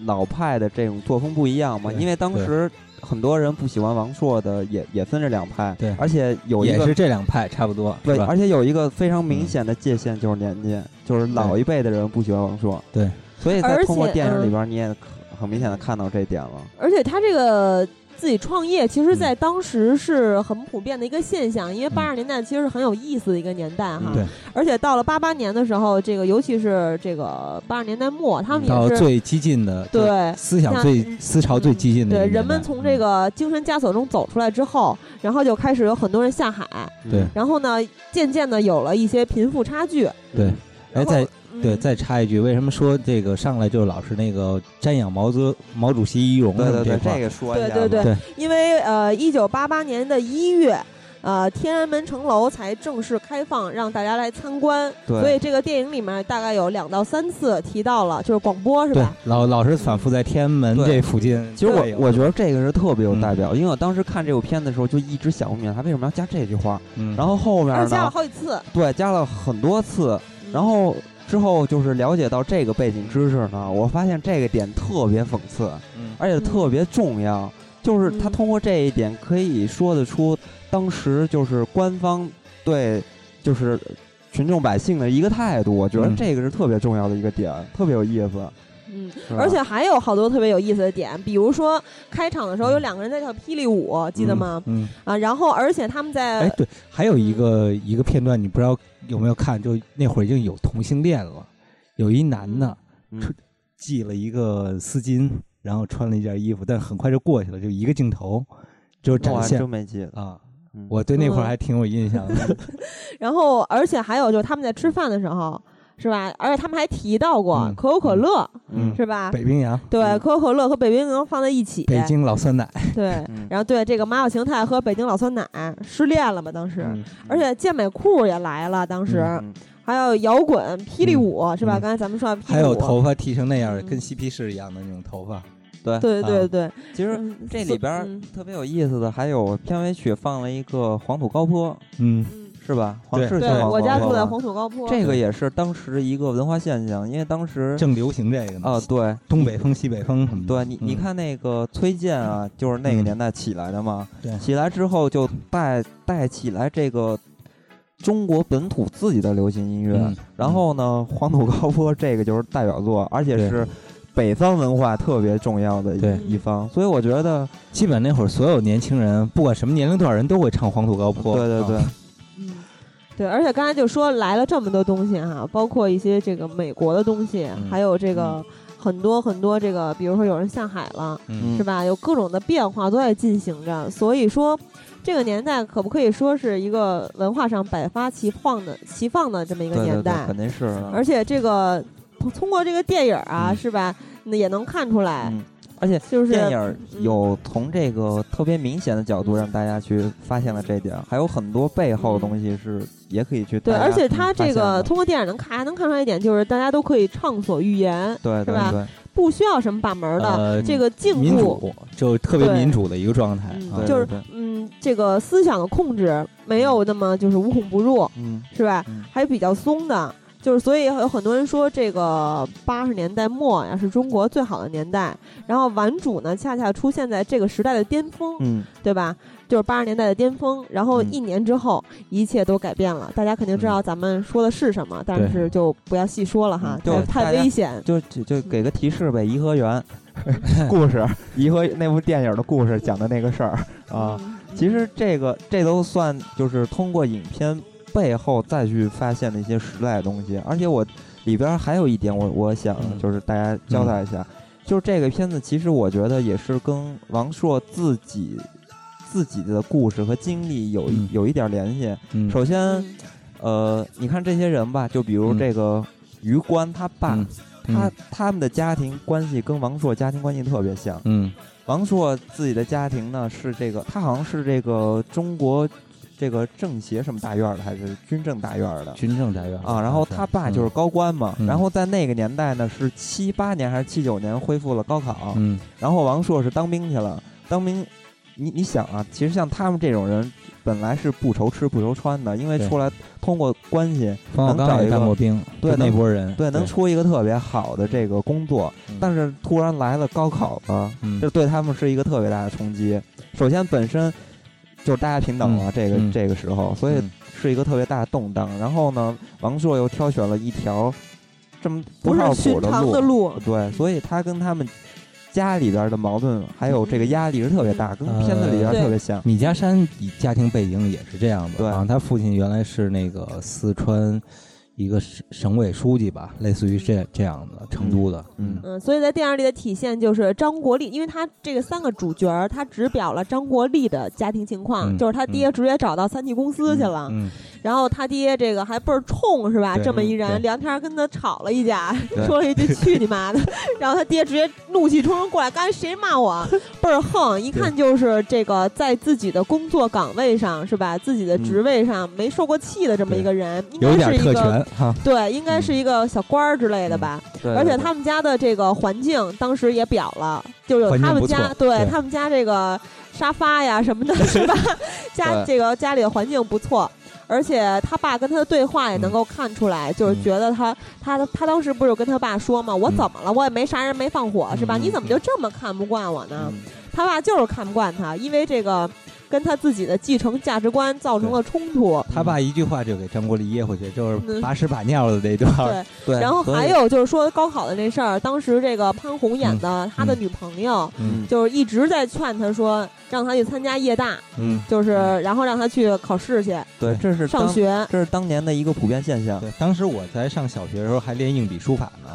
Speaker 1: 老派的这种作风不一样嘛，
Speaker 3: 对
Speaker 1: 因为当时很多人不喜欢王朔的也也分这两派，
Speaker 3: 对
Speaker 1: 而且有一
Speaker 3: 也
Speaker 1: 个
Speaker 3: 是这两派差不多，
Speaker 1: 对，
Speaker 3: 是吧嗯
Speaker 1: 而且有一个非常明显的界限就是年纪，就是老一辈的人不喜欢王朔，
Speaker 3: 对，
Speaker 1: 所以在
Speaker 2: 而
Speaker 1: 通过
Speaker 2: 且
Speaker 1: 电影里
Speaker 2: 嗯
Speaker 1: 边你也可很明显的看到这一点了，
Speaker 2: 而且他这个自己创业，其
Speaker 3: 嗯
Speaker 2: 实，在当时是很普遍的一个现象，因为八十年代其实是很有意思的一个年代哈。
Speaker 3: 对，
Speaker 2: 而且到了八八年的时候，这个尤其是这个八十年代末，他们
Speaker 3: 到
Speaker 2: 也是
Speaker 3: 最激进的，
Speaker 2: 对
Speaker 3: 就是思想
Speaker 2: 像
Speaker 3: 最思潮最激进的一
Speaker 2: 嗯
Speaker 3: 个
Speaker 2: 对
Speaker 3: 年代，嗯
Speaker 2: 人们从这个精神枷锁中走出来之后，然后就开始有很多人下海，
Speaker 1: 嗯
Speaker 3: 对
Speaker 2: 然后呢，渐渐的有了一些贫富差距，嗯
Speaker 3: 对，哎，再对再插一句，为什么说这个上来就老是那个瞻仰毛泽毛主席遗容
Speaker 1: 对
Speaker 3: 什么
Speaker 1: 对对
Speaker 3: 块儿
Speaker 1: 这个说
Speaker 2: 对对
Speaker 3: 对
Speaker 2: 对，因为呃，一九八八年的一月。呃，天安门城楼才正式开放，让大家来参观。
Speaker 3: 对
Speaker 2: 所以这个电影里面大概有两到三次提到了，就是广播是
Speaker 3: 对
Speaker 2: 吧？
Speaker 3: 老老是反复在天安门这附近。
Speaker 1: 其实我
Speaker 3: 对有
Speaker 1: 我觉得这个是特别有代表，
Speaker 3: 嗯
Speaker 1: 因为我当时看这部片子的时候就一直想不明白他为什么要加这句话，
Speaker 3: 嗯
Speaker 1: 然后后面
Speaker 2: 而
Speaker 1: 呢
Speaker 2: 且哦加了好几次。嗯
Speaker 1: 对，加了很多次，然后之后就是了解到这个背景知识呢，我发现这个点特别讽刺，而且特别重要，就是他通过这一点可以说得出当时就是官方对就是群众百姓的一个态度，我觉得
Speaker 2: 嗯
Speaker 1: 这个是特别重要的一个点，特别有意思。
Speaker 2: 嗯
Speaker 1: 是，吧
Speaker 2: 而且还有好多特别有意思的点，比如说开场的时候有两个人在跳霹雳舞，记得吗？呃
Speaker 3: 嗯，
Speaker 2: 啊，然后而且他们在
Speaker 3: 哎，对，还有一个一个片段，你不知道有没有看？就那会儿已经有同性恋了，有一男的
Speaker 1: 嗯
Speaker 3: 穿系了一个丝巾，然后穿了一件衣服，但很快就过去了，就一个镜头，就
Speaker 1: 我
Speaker 3: 展
Speaker 1: 还
Speaker 3: 现
Speaker 1: 真没记得
Speaker 3: 啊。我对那会儿
Speaker 2: 嗯
Speaker 3: 还挺有印象的，
Speaker 2: 然后，而且还有就是他们在吃饭的时候，是吧？而且他们还提到过可口可乐，
Speaker 3: 嗯
Speaker 2: 是吧？
Speaker 3: 北冰洋，
Speaker 2: 对，可口可乐和北冰洋放在一起。
Speaker 3: 北京老酸奶，
Speaker 2: 对，
Speaker 1: 嗯
Speaker 2: 然后对这个马小晴太喝北京老酸奶失恋了嘛？当时，
Speaker 3: 嗯
Speaker 2: 而且健美裤也来了，当时、还有摇滚、霹雳舞，是吧？刚才咱们说的霹雳舞，
Speaker 3: 嗯还有头发剃成那样，跟嬉皮士一样的那种头发。
Speaker 1: 对嗯
Speaker 2: 对对
Speaker 1: 啊
Speaker 2: 对，
Speaker 1: 其实这里边儿特别有意思的，还有片尾曲放了一个黄土高坡，
Speaker 3: 嗯，
Speaker 1: 是吧？黄
Speaker 3: 对
Speaker 1: 是
Speaker 2: 对
Speaker 1: 叫黄
Speaker 2: 我
Speaker 1: 土
Speaker 2: 家
Speaker 1: 高
Speaker 2: 住在
Speaker 1: 坡
Speaker 2: 黄土高坡
Speaker 1: 这个也是当时一个文化现象，因为当时
Speaker 3: 正流行这个呢
Speaker 1: 啊，对，
Speaker 3: 东北风、西北风什么的。
Speaker 1: 对你，你
Speaker 3: 嗯
Speaker 1: 看那个崔健啊，就是那个年代起来的嘛，
Speaker 3: 对
Speaker 1: 起来之后就带带起来这个中国本土自己的流行音乐，
Speaker 3: 嗯
Speaker 1: 然后呢，黄土高坡这个就是代表作，而且是北方文化特别重要的
Speaker 3: 对
Speaker 1: 一一方，所以我觉得
Speaker 3: 基本那会儿所有年轻人，不管什么年龄段人都会唱《黄土高坡》。
Speaker 1: 对对对
Speaker 3: 啊
Speaker 2: 嗯对，而且刚才就说来了这么多东西哈，包括一些这个美国的东西，
Speaker 3: 嗯
Speaker 2: 还有这个很多很多这个，比如说有人下海了，
Speaker 3: 嗯
Speaker 2: 是吧？有各种的变化都在进行着，所以说这个年代可不可以说是一个文化上百花齐放的齐放的这么一个
Speaker 1: 对
Speaker 2: 年
Speaker 1: 对对
Speaker 2: 代？
Speaker 1: 肯定是啊的，
Speaker 2: 而且这个通过这个电影啊，是吧？那也能看出来，
Speaker 1: 嗯而且
Speaker 2: 就是
Speaker 1: 嗯
Speaker 2: 嗯
Speaker 1: 电影儿有从这个特别明显的角度让大家去发现了这一点，还有很多背后的东西是也可以去
Speaker 2: 对，
Speaker 1: 大家
Speaker 2: 而且他
Speaker 1: 发
Speaker 2: 这
Speaker 1: 现的
Speaker 2: 个通过电影能看还能看出来一点，就是大家都可以畅所欲言，
Speaker 1: 对
Speaker 2: 是
Speaker 1: 对
Speaker 2: 吧？
Speaker 1: 对
Speaker 2: 不需要什么把门儿的，
Speaker 3: 呃，
Speaker 2: 这个禁
Speaker 3: 民
Speaker 2: 锢
Speaker 3: 主就特别
Speaker 2: 对
Speaker 3: 民主的一个状态，啊
Speaker 1: 哎对
Speaker 2: 就是
Speaker 1: 对
Speaker 2: 嗯，这个思想的控制没有那么就是无孔不入，
Speaker 1: 嗯，
Speaker 2: 是吧？还比较松的，就是所以有很多人说这个八十年代末呀是中国最好的年代，然后顽主呢恰恰出现在这个时代的巅峰，
Speaker 1: 嗯，
Speaker 2: 对吧？就是八十年代的巅峰，然后一年之后、一切都改变了，大家肯定知道咱们说的是什么，但
Speaker 1: 嗯对嗯
Speaker 2: 是就不要细说了哈，
Speaker 1: 就
Speaker 2: 太太危险。，
Speaker 1: 就就就给个提示呗，颐和园故事，颐和那部电影的故事讲的那个事儿啊，其实这个这都算就是通过影片背后再去发现的一些时代的东西，而且我里边还有一点我我想就是大家交代一下，就是这个片子其实我觉得也是跟王朔自己自己的故事和经历有一、有一点联系。
Speaker 3: 嗯
Speaker 1: 首先，呃，你看这些人吧，就比如这个余欢他爸，
Speaker 3: 嗯
Speaker 1: 他他们的家庭关系跟王朔家庭关系特别像。
Speaker 3: 嗯，
Speaker 1: 王朔自己的家庭呢是这个，他好像是这个中国这个政协什么大院儿的，还是军政大院儿的？
Speaker 3: 军政大院
Speaker 1: 啊，然后他爸就是高官嘛，
Speaker 3: 嗯
Speaker 1: 然后在那个年代呢是七八年还是七九年恢复了高考，
Speaker 3: 嗯，
Speaker 1: 然后王朔是当兵去了，当兵，你你想啊，其实像他们这种人本来是不愁吃不愁穿的，因为
Speaker 3: 对
Speaker 1: 出来通过关系
Speaker 3: 冯小
Speaker 1: 能
Speaker 3: 刚
Speaker 1: 找
Speaker 3: 也
Speaker 1: 一个
Speaker 3: 当过兵
Speaker 1: 对
Speaker 3: 就那
Speaker 1: 能
Speaker 3: 波人
Speaker 1: 对能
Speaker 3: 对嗯
Speaker 1: 出一个特别好的这个工作，但是突然来了高考了，
Speaker 2: 嗯
Speaker 1: 这对他们是一个特别大的冲击。首先本身就是大家平等
Speaker 3: 嗯
Speaker 1: 了，这个、
Speaker 3: 嗯
Speaker 1: 这个时候，所以
Speaker 3: 嗯
Speaker 1: 是一个特别大的动荡。然后呢，王朔又挑选了一条这么
Speaker 2: 不是
Speaker 1: 靠谱
Speaker 2: 寻常的
Speaker 1: 路
Speaker 2: 路，
Speaker 1: 对，所以他跟他们家里边的矛盾还有
Speaker 2: 嗯
Speaker 1: 这个压力是特别大，跟
Speaker 3: 嗯
Speaker 1: 片子里边特别像。
Speaker 3: 米家山以家庭背景也是这样的，对啊，他父亲原来是那个四川一个省省委书记吧，类似于
Speaker 1: 嗯
Speaker 3: 这这样的成都的，嗯，
Speaker 2: 嗯，所以在电影里的体现就是张国立，因为他这个三个主角儿，他只表了张国立的家庭情况，
Speaker 3: 嗯
Speaker 2: 就是他爹直接找到三 T 公司去了，
Speaker 3: 嗯
Speaker 2: 然后他爹这个还倍儿冲是吧？
Speaker 3: 对
Speaker 2: 这么一人
Speaker 3: 对，
Speaker 2: 梁天儿跟他吵了一架
Speaker 3: 对，
Speaker 2: 说了一句“去你妈的”， *laughs* 然后他爹直接怒气冲冲过来，刚才谁骂我，倍儿横，一看就是这个在自己的工作岗位上是吧，自己的职位上没受过气的这么一个人，应
Speaker 3: 嗯有一
Speaker 2: 该
Speaker 3: 点
Speaker 2: 是一
Speaker 3: 特
Speaker 2: 个嗯
Speaker 3: 权嗯哈
Speaker 2: 对，应该是一个小官儿之类的吧。
Speaker 3: 对
Speaker 2: 而且
Speaker 3: 对
Speaker 2: 他们家的这个环境当时也表了，就有
Speaker 3: 环境
Speaker 2: 他们
Speaker 3: 不
Speaker 2: 家
Speaker 3: 错
Speaker 2: 对
Speaker 3: 对
Speaker 2: 他们家这个沙发呀什
Speaker 3: *laughs*
Speaker 2: 么的，是吧？家
Speaker 3: 对
Speaker 2: 这个家里的环境不错。而且他爸跟他的对话也能够看出来，
Speaker 3: 嗯
Speaker 2: 就是觉得他他他当时不是有跟他爸说嘛，我怎么了？我也没啥人，没放火，
Speaker 3: 嗯
Speaker 2: 是吧？你怎么就这么看不惯我呢？他爸就是看不惯他，因为这个跟他自己的继承价值观造成了冲突。
Speaker 3: 他爸一句话就给张国立噎回去，就是
Speaker 2: 嗯
Speaker 3: 把屎把尿的那段。
Speaker 2: 然后还有就是说高考的那事儿，当时这个潘虹演的他的女朋友，
Speaker 3: 嗯
Speaker 2: 就是一直在劝他说，让他去参加夜大，
Speaker 1: 嗯
Speaker 2: 就是然后让他去考试去。
Speaker 1: 对，这是
Speaker 2: 上
Speaker 1: 当
Speaker 2: 学
Speaker 1: 这是当年的一个普遍现象。
Speaker 3: 对，当时我在上小学的时候还练硬笔书法呢，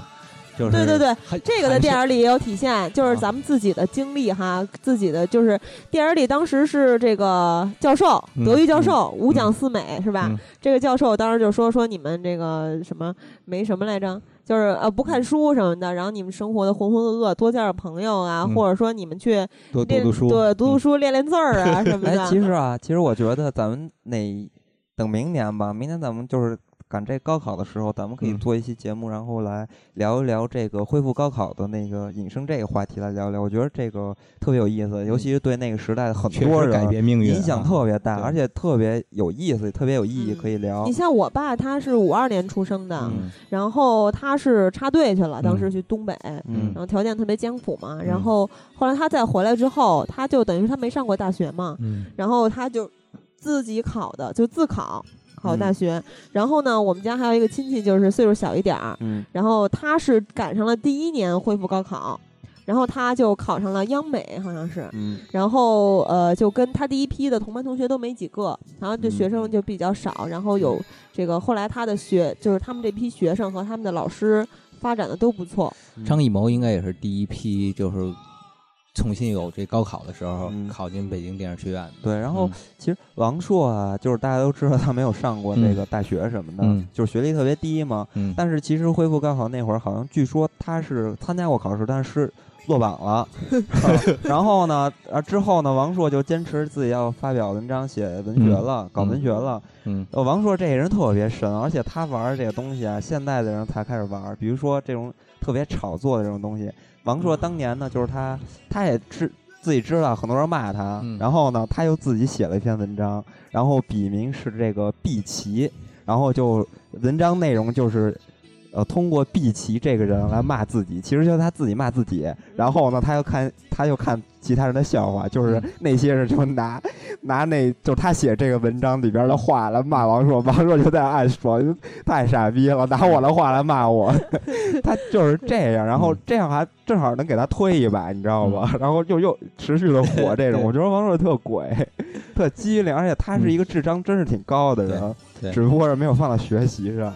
Speaker 3: 就是
Speaker 2: 对对
Speaker 3: 还
Speaker 2: 对，这个在
Speaker 3: 还是啊
Speaker 2: 电影里也有体现，就是咱们自己的经历哈，自己的就是电影里当时是这个教授，
Speaker 3: 嗯
Speaker 2: 德育教授五讲四美是吧
Speaker 3: 嗯？
Speaker 2: 这个教授当时就说说你们这个什么没什么来着，就是呃不看书什么的，然后你们生活的浑浑噩噩，多交点朋友啊，
Speaker 1: 嗯
Speaker 2: 或者说你们去
Speaker 1: 多读
Speaker 2: 练
Speaker 1: 读书嗯
Speaker 2: 对，读读
Speaker 3: 嗯
Speaker 2: 书练练字儿啊什么的。
Speaker 1: *laughs* 哎，其实啊，其实我觉得咱们那等明年吧，明年咱们就是赶这高考的时候，咱们可
Speaker 3: 嗯
Speaker 1: 以做一期节目，然后来聊一聊这个恢复高考的那个引申这个话题来聊一聊。我觉得这个特别有意思，尤其是对那个时代的很
Speaker 3: 嗯确
Speaker 1: 多
Speaker 3: 实
Speaker 1: 人
Speaker 3: 改变命运
Speaker 1: 影响
Speaker 3: 啊
Speaker 1: 特别大，而且特别有意思，特别有意义，可以聊
Speaker 2: 你。像我爸，他是五二年出生的，
Speaker 1: 嗯
Speaker 2: 然后他是插队去了，当时
Speaker 1: 嗯
Speaker 2: 去东北，
Speaker 1: 嗯
Speaker 2: 然后条件特别艰苦嘛。
Speaker 1: 嗯
Speaker 2: 然后后来他再回来之后，他就等于是他没上过大学嘛，
Speaker 3: 嗯
Speaker 2: 然后他就自己考的，就自考考
Speaker 1: 嗯
Speaker 2: 大学。然后呢，我们家还有一个亲戚，就是岁数小一点儿，
Speaker 1: 嗯
Speaker 2: 然后他是赶上了第一年恢复高考，然后他就考上了央美，好像是，
Speaker 1: 嗯
Speaker 2: 然后呃，就跟他第一批的同班同学都没几个，然后
Speaker 1: 嗯
Speaker 2: 这学生就比较少，然后有这个后来他的学就是他们这批学生和他们的老师发展的都不错，
Speaker 3: 张艺谋应该也是第一批，就是重新有这高考的时候、考进北京电视学院的。
Speaker 1: 对，然后其实王朔啊，就是大家都知道他没有上过那个大学什么的，
Speaker 3: 嗯
Speaker 1: 就是学历特别低嘛。
Speaker 3: 嗯
Speaker 1: 但是其实恢复高考那会儿，好像据说他是参加过考试，但是落
Speaker 3: *laughs*
Speaker 1: 榜了。嗯然后呢，啊之后呢，王朔就坚持自己要发表文章、写文学了，搞文学了。
Speaker 3: 嗯，
Speaker 1: 呃王朔这人特别神，而且他玩这个东西啊，现在的人才开始玩，比如说这种特别炒作的这种东西。王朔当年呢，就是他，他也知自己知道很多人骂他，然后呢，他又自己写了一篇文章，然后笔名是这个毕奇，然后就文章内容就是。呃，通过毕奇这个人来骂自己，其实就是他自己骂自己。然后呢，他又看，他又看其他人的笑话，就是那些人就拿 *laughs* 拿那，就是他写这个文章里边的话来骂王朔，王朔就在暗说太傻逼了，拿我的话来骂我。 *laughs* 他就是这样，然后这样还正好能给他推一把，你知道吧？然后又又持续的火这 *laughs* 种，我觉得王朔特鬼，特机灵，而且他是一个智商真是挺高的人，啊
Speaker 3: 对对
Speaker 1: 只不过是没有放到学习上。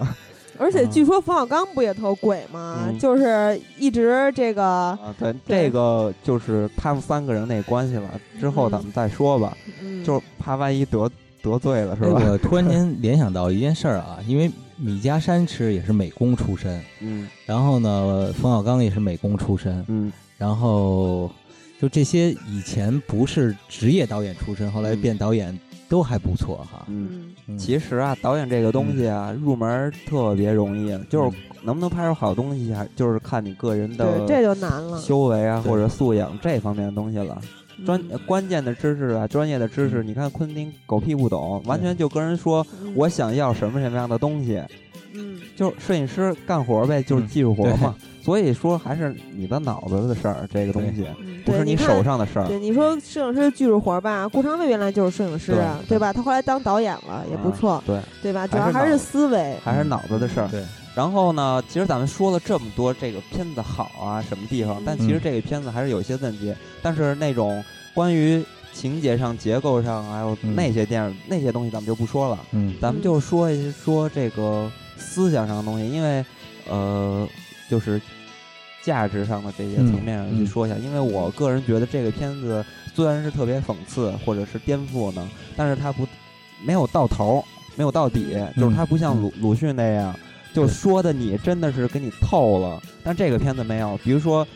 Speaker 2: 而且据说冯小刚不也特鬼吗？
Speaker 1: 啊嗯
Speaker 2: 就是一直这个
Speaker 1: 啊，对，这个就是他们三个人那关系了，之后咱们再说吧。
Speaker 2: 嗯
Speaker 1: 就是怕万一得得罪了，是
Speaker 3: 哎
Speaker 1: 吧？
Speaker 3: 我突 *laughs* 然间联想到一件事儿啊，因为米家山其实也是美工出身，
Speaker 1: 嗯，
Speaker 3: 然后呢，冯小刚也是美工出身，
Speaker 1: 嗯，
Speaker 3: 然后就这些以前不是职业导演出身，后来变导演都还不错哈，
Speaker 1: 嗯，其实啊，导演这个东西啊，入门儿特别容易，啊
Speaker 2: 嗯
Speaker 1: 就是能不能拍出好东西，还就是看你个人的
Speaker 2: 对这就难了
Speaker 1: 修为啊或者素养这方面的东西了。
Speaker 2: 嗯
Speaker 1: 专呃关键的知识啊，专业的知识，你看昆汀狗屁不懂，完全就跟人说呃我想要什么什么样的东西，
Speaker 2: 嗯，
Speaker 1: 就是摄影师干活呗，就是技术活嘛。所以说还是你的脑子的事儿，这个东西不
Speaker 2: 嗯对
Speaker 1: 是
Speaker 2: 你看
Speaker 1: 手上的事儿。
Speaker 2: 对，你说摄影师技术活儿吧，顾长卫原来就是摄影师，啊
Speaker 1: 对
Speaker 2: 对吧？他后来当导演了，也不
Speaker 1: 啊
Speaker 2: 错，嗯
Speaker 1: 对
Speaker 2: 对吧？主
Speaker 1: 还
Speaker 2: 要
Speaker 1: 是
Speaker 2: 还是
Speaker 1: 脑
Speaker 2: 思维，
Speaker 1: 还是脑子的事儿。
Speaker 3: 嗯对，
Speaker 1: 然后呢，其实咱们说了这么多这个片子好啊，什么地方，但其实这个片子还是有一些问题。但是那种关于情节上、结构上，还有那些电影、那些东西，咱们就不说了。
Speaker 3: 嗯
Speaker 1: 咱们就说一说这个思想上的东西，因为呃，就是价值上的这些
Speaker 3: 嗯
Speaker 1: 层面上去说一下。因为我个人觉得这个片子虽然是特别讽刺或者是颠覆呢，但是它不没有到头儿，没有到底，就
Speaker 3: 嗯
Speaker 1: 是它不像鲁、鲁迅那样，就说的你真的是给你透了。但这个片子没有，比如说。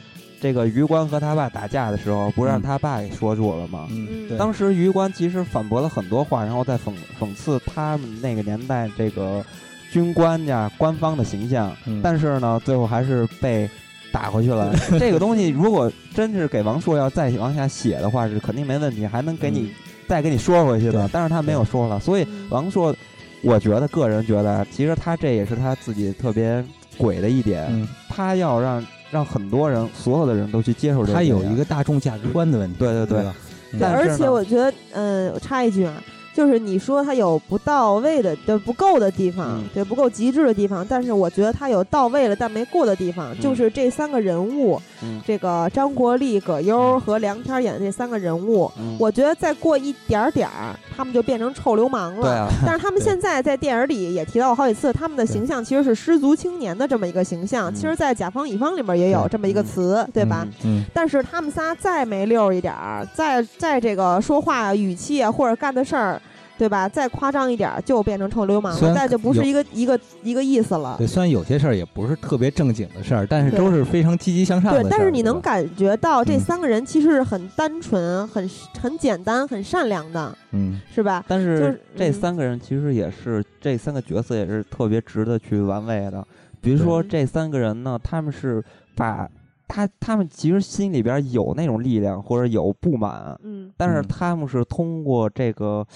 Speaker 1: 这个余光和他爸打架的时候，不是让他爸给说住了吗？
Speaker 3: 嗯对
Speaker 1: 当时余光其实反驳了很多话，然后在讽讽刺他们那个年代这个军官呀、官方的形象。
Speaker 3: 嗯
Speaker 1: 但是呢，最后还是被打回去了。 *laughs* 这个东西如果真是给王朔要再往下写的话，是肯定没问题，还能给
Speaker 3: 嗯
Speaker 1: 你、再给你说回去的。但是他没有说了，所以
Speaker 2: 嗯
Speaker 1: 王朔，我觉得个人觉得，其实他这也是他自己特别鬼的一点，
Speaker 3: 嗯
Speaker 1: 他要让让很多人所有的人都去接受这个
Speaker 3: 他
Speaker 1: 电影。
Speaker 3: 有嗯一个大众价值观的问题，
Speaker 1: 对对
Speaker 3: 对
Speaker 1: 对
Speaker 3: 吧？
Speaker 2: 对
Speaker 1: 但
Speaker 2: 嗯
Speaker 1: 是
Speaker 2: 而
Speaker 1: 呢
Speaker 2: 且我觉得，嗯，我插一句啊，就是你说它有不到位的，对不够的地方，
Speaker 1: 嗯
Speaker 2: 对不够极致的地方，但是我觉得它有到位了但没过的地方，就是这三个人物，
Speaker 1: 嗯
Speaker 2: 这个张国立、葛优和梁天演的这三个人物，
Speaker 1: 嗯
Speaker 2: 我觉得再过一点儿点儿，他们就变成臭流氓了。
Speaker 1: 对啊
Speaker 2: 但是他们现在在电影里也提到过好几次，他们的形象其实是失足青年的这么一个形
Speaker 1: 嗯
Speaker 2: 象，其实，在甲方乙方里面也有这么一个词，对吧？
Speaker 3: 嗯
Speaker 2: 但是他们仨再没溜儿一点儿，再再这个说话语气啊，或者干的事儿，对吧？再夸张一点儿，就变成臭流氓
Speaker 3: 虽
Speaker 2: 了，
Speaker 3: 然
Speaker 2: 再就不是
Speaker 3: 有
Speaker 2: 一个一个一个意思了
Speaker 3: 对，。虽然有些事儿也不是特别正经的事儿，但是都是非常积极向上的
Speaker 2: 对
Speaker 3: 事儿。，
Speaker 2: 但是你能感觉到这
Speaker 3: 嗯
Speaker 2: 三个人其实是很单纯、很很简单、很善良的，
Speaker 3: 嗯，
Speaker 2: 是吧？
Speaker 1: 但
Speaker 2: 就是是
Speaker 1: 这
Speaker 2: 嗯
Speaker 1: 三个人其实也是、这三个角色也是特别值得去玩味的。比
Speaker 2: 嗯
Speaker 1: 如说这三个人呢，他们是把他他们其实心里边有那种力量或者有不满，
Speaker 2: 嗯
Speaker 1: 但是他们是通过这个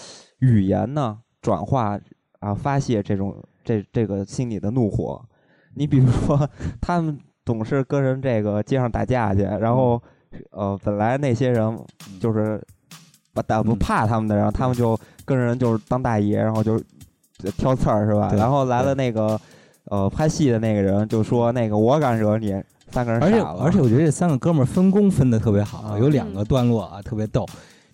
Speaker 1: 语言呢转化啊发泄这种这这个心里的怒火。你比如说，他们总是跟人这个街上打架去，然后呃，本来那些人嗯就是把打
Speaker 3: 嗯
Speaker 1: 不怕他们的，然后他们就跟人就是当大爷，然后就挑刺儿是吧？
Speaker 3: 对
Speaker 1: 然后来了那个呃拍戏的那个人就说那个我敢惹你，三个人傻
Speaker 3: 而且
Speaker 1: 了，
Speaker 3: 而
Speaker 1: *laughs*
Speaker 3: 且我觉得这三个哥们儿分工分的特别好，有两个段落啊特别逗。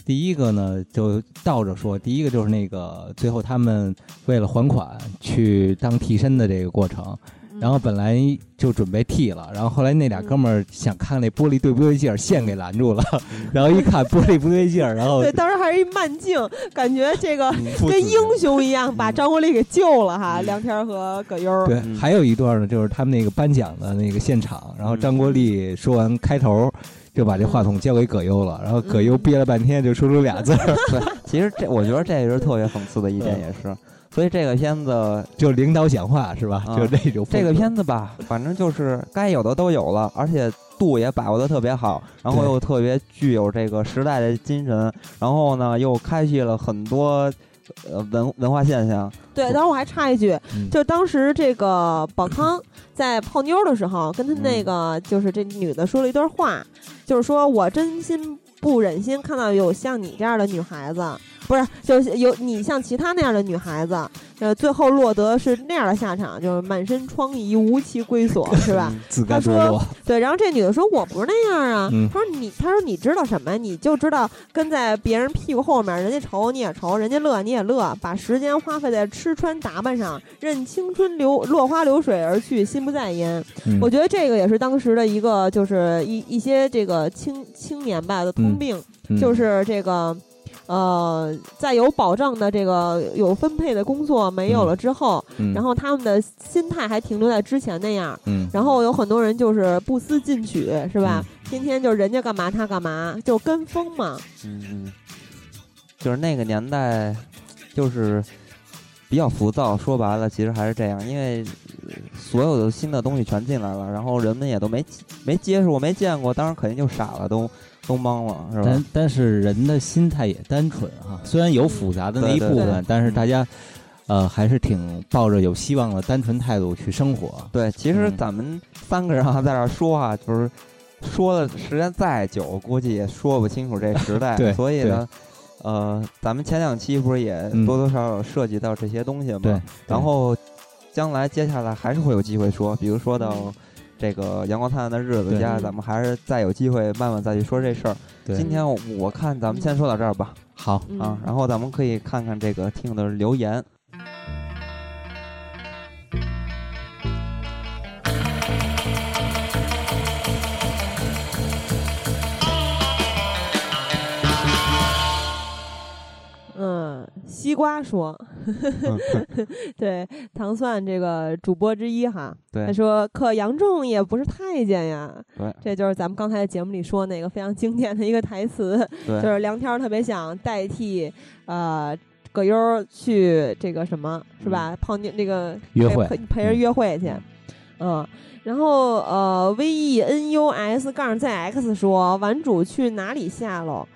Speaker 3: 第一个呢，就倒着说，第一个就是那个最后他们为了还款去当替身的这个过程，
Speaker 2: 嗯
Speaker 3: 然后本来就准备替了，然后后来那俩哥们儿想看看那玻璃对不对劲儿，线给拦住了， *laughs* 然后一看玻璃不对劲儿，然后
Speaker 2: 嗯对，当时还是一慢镜，感觉这个
Speaker 3: 父
Speaker 2: 跟
Speaker 3: 子
Speaker 2: 英雄一样，
Speaker 3: 嗯
Speaker 2: 把张国立给救了哈。梁天儿和葛优，
Speaker 3: 对，还有一段呢，就是他们那个颁奖的那个现场，然后张国立说完开头，就把这话筒交给葛优了，然后葛优憋了半天就说出俩字儿，
Speaker 1: 对，
Speaker 3: *laughs*
Speaker 1: 其实这我觉得这也是特别讽刺的一点，也是。所以这个片子
Speaker 3: 就领导讲话是吧？
Speaker 1: 啊
Speaker 3: 就这种风格
Speaker 1: 这个片子吧，反正就是该有的都有了，而且度也把握的特别好，然后
Speaker 3: 对
Speaker 1: 又特别具有这个时代的精神，然后呢又开辟了很多呃文文化现象。
Speaker 2: 对，当时我还插一句，就当时这个宝康在泡妞的时候，跟他那个就是这女的说了一段话，就是说我真心不忍心看到有像你这样的女孩子，不是，就是有你像其他那样的女孩子，呃，最后落得是那样的下场，就是满身疮痍，无其归所，是吧？
Speaker 3: 自甘
Speaker 2: 他
Speaker 3: 堕
Speaker 2: 说
Speaker 3: 落。
Speaker 2: 对，然后这女的说：“我不是那样啊。
Speaker 3: 嗯
Speaker 2: 她说：“你，她说你知道什么？你就知道跟在别人屁股后面，人家愁你也愁，人家乐你也乐，把时间花费在吃穿打扮上，任青春流落花流水而去，心不在焉。
Speaker 3: 嗯
Speaker 2: 我觉得这个也是当时的一个，就是一一些这个青青年吧的通
Speaker 3: 嗯
Speaker 2: 病，
Speaker 3: 嗯
Speaker 2: 就是这个。”呃，在有保障的这个有分配的工作没有了之后，
Speaker 3: 嗯嗯
Speaker 2: 然后他们的心态还停留在之前那样，
Speaker 3: 嗯
Speaker 2: 然后有很多人就是不思进取，是吧？天天就是人家干嘛他干嘛，就跟风嘛。
Speaker 1: 嗯嗯，就是那个年代，就是比较浮躁。说白了，其实还是这样，因为呃所有的新的东西全进来了，然后人们也都没没接触过、没见过，当然肯定就傻了，都都懵了，是吧？
Speaker 3: 但但是人的心态也单纯啊，虽然有复杂的那一部
Speaker 1: 对对
Speaker 3: 分
Speaker 1: 对，
Speaker 3: 但是大家呃还是挺抱着有希望的单纯态度去生活。
Speaker 1: 对，其实
Speaker 3: 嗯
Speaker 1: 咱们三个人啊在这儿说啊，就是说了时间再久，估计也说不清楚这时
Speaker 3: *laughs*
Speaker 1: 代。
Speaker 3: 对
Speaker 1: 所以呢，呃，咱们前两期不是也
Speaker 3: 嗯
Speaker 1: 多多少少涉及到这些东西嘛？
Speaker 3: 对
Speaker 1: 然后将来接下来还是会有机会说，比如说到这个阳光灿烂的日子，
Speaker 3: 对
Speaker 1: 接下来咱们还是再有机会慢慢再去说这事儿。
Speaker 3: 对
Speaker 1: 今天我我看咱们先说到这儿吧。
Speaker 3: 好
Speaker 2: 嗯
Speaker 1: 啊，然后咱们可以看看这个听友的留言。
Speaker 2: 嗯，西瓜说， *laughs*
Speaker 3: 嗯
Speaker 2: 对糖蒜这个主播之一哈，
Speaker 1: *laughs* 对
Speaker 2: 他说可杨仲也不是太监呀，
Speaker 1: 对
Speaker 2: 这就是咱们刚才节目里说那个非常经典的一个台词，
Speaker 1: 对
Speaker 2: 就是梁天儿特别想代替呃葛优儿去这个什么是吧？泡妞那个
Speaker 3: 约
Speaker 2: 陪
Speaker 3: 会
Speaker 2: 陪陪人约会去，嗯，然后呃 v e n u s 杠 z x 说玩主去哪里下喽？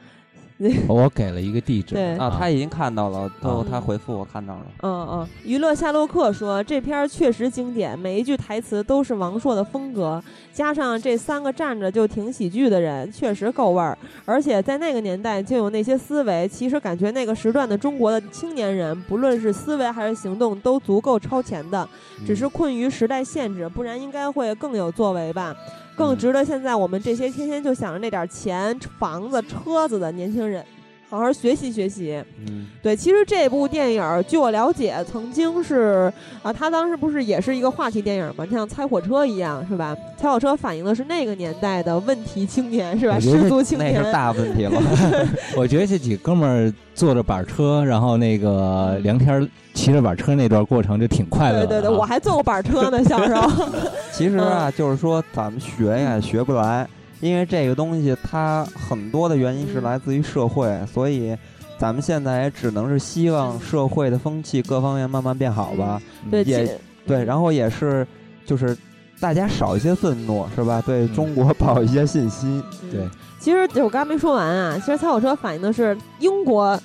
Speaker 3: 我给了一个地址
Speaker 2: 对
Speaker 1: 啊，他已经看到了，最
Speaker 2: 啊
Speaker 1: 后他回复我看到了。
Speaker 2: 嗯嗯，娱乐夏洛克说这片儿确实经典，每一句台词都是王朔的风格，加上这三个站着就挺喜剧的人，确实够味儿。而且在那个年代就有那些思维，其实感觉那个时段的中国的青年人，不论是思维还是行动，都足够超前的，只是困于时代限制，不然应该会更有作为吧。更值得现在我们这些天天就想着那点儿钱、房子、车子的年轻人，好好学习学习。
Speaker 1: 嗯，
Speaker 2: 对，其实这部电影儿，据我了解，曾经是啊，它当时不是也是一个话题电影儿嘛，像《猜火车》一样，是吧？《猜火车》反映的是那个年代的问题青年，是吧？
Speaker 3: 我觉得
Speaker 2: 失足青年，
Speaker 1: 问题了。
Speaker 3: *laughs* 我觉得这几哥们儿坐着板车，然后那个梁天儿骑着板车那段过程就挺快乐的。
Speaker 2: 对嗯
Speaker 3: 啊
Speaker 2: 对对，我还坐过板车呢，小时
Speaker 3: *laughs*
Speaker 2: 候。
Speaker 1: 其实啊，
Speaker 2: 嗯
Speaker 1: 就是说咱们学呀学不来，因为这个东西它很多的原因
Speaker 2: 嗯
Speaker 1: 是来自于社会，所以咱们现在也只能是希望社会的风气各方面慢慢变好吧。
Speaker 2: 对其
Speaker 1: 也对，然后也是就是大家少一些愤怒是吧？对
Speaker 2: 嗯
Speaker 1: 中国 *laughs* 抱一些信心。
Speaker 3: 对，
Speaker 2: 其实我刚没说完啊，其实《猜火车》反映的是英国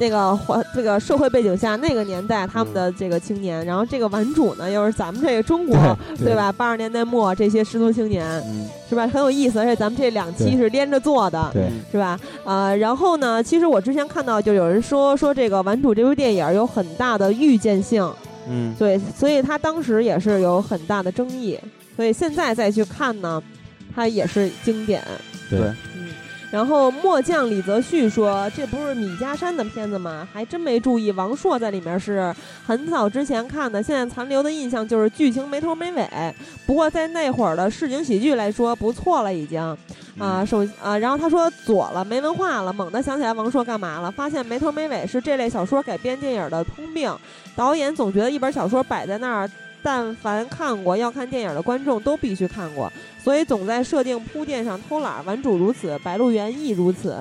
Speaker 2: 那个环这个社会背景下那个年代他
Speaker 3: 嗯
Speaker 2: 们的这个青年，然后这个玩主呢又是咱们这个
Speaker 3: *laughs*
Speaker 2: 中国
Speaker 3: 对对
Speaker 2: 吧？八十年代末这些失足青年、
Speaker 1: 嗯
Speaker 2: 是吧？很有意思，而且咱们这两期
Speaker 3: 对
Speaker 2: 是连着做的，
Speaker 3: 对
Speaker 2: 是吧？呃，然后呢，其实我之前看到就有人说说这个《玩主》这部电影有很大的预见性，
Speaker 1: 嗯，
Speaker 2: 对，所以他当时也是有很大的争议，所以现在再去看呢，它也是经典。
Speaker 1: 对，
Speaker 2: 然后末将李泽旭说：“这不是米家山的片子吗？还真没注意，王朔在里面是很早之前看的，现在残留的印象就是剧情没头没尾。不过在那会儿的市井喜剧来说，不错了已经。啊、首啊、然后他说左了，没文化了，猛地想起来王朔干嘛了，发现没头没尾是这类小说改编电影的通病。导演总觉得一本小说摆在那儿，但凡看过要看电影的观众都必须看过，所以总在设定铺垫上偷懒儿。玩主如此，白鹿原亦如此。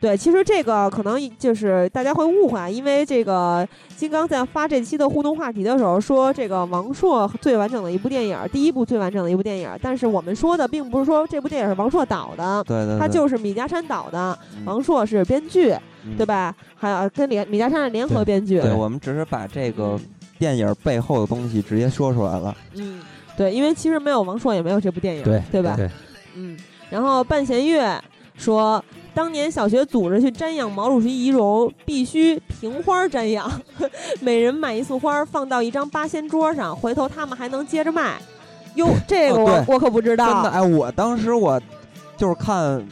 Speaker 2: 对，其实这个可能就是大家会误会，啊，因为这个金刚在发这期的互动话题的时候说，这个王朔最完整的一部电影，第一部最完整的一部电影，但是我们说的并不是说这部电影是王朔导的，
Speaker 1: 对对
Speaker 2: 他
Speaker 1: 对
Speaker 2: 就是嗯米家山导的，
Speaker 1: 嗯
Speaker 2: 王朔是编剧，对吧？还有跟联米家山是联合编剧，
Speaker 1: 对，我们只是把这个电影背后的东西直接说出来了。
Speaker 2: 嗯，对，因为其实没有王朔，也没有这部电影，
Speaker 1: 对
Speaker 2: 吧？
Speaker 1: 对
Speaker 2: 嗯。然后半弦月说，当年小学组织去瞻仰毛主席遗容，必须平花儿瞻仰， *laughs* 每人买一束花儿，放到一张八仙桌上，回头他们还能接着卖。哟，这个我、
Speaker 1: 哦对
Speaker 2: 我可不知
Speaker 1: 真
Speaker 2: 道
Speaker 1: 的，。哎，我当时我就是看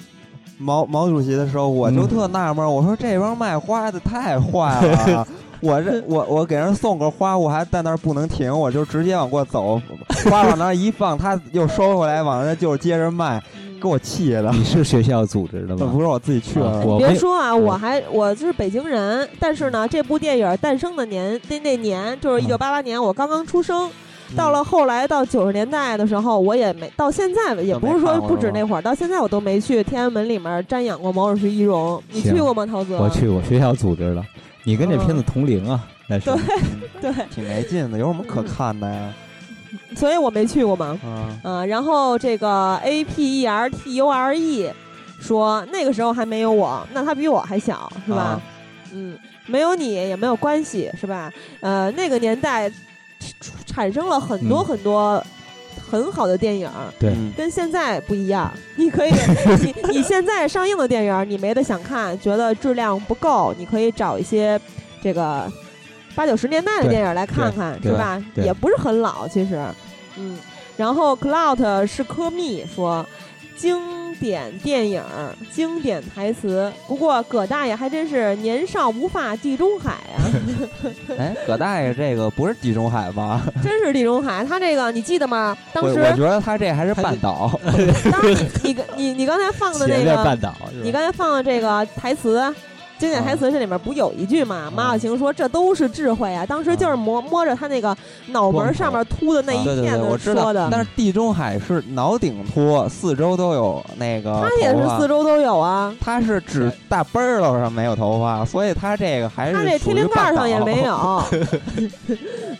Speaker 1: 毛毛主席的时候，我
Speaker 2: 嗯
Speaker 1: 就特纳闷儿，我说这帮卖花的太坏
Speaker 2: *laughs*
Speaker 1: 了啊。我这我我给人送个花，我还在那儿不能停，我就直接往过走，花往那儿一放，他又收回来，往那就是接着卖，
Speaker 2: 嗯
Speaker 1: 给我气的。 *laughs*
Speaker 3: 你是学校组织的吗？
Speaker 1: 不是我自己去的
Speaker 3: 啊
Speaker 1: 哎
Speaker 3: 我
Speaker 2: 别
Speaker 3: 没
Speaker 2: 说啊，我还我就是北京人，但是呢，这部电影诞生的年那那年
Speaker 3: 嗯
Speaker 2: 就是一九八八年，我刚刚出生。到了后来到九十年代的时候，我也没到现在也不是说
Speaker 3: 看过
Speaker 2: 不
Speaker 3: 是
Speaker 2: 止
Speaker 3: 吗
Speaker 2: 那会儿，到现在我都没去天安门里面瞻仰过毛主席遗容。你
Speaker 3: 行
Speaker 2: 去过吗，陶
Speaker 1: 啊
Speaker 2: 泽？
Speaker 3: 我去，我学校组织的。你跟这片子同龄啊？那是
Speaker 2: 对对，
Speaker 1: *laughs* 挺没劲的，有什么可看的呀？
Speaker 2: 所以我没去过嘛。
Speaker 1: 啊，
Speaker 2: 嗯，然后这个 A P E R T U R E 说那个时候还没有我，那他比我还小是吧？
Speaker 1: 啊
Speaker 2: 嗯，没有你也没有关系是吧？呃，那个年代产生了很多
Speaker 3: 嗯
Speaker 2: 很多很好的电影，
Speaker 3: 对，
Speaker 1: 嗯
Speaker 2: 跟现在不一样。你可以，你你现在上映的电影你没得想看，觉得质量不够，你可以找一些这个八九十年代的
Speaker 3: 对
Speaker 2: 电影来看看，
Speaker 3: 对
Speaker 2: 是吧？
Speaker 3: 对
Speaker 2: 也不是很老，其实，嗯。然后 Cloud 是科密说，经典电影，经典台词。不过葛大爷还真是年少无发地中海啊，
Speaker 1: 哎，葛大爷这个不是地中海吗？
Speaker 2: 真是地中海。他这个你记得吗？当
Speaker 1: 我
Speaker 2: 时
Speaker 1: 我觉得他这还是半岛，啊
Speaker 2: 你你你刚才放的那
Speaker 1: 前
Speaker 2: 个
Speaker 1: 面半岛是吧
Speaker 2: 你刚才放的这个台词。经典台词这里面不有一句嘛？
Speaker 1: 啊
Speaker 2: 马小晴说：“这都是智慧啊！”当时就是摸摸着他那个脑门上面秃的那一
Speaker 1: 对对
Speaker 2: 片
Speaker 1: 对，我
Speaker 2: 子
Speaker 1: 知道
Speaker 2: 说的。。
Speaker 1: 但是地中海是脑顶秃，四周都有那个头发。
Speaker 2: 他也是四周都有啊，
Speaker 1: 他是只大背儿头上没有头发，所以他这个啊还是
Speaker 2: 他这
Speaker 1: 属
Speaker 2: 天
Speaker 1: 于
Speaker 2: 灵盖
Speaker 1: 半
Speaker 2: 上也
Speaker 1: 岛
Speaker 2: 没
Speaker 1: *laughs*
Speaker 2: 有。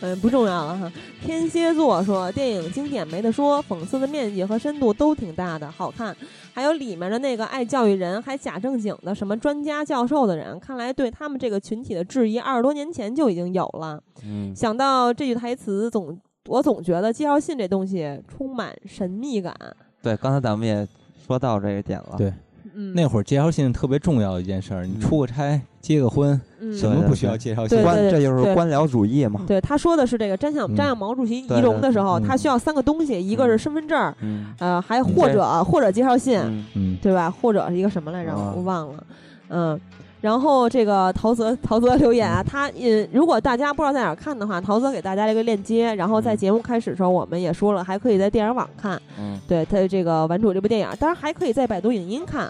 Speaker 2: 嗯，不重要了哈。天蝎座说电影经典没得说，讽刺的面积和深度都挺大的，好看。还有里面的那个爱教育人还假正经的什么专家教授的人，看来对他们这个群体的质疑二十多年前就已经有了。
Speaker 1: 嗯
Speaker 2: 想到这句台词，总我总觉得介绍信这东西充满神秘感。
Speaker 1: 对，刚才咱们也说到这个点了。
Speaker 3: 对，
Speaker 2: 嗯
Speaker 3: 那会儿介绍信特别重要的一件事
Speaker 1: 嗯
Speaker 3: 儿，你出个差、结个婚，
Speaker 2: 嗯
Speaker 3: 什么不需要介绍信？
Speaker 2: 对对对对对对
Speaker 1: 僚主义嘛。
Speaker 2: 对，他说的是这个瞻仰瞻仰毛主席遗容的时候，
Speaker 3: 嗯对对对嗯
Speaker 2: 他需要三个东西，一个是身份证儿，
Speaker 1: 嗯
Speaker 2: 呃，还或者或者介绍信，
Speaker 3: 嗯，
Speaker 2: 对吧？或者是一个什么来着？
Speaker 3: 啊
Speaker 2: 我忘了，嗯。然后这个陶泽陶泽留言啊，他嗯，如果大家不知道在哪儿看的话，陶泽给大家一个链接，然后
Speaker 3: 嗯
Speaker 2: 在节目开始的时候我们也说了，还可以在电影网看，
Speaker 1: 嗯
Speaker 2: 对他这个《顽主》这部电影，当然还可以在百度影音看。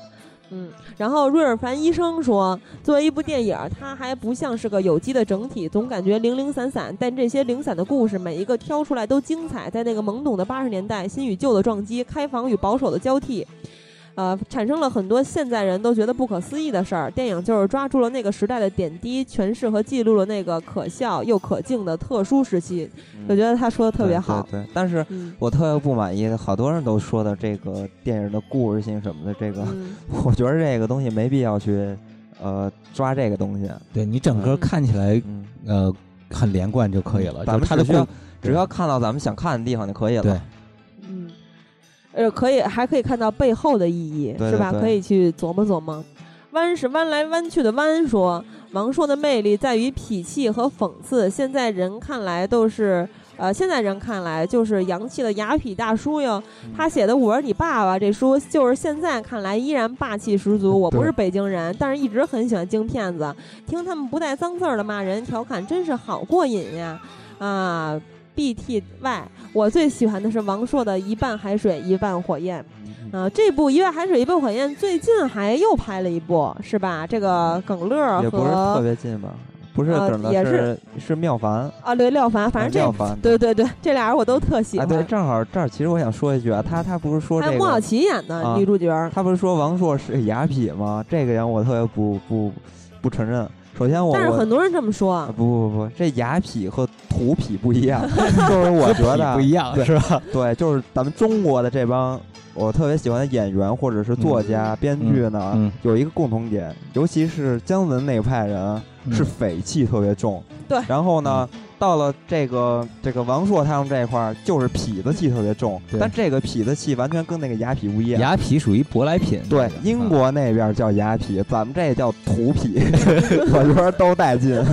Speaker 2: 嗯，然后瑞尔凡医生说，作为一部电影，它还不像是个有机的整体，总感觉零零散散。但这些零散的故事，每一个挑出来都精彩。在那个懵懂的八十年代，新与旧的撞击，开放与保守的交替，呃，产生了很多现在人都觉得不可思议的事儿。电影就是抓住了那个时代的点滴，诠释和记录了那个可笑又可敬的特殊时期。我觉得他说的特别好。
Speaker 1: 嗯对对对但是
Speaker 2: 嗯
Speaker 1: 我特别不满意，好多人都说的这个电影的故事性什么的，这个、
Speaker 2: 嗯
Speaker 1: 我觉得这个东西没必要去呃抓这个东西。啊
Speaker 3: 对你整个看起来，
Speaker 2: 嗯
Speaker 3: 呃，很连贯就可以了。
Speaker 1: 嗯咱
Speaker 3: 就
Speaker 1: 们
Speaker 3: 是他的
Speaker 1: 只
Speaker 3: 故
Speaker 1: 需要只要看到咱们想看的地方就可以了。
Speaker 3: 对
Speaker 2: 嗯，呃，可以还可以看到背后的意义，
Speaker 1: 对
Speaker 2: 是
Speaker 1: 对
Speaker 2: 吧？
Speaker 1: 对
Speaker 2: 可以去琢磨琢磨。弯是弯来弯去的弯说，王朔的魅力在于痞气和讽刺，现在人看来都是。呃，现在人看来就是洋气的雅痞大叔哟。
Speaker 1: 嗯
Speaker 2: 他写的《我是你爸爸》这书，就是现在看来依然霸气十足。我不是北京人，但是一直很喜欢京片子，听他们不带脏字儿的骂人调侃，真是好过瘾呀！啊，BTY，我最喜欢的是王朔的一半海水一半火焰。
Speaker 1: 嗯
Speaker 2: 啊，这部《一半海水一半火焰》最近还又拍了一部，是吧？这个耿乐儿
Speaker 1: 也不是特
Speaker 2: 和
Speaker 1: 别近吧？不是
Speaker 2: 呃
Speaker 1: 整的、
Speaker 2: 也
Speaker 1: 是
Speaker 2: 是
Speaker 1: 是妙凡。
Speaker 2: 啊对廖凡，反正这
Speaker 1: 廖凡
Speaker 2: 对对对，这俩人我都特喜
Speaker 1: 啊，
Speaker 2: 欢。
Speaker 1: 对，正好这儿其实我想说一句啊，他他不是说这
Speaker 2: 还
Speaker 1: 个
Speaker 2: 有莫小琪演的
Speaker 1: 啊
Speaker 2: 女主角儿，
Speaker 1: 他不是说王朔是雅痞吗？这个人我特别不不不承认。首先我，
Speaker 2: 但是
Speaker 1: 我
Speaker 2: 很多人这么说
Speaker 1: 啊，不不不，这雅痞和土痞不一
Speaker 2: *laughs*
Speaker 1: 样，就是我觉得
Speaker 3: 和痞不一样
Speaker 1: 对
Speaker 3: 是吧？
Speaker 1: 对，就是咱们中国的这帮我特别喜欢的演员或者是作家、编剧呢，有一个共同点，尤其是姜文那派人、
Speaker 3: 嗯
Speaker 1: 是匪气特别重，
Speaker 2: 对，
Speaker 1: 然后呢。到了这个这个王朔他们这块儿，就是痞子气特别重，但这个痞子气完全跟那个雅痞不一样。
Speaker 3: 雅痞属于舶来品，啊
Speaker 1: 对，英国那边叫雅痞，咱们这叫
Speaker 2: *laughs*
Speaker 1: 土痞，我觉得都带劲。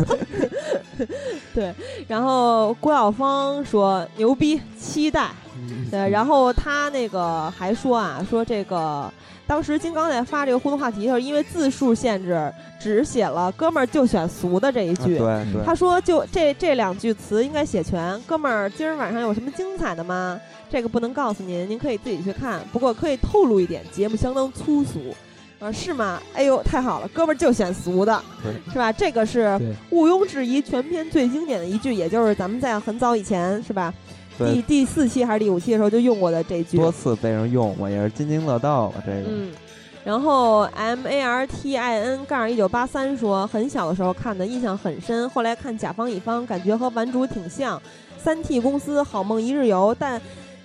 Speaker 2: 对，然后郭晓芳说牛逼，期待。
Speaker 1: 嗯
Speaker 2: 对，然后他那个还说啊，说这个当时金刚在发这个互动话题的时候，因为字数限制，只写了“哥们儿就选俗的”这一句。
Speaker 1: 啊对对
Speaker 2: 他说就这这两句词应该写全。哥们儿，今儿晚上有什么精彩的吗？这个不能告诉您，您可以自己去看。不过可以透露一点，节目相当粗俗。啊，是吗？哎呦，太好了，哥们儿就选俗的。是吧？这个是
Speaker 1: 对
Speaker 2: 毋庸置疑全篇最经典的一句，也就是咱们在很早以前是吧？
Speaker 1: 对
Speaker 2: 第第四期还是第五期的时候就用过的这句。
Speaker 1: 多次被人用过，也是津津乐道了。这个，
Speaker 2: 嗯，然后 M A R T I N 杠一九八三说，很小的时候看的，印象很深。后来看《甲方乙方》，感觉和《顽主》挺像，《三 T 公司》《好梦一日游》，但《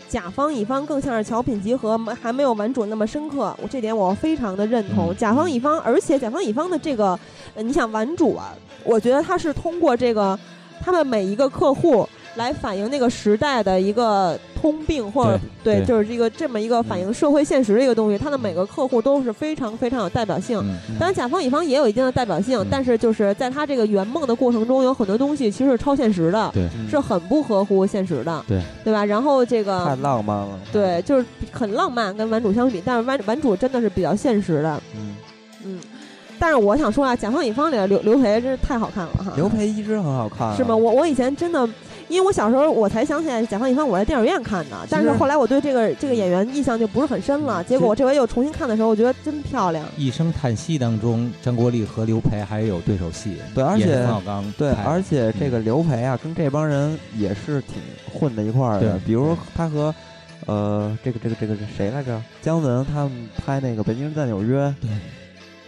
Speaker 2: 甲方乙方》更像是小品集合，没还没有《顽主》那么深刻。我这点我非常的认
Speaker 3: 嗯
Speaker 2: 同，甲方乙方》，而且《甲方乙方》的这个，呃你想《顽主》啊，我觉得它是通过这个他们每一个客户。来反映那个时代的一个通病，或者
Speaker 3: 对对
Speaker 2: 就是这个这么一个反映社会现实的一个东西。它的每个客户都是非常非常有代表性。
Speaker 1: 嗯
Speaker 3: 嗯
Speaker 2: 当然，甲方乙方也有一定的代表性，但是就是在他这个圆梦的过程中，有很多东西其实是超现实的，
Speaker 3: 对
Speaker 2: 是很不合乎现实的，
Speaker 3: 对
Speaker 2: 对吧？然后这个
Speaker 1: 嗯太浪漫了。
Speaker 2: 对，就是很浪漫，跟玩主相比，但是玩玩主真的是比较现实的。
Speaker 1: 嗯
Speaker 2: 嗯，但是我想说啊，甲方乙方里的刘刘培真是太好看了哈。
Speaker 1: 刘培一直很好看、啊，
Speaker 2: 是吗？？我我以前真的，因为我小时候我才想起来甲方乙方，我在电影院看的，但是后来我对这个这个演员印象就不是很深了。结果我这回又重新看的时候，我觉得真漂亮。
Speaker 3: 一声叹息当中，张国立和刘培还有对手戏，
Speaker 1: 对，而
Speaker 3: 也是
Speaker 1: 且
Speaker 3: 冯小刚
Speaker 1: 对，
Speaker 3: 拍的
Speaker 1: 而且这个刘培啊，跟这帮人也是挺混在一块儿的
Speaker 3: 对。
Speaker 1: 比如他和呃，这个这个这个是谁来着？姜文他们拍那个《北京人在纽约》，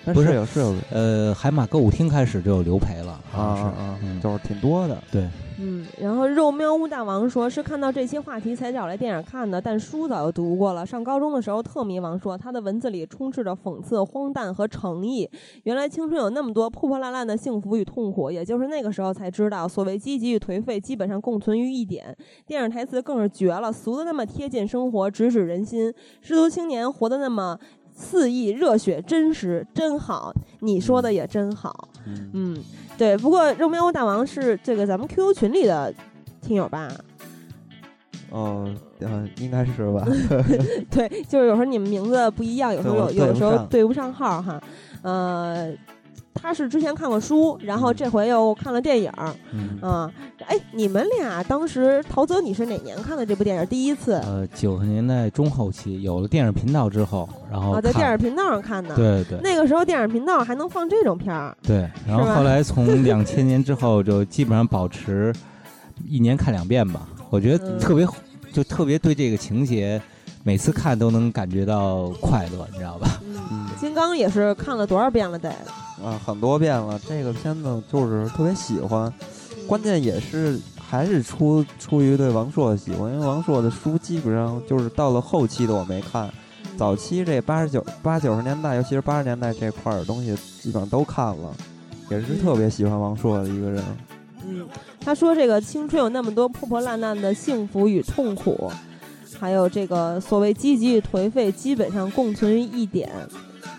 Speaker 1: 对
Speaker 3: 不
Speaker 1: 是
Speaker 3: 是
Speaker 1: 有是有
Speaker 3: 呃，海马歌舞厅开始就有刘培了，
Speaker 1: 啊
Speaker 3: 好像是嗯
Speaker 1: 啊，就是挺多的。
Speaker 3: 对，
Speaker 2: 嗯，然后肉喵屋大王说是看到这些话题才找来电影看的，但书早就读过了。上高中的时候特迷王朔，他的文字里充斥着讽刺、荒诞和诚意。原来青春有那么多破破烂烂的幸福与痛苦，也就是那个时候才知道，所谓积极与颓废基本上共存于一点。电影台词更是绝了，俗的那么贴近生活，直指人心。失足青年活得那么肆意、热血、真实，真好。你说的也真好。嗯，对。不过肉喵大王是这个咱们 QQ 群里的听友吧？ *laughs*
Speaker 1: 哦，呃，应该是吧？
Speaker 2: 对，就是有时候你们名字不一样，有时候有
Speaker 1: 对我
Speaker 2: 有时候
Speaker 1: 对不上
Speaker 2: 对不上号哈。呃，他是之前看过书，然后这回又看了电影儿。
Speaker 3: 嗯
Speaker 2: 啊，哎，你们俩当时陶泽，你是哪年看的这部电影？第一次啊，
Speaker 3: 呃，九十年代中后期有了电影频道之后，然
Speaker 1: 哦
Speaker 3: 后
Speaker 2: 哦啊在
Speaker 3: 看
Speaker 2: 电影频道上看的。
Speaker 3: 对对
Speaker 2: 那个时候电影频道还能放这种片儿。
Speaker 3: 对，然后
Speaker 2: 是吧
Speaker 3: 后来从两千年之后就基本上保持一年看两遍吧。我觉得
Speaker 2: 嗯
Speaker 3: 特别、就特别对这个情节，每次看都能感觉到快乐，你知道吧？
Speaker 1: 嗯
Speaker 2: 金刚也是看了多少遍了得？
Speaker 1: 啊，很多遍了。这个片子就是特别喜欢，关键也是还是出出于对王朔的喜欢，因为王朔的书基本上就是到了后期的我没看，
Speaker 2: 嗯
Speaker 1: 早期这八十九八九十年代，尤其是八十年代这块儿的东西，基本上都看了，也是特别喜欢王朔的一个人。
Speaker 2: 嗯，他说这个青春有那么多破破烂烂的幸福与痛苦，还有这个所谓积极与颓废，基本上共存于一点，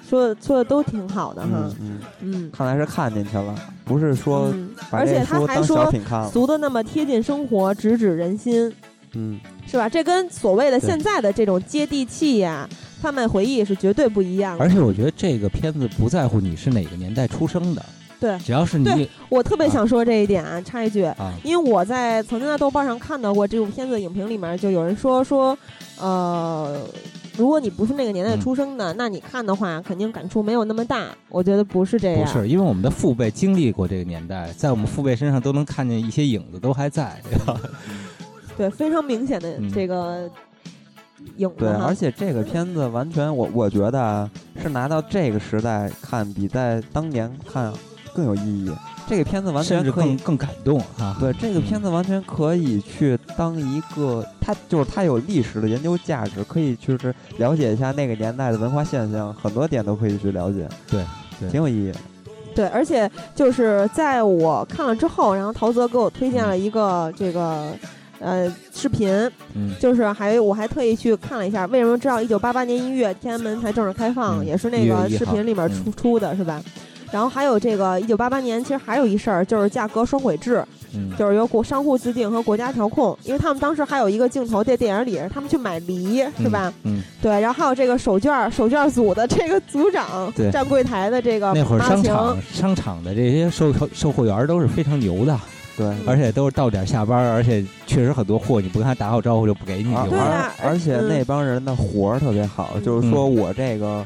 Speaker 2: 说的说的都挺好的哈
Speaker 1: 嗯。嗯
Speaker 2: 嗯
Speaker 1: 看来是看进去了，不是说
Speaker 2: 嗯
Speaker 1: 把
Speaker 2: 而且
Speaker 1: 这
Speaker 2: 他
Speaker 1: 书
Speaker 2: 还
Speaker 1: 当
Speaker 2: 说
Speaker 1: 小品啊看了。
Speaker 2: 俗的那么贴近生活，直指人心，
Speaker 1: 嗯，
Speaker 2: 是吧？这跟所谓的
Speaker 3: 对
Speaker 2: 现在的这种接地气呀、贩卖回忆是绝对不一样的。
Speaker 3: 而且我觉得这个片子不在乎你是哪个年代出生的，
Speaker 2: 对，
Speaker 3: 只要是你
Speaker 2: 对我特别想说这一点啊，插一句，
Speaker 3: 啊
Speaker 2: 因为我在曾经在豆瓣上看到过这部片子的影评，里面就有人说说，呃，如果你不是那个年
Speaker 1: 嗯
Speaker 2: 代出生的，那你看的话，肯定感触没有那么大。我觉得不是这样，
Speaker 3: 不是，因为我们的父辈经历过这个年代，在我们父辈身上都能看见一些影子，都还在，对吧？
Speaker 2: 对，非常明显的
Speaker 1: 嗯
Speaker 2: 这个影子
Speaker 1: 对，
Speaker 2: 哈
Speaker 1: 而且这个片子完全我我觉得啊，是拿到这个时代看，比在当年看更有意义。这个片子完
Speaker 3: 甚
Speaker 1: 全
Speaker 3: 至
Speaker 1: 可以
Speaker 3: 更更感动啊！
Speaker 1: 对，这个片子完全可以去当一个，它就是它有历史的研究价值，可以去是了解一下那个年代的文化现象，很多点都可以去了解，
Speaker 3: 对，对
Speaker 1: 挺有意义。
Speaker 2: 对，而且就是在我看了之后，然后陶泽给我推荐
Speaker 1: 嗯
Speaker 2: 了一个这个呃视频，
Speaker 3: 嗯
Speaker 2: 就是还我还特意去看了一下，为什么知道一九八八年一月天安门才正式开放，
Speaker 3: 嗯
Speaker 2: 也是那
Speaker 3: 1
Speaker 2: 个
Speaker 3: 月1
Speaker 2: 视
Speaker 3: 号
Speaker 2: 频里面出、
Speaker 3: 嗯
Speaker 2: 出的是吧？然后还有这个一九八八年，其实还有一事儿就是价格双轨制，
Speaker 3: 嗯
Speaker 2: 就是由国商户自定和国家调控，因为他们当时还有一个镜头在电影里，他们去买梨是吧？
Speaker 3: 嗯，
Speaker 2: 对，然后还有这个手绢儿手绢儿组的这个组长
Speaker 3: 对
Speaker 2: 站柜台的这个
Speaker 3: 那会儿
Speaker 2: 马
Speaker 3: 商
Speaker 2: 晴
Speaker 3: 场商场的这些售售售货员都是非常牛的，
Speaker 1: 对，
Speaker 3: 而且都是到点下班，而且确实很多货你不跟他打好招呼就不给你，嗯有啊
Speaker 1: 而
Speaker 3: 时候
Speaker 1: 而啊而且那帮人的活儿特别好，就是说我这个。
Speaker 3: 嗯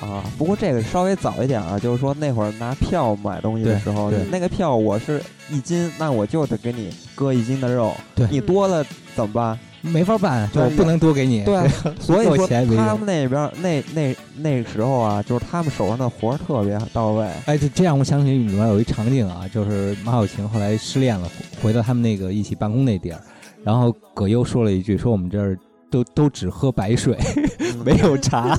Speaker 1: 啊，不过这个稍微早一点啊，就是说那会儿拿票买东西的
Speaker 3: 对
Speaker 1: 时候，
Speaker 3: 对
Speaker 1: 那个票我是一斤，那我就得给你割一斤的肉，
Speaker 3: 对
Speaker 1: 你多了怎么办？
Speaker 3: 没法办，就
Speaker 1: 对
Speaker 3: 不能多给你。 *laughs*
Speaker 1: 对， *laughs* 啊所以
Speaker 3: 给我
Speaker 1: 说
Speaker 3: 钱也没用
Speaker 1: 他们那边儿那那那时候啊，就是他们手上的活儿特别到位。
Speaker 3: 哎，就这样，我想起里面有一场景啊，就是马小晴后来失恋了，回回到他们那个一起办公那地儿，然 *laughs* 后葛优说了一句，说我们这儿都都只喝白水，没有茶。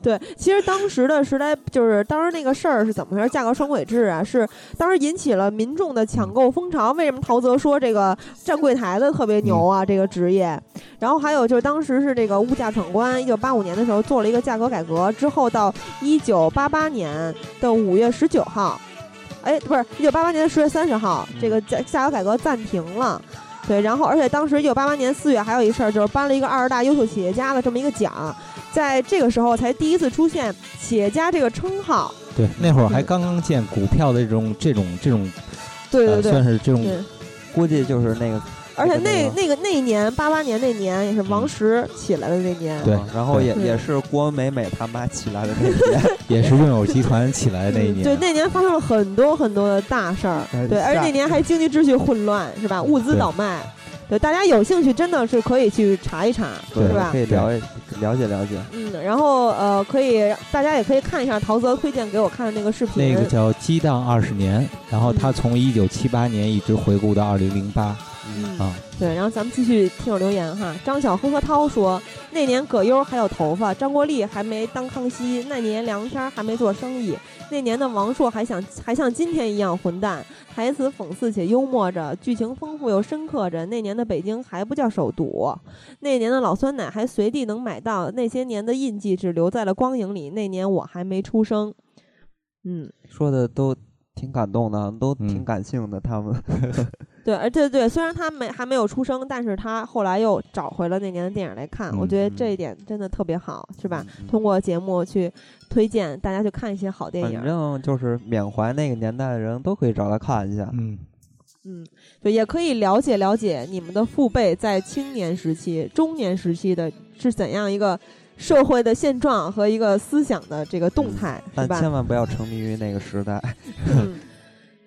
Speaker 2: 对，其实当时的时代就是当时那个事儿是怎么回事？价格双轨制啊，是当时引起了民众的抢购风潮。为什么陶泽说这个站柜台的特别牛啊？这个职业，然后还有就是当时是这个物价闯关，一九八五年的时候做了一个价格改革，之后到一九八八年的五月十九号，哎，不是一九八八年的十月三十号，
Speaker 3: 嗯
Speaker 2: 这个价价格改革暂停了。对，然后而且当时一九八八年四月还有一事儿，就是颁了一个二十大优秀企业家的这么一个奖，在这个时候才第一次出现企业家这个称号。
Speaker 3: *laughs* 对，那会儿还刚刚建股票的这种这种这种，
Speaker 2: 对
Speaker 3: 呃
Speaker 2: 对对，
Speaker 3: 算是这种
Speaker 2: 对，
Speaker 1: 估计就是那个，
Speaker 2: 而且那
Speaker 1: 个
Speaker 2: 那个那一年八八年那年也是王石起来的那年。
Speaker 3: 对
Speaker 1: 啊然后也
Speaker 2: 对
Speaker 1: 也是郭美美他妈起来的那
Speaker 3: *laughs*
Speaker 1: 年，
Speaker 3: 也是润友集团起来哎的那一年。
Speaker 2: 嗯对，那年发生了很多很多的大事儿，
Speaker 3: 哎
Speaker 2: 对，而且
Speaker 3: 下
Speaker 2: 那年还经济秩序混乱，是吧？物资
Speaker 1: 对
Speaker 2: 倒卖，对，大家有兴趣真的是可以去查一查，是吧？
Speaker 1: 可以了解了解了解。
Speaker 2: 嗯，然后呃，可以大家也可以看一下陶泽推荐给我看的那个视频，
Speaker 3: 那个叫《激荡二十年》，然后他从一九七八年一直回顾到二零零八，啊，
Speaker 2: 嗯对，然后咱们继续听友留言哈。张小呵呵涛说，那年葛优还有头发，张国立还没当康熙，那年梁山还没做生意，那年的王朔还想还像今天一样混蛋，台词讽刺且幽默着，剧情丰富又深刻着。那年的北京还不叫首都，那年的老酸奶还随地能买到，那些年的印记只留在了光影里。那年我还没出生，嗯，
Speaker 1: 说的都挺感动的，都挺感性的，他们
Speaker 2: 对，而对对，虽然他没还没有出生，但是他后来又找回了那年的电影来看，我
Speaker 1: 嗯
Speaker 2: 觉得这一点真的特别好，是吧？通过节目去推荐大家去看一些好电
Speaker 1: 反
Speaker 2: 影，
Speaker 1: 正就是缅怀那个年代的人都可以找来看一下。
Speaker 3: 嗯，
Speaker 2: 嗯，对，也可以了解了解你们的父辈在青年时期、中年时期的是怎样一个社会的现状和一个思想的这个动态，是
Speaker 1: 嗯但
Speaker 2: 吧？
Speaker 1: 千万不要沉迷于那个时代。
Speaker 2: *laughs*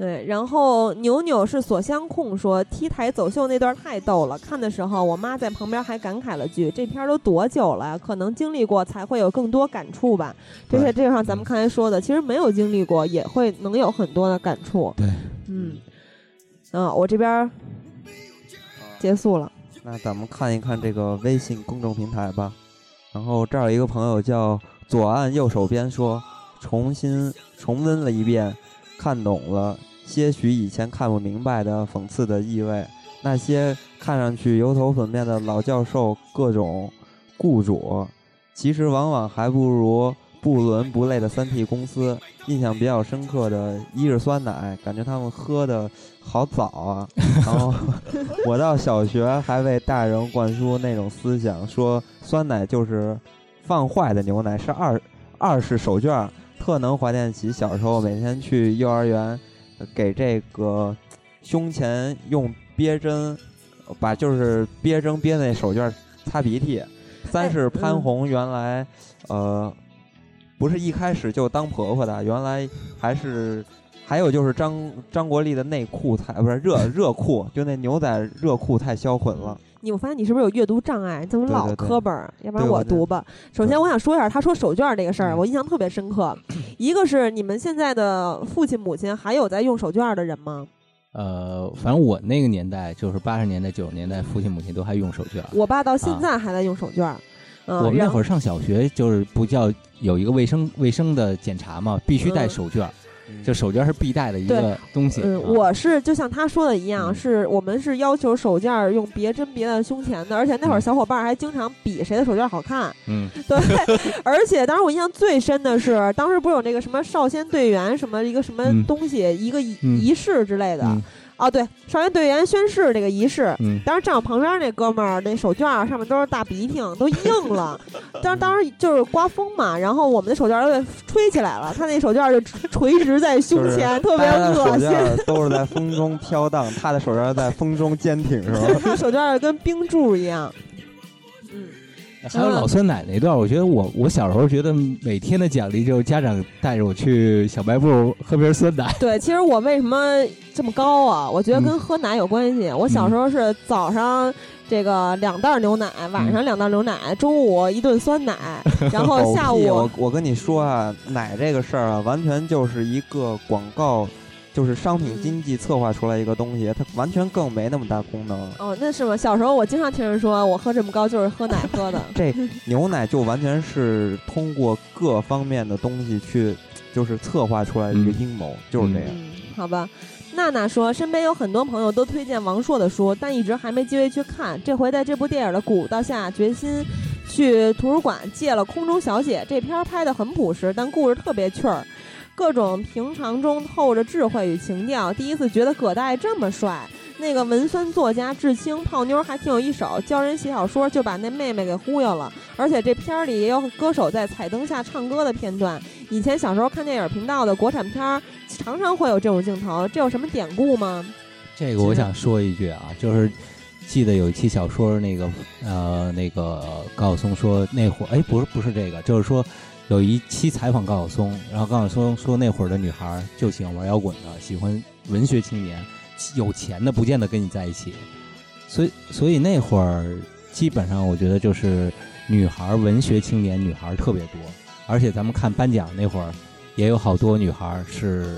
Speaker 2: 对，然后牛牛是锁相控说 T 台走秀那段太逗了，看的时候我妈在旁边还感慨了句：“这片儿都多久了？可能经历过才会有更多感触吧。”这些这就像咱们刚才说的，其实没有经历过也会能有很多的感触。
Speaker 3: 对，
Speaker 2: 嗯，啊，我这边儿结束了。
Speaker 1: 那咱们看一看这个微信公众平台吧。然后这儿有一个朋友叫左岸右手边说，重新重温了一遍，看懂了些许以前看不明白的讽刺的意味。那些看上去油头粉面的老教授，各种雇主，其实往往还不如不伦不类的三 T 公司。印象比较深刻的一是酸奶，感觉他们喝的好早啊。 *laughs* 然后我到小学还为大人灌输那种思想，说酸奶就是放坏的牛奶，是二二是手绢儿，特能怀念起小时候每天去幼儿园，呃给这个胸前用憋针呃把就是憋针憋那手绢儿擦鼻涕。三是潘虹原来，呃，不是一开始就当婆婆的，原来还是还有就是张张国立的内裤太不是热热裤，就那牛仔热裤太销魂了。
Speaker 2: 你我发现你是不是有阅读障碍？你怎么
Speaker 1: 对
Speaker 2: 老
Speaker 1: 对对
Speaker 2: 磕本儿？要不然
Speaker 1: 对
Speaker 2: 我
Speaker 1: 我这
Speaker 2: 读吧。首先我想说一下，他说手绢儿这个事
Speaker 3: 嗯
Speaker 2: 儿，我印象特别深刻。一个是你们现在的父亲母亲还有在用手绢儿的人吗？
Speaker 3: 呃，反正我那个年代就是八十年代、九十年代，父亲母亲都还用手绢。
Speaker 2: 我爸到现
Speaker 3: 啊
Speaker 2: 在还在用手绢儿。嗯，
Speaker 3: 我们那
Speaker 2: 然
Speaker 3: 会儿上小学就是不叫有一个卫生卫生的检查嘛，必须带
Speaker 2: 嗯
Speaker 3: 手绢儿，就手绢儿是必带的一
Speaker 2: 对
Speaker 3: 个东西。
Speaker 2: 嗯，
Speaker 3: 啊嗯
Speaker 2: 我是就像他说的一样，是我们是要求手绢儿用别针别在胸前的，而且那会儿小伙伴儿还经常比谁的手绢儿好看。 *laughs*
Speaker 3: 嗯，
Speaker 2: 对，而且当时我印象最深的是，当时不是有那个什么少先队员什么一个什么
Speaker 3: 嗯
Speaker 2: 东西，一个仪
Speaker 3: 嗯
Speaker 2: 仪式之类的。
Speaker 3: 嗯
Speaker 2: 哦，对，少先队员宣誓这个仪式，
Speaker 3: 嗯
Speaker 2: 当时站我旁边那哥们儿那手绢儿上面都是大鼻涕，都硬了。
Speaker 1: *laughs*
Speaker 2: 当当时就是刮风嘛，然后我们的手绢儿都被吹起来了，他那手绢儿就垂直在胸
Speaker 1: 就是
Speaker 2: 前，特别
Speaker 1: 大家的
Speaker 2: 恶
Speaker 1: 手绢
Speaker 2: 心。
Speaker 1: 儿 *laughs* 都是在风中飘荡，他的手绢儿在风中坚挺，是
Speaker 2: *laughs*
Speaker 1: 吧？
Speaker 2: 他手绢儿跟冰柱一样。
Speaker 3: 还有老酸奶那段，我觉得我我小时候觉得每天的奖励就是家长带着我去小卖部喝瓶酸奶。
Speaker 2: 对，其实我为什么这么高啊？我
Speaker 1: 嗯
Speaker 2: 觉得跟喝奶有关系。我小时候是早上这个两袋牛奶，
Speaker 1: 嗯
Speaker 2: 晚上两袋牛奶，中午一顿酸奶，然后下
Speaker 1: 狗屁
Speaker 2: 午
Speaker 1: 我我跟你说啊，奶这个事儿啊，完全就是一个广告就是商品经济策划出来一个东西，它完全更没那么大功能了。
Speaker 2: 哦，那是吗？小时候我经常听人说，我喝这么高就是喝奶喝的。
Speaker 1: 这牛奶就完全是通过各方面的东西去，就是策划出来的一个阴谋，就是这
Speaker 2: 嗯
Speaker 1: 样。
Speaker 2: 好吧。娜娜说，身边有很多朋友都推荐王朔的书，但一直还没机会去看。这回在这部电影的鼓捣下，决心去图书馆借了《空中小姐》这片儿拍的很朴实，但故事特别趣儿，各种平常中透着智慧与情调。第一次觉得葛大爷这么帅。那个文酸作家志清泡妞还挺有一手，教人写小说就把那妹妹给忽悠了。而且这片儿里也有歌手在彩灯下唱歌的片段。以前小时候看电影频道的国产片儿，常常会有这种镜头，这有什么典故吗？
Speaker 3: 这个我想说一句啊，就是记得有一期小说，那个呃，那个高晓松说那会儿，哎，不是不是这个，就是说有一期采访高晓松，然后高晓松说那会儿的女孩儿就喜欢玩摇滚的，喜欢文学青年，有钱的不见得跟你在一起，所以所以那会儿基本上我觉得就是女孩儿文学青年女孩儿特别多，而且咱们看颁奖那会儿也有好多女孩儿是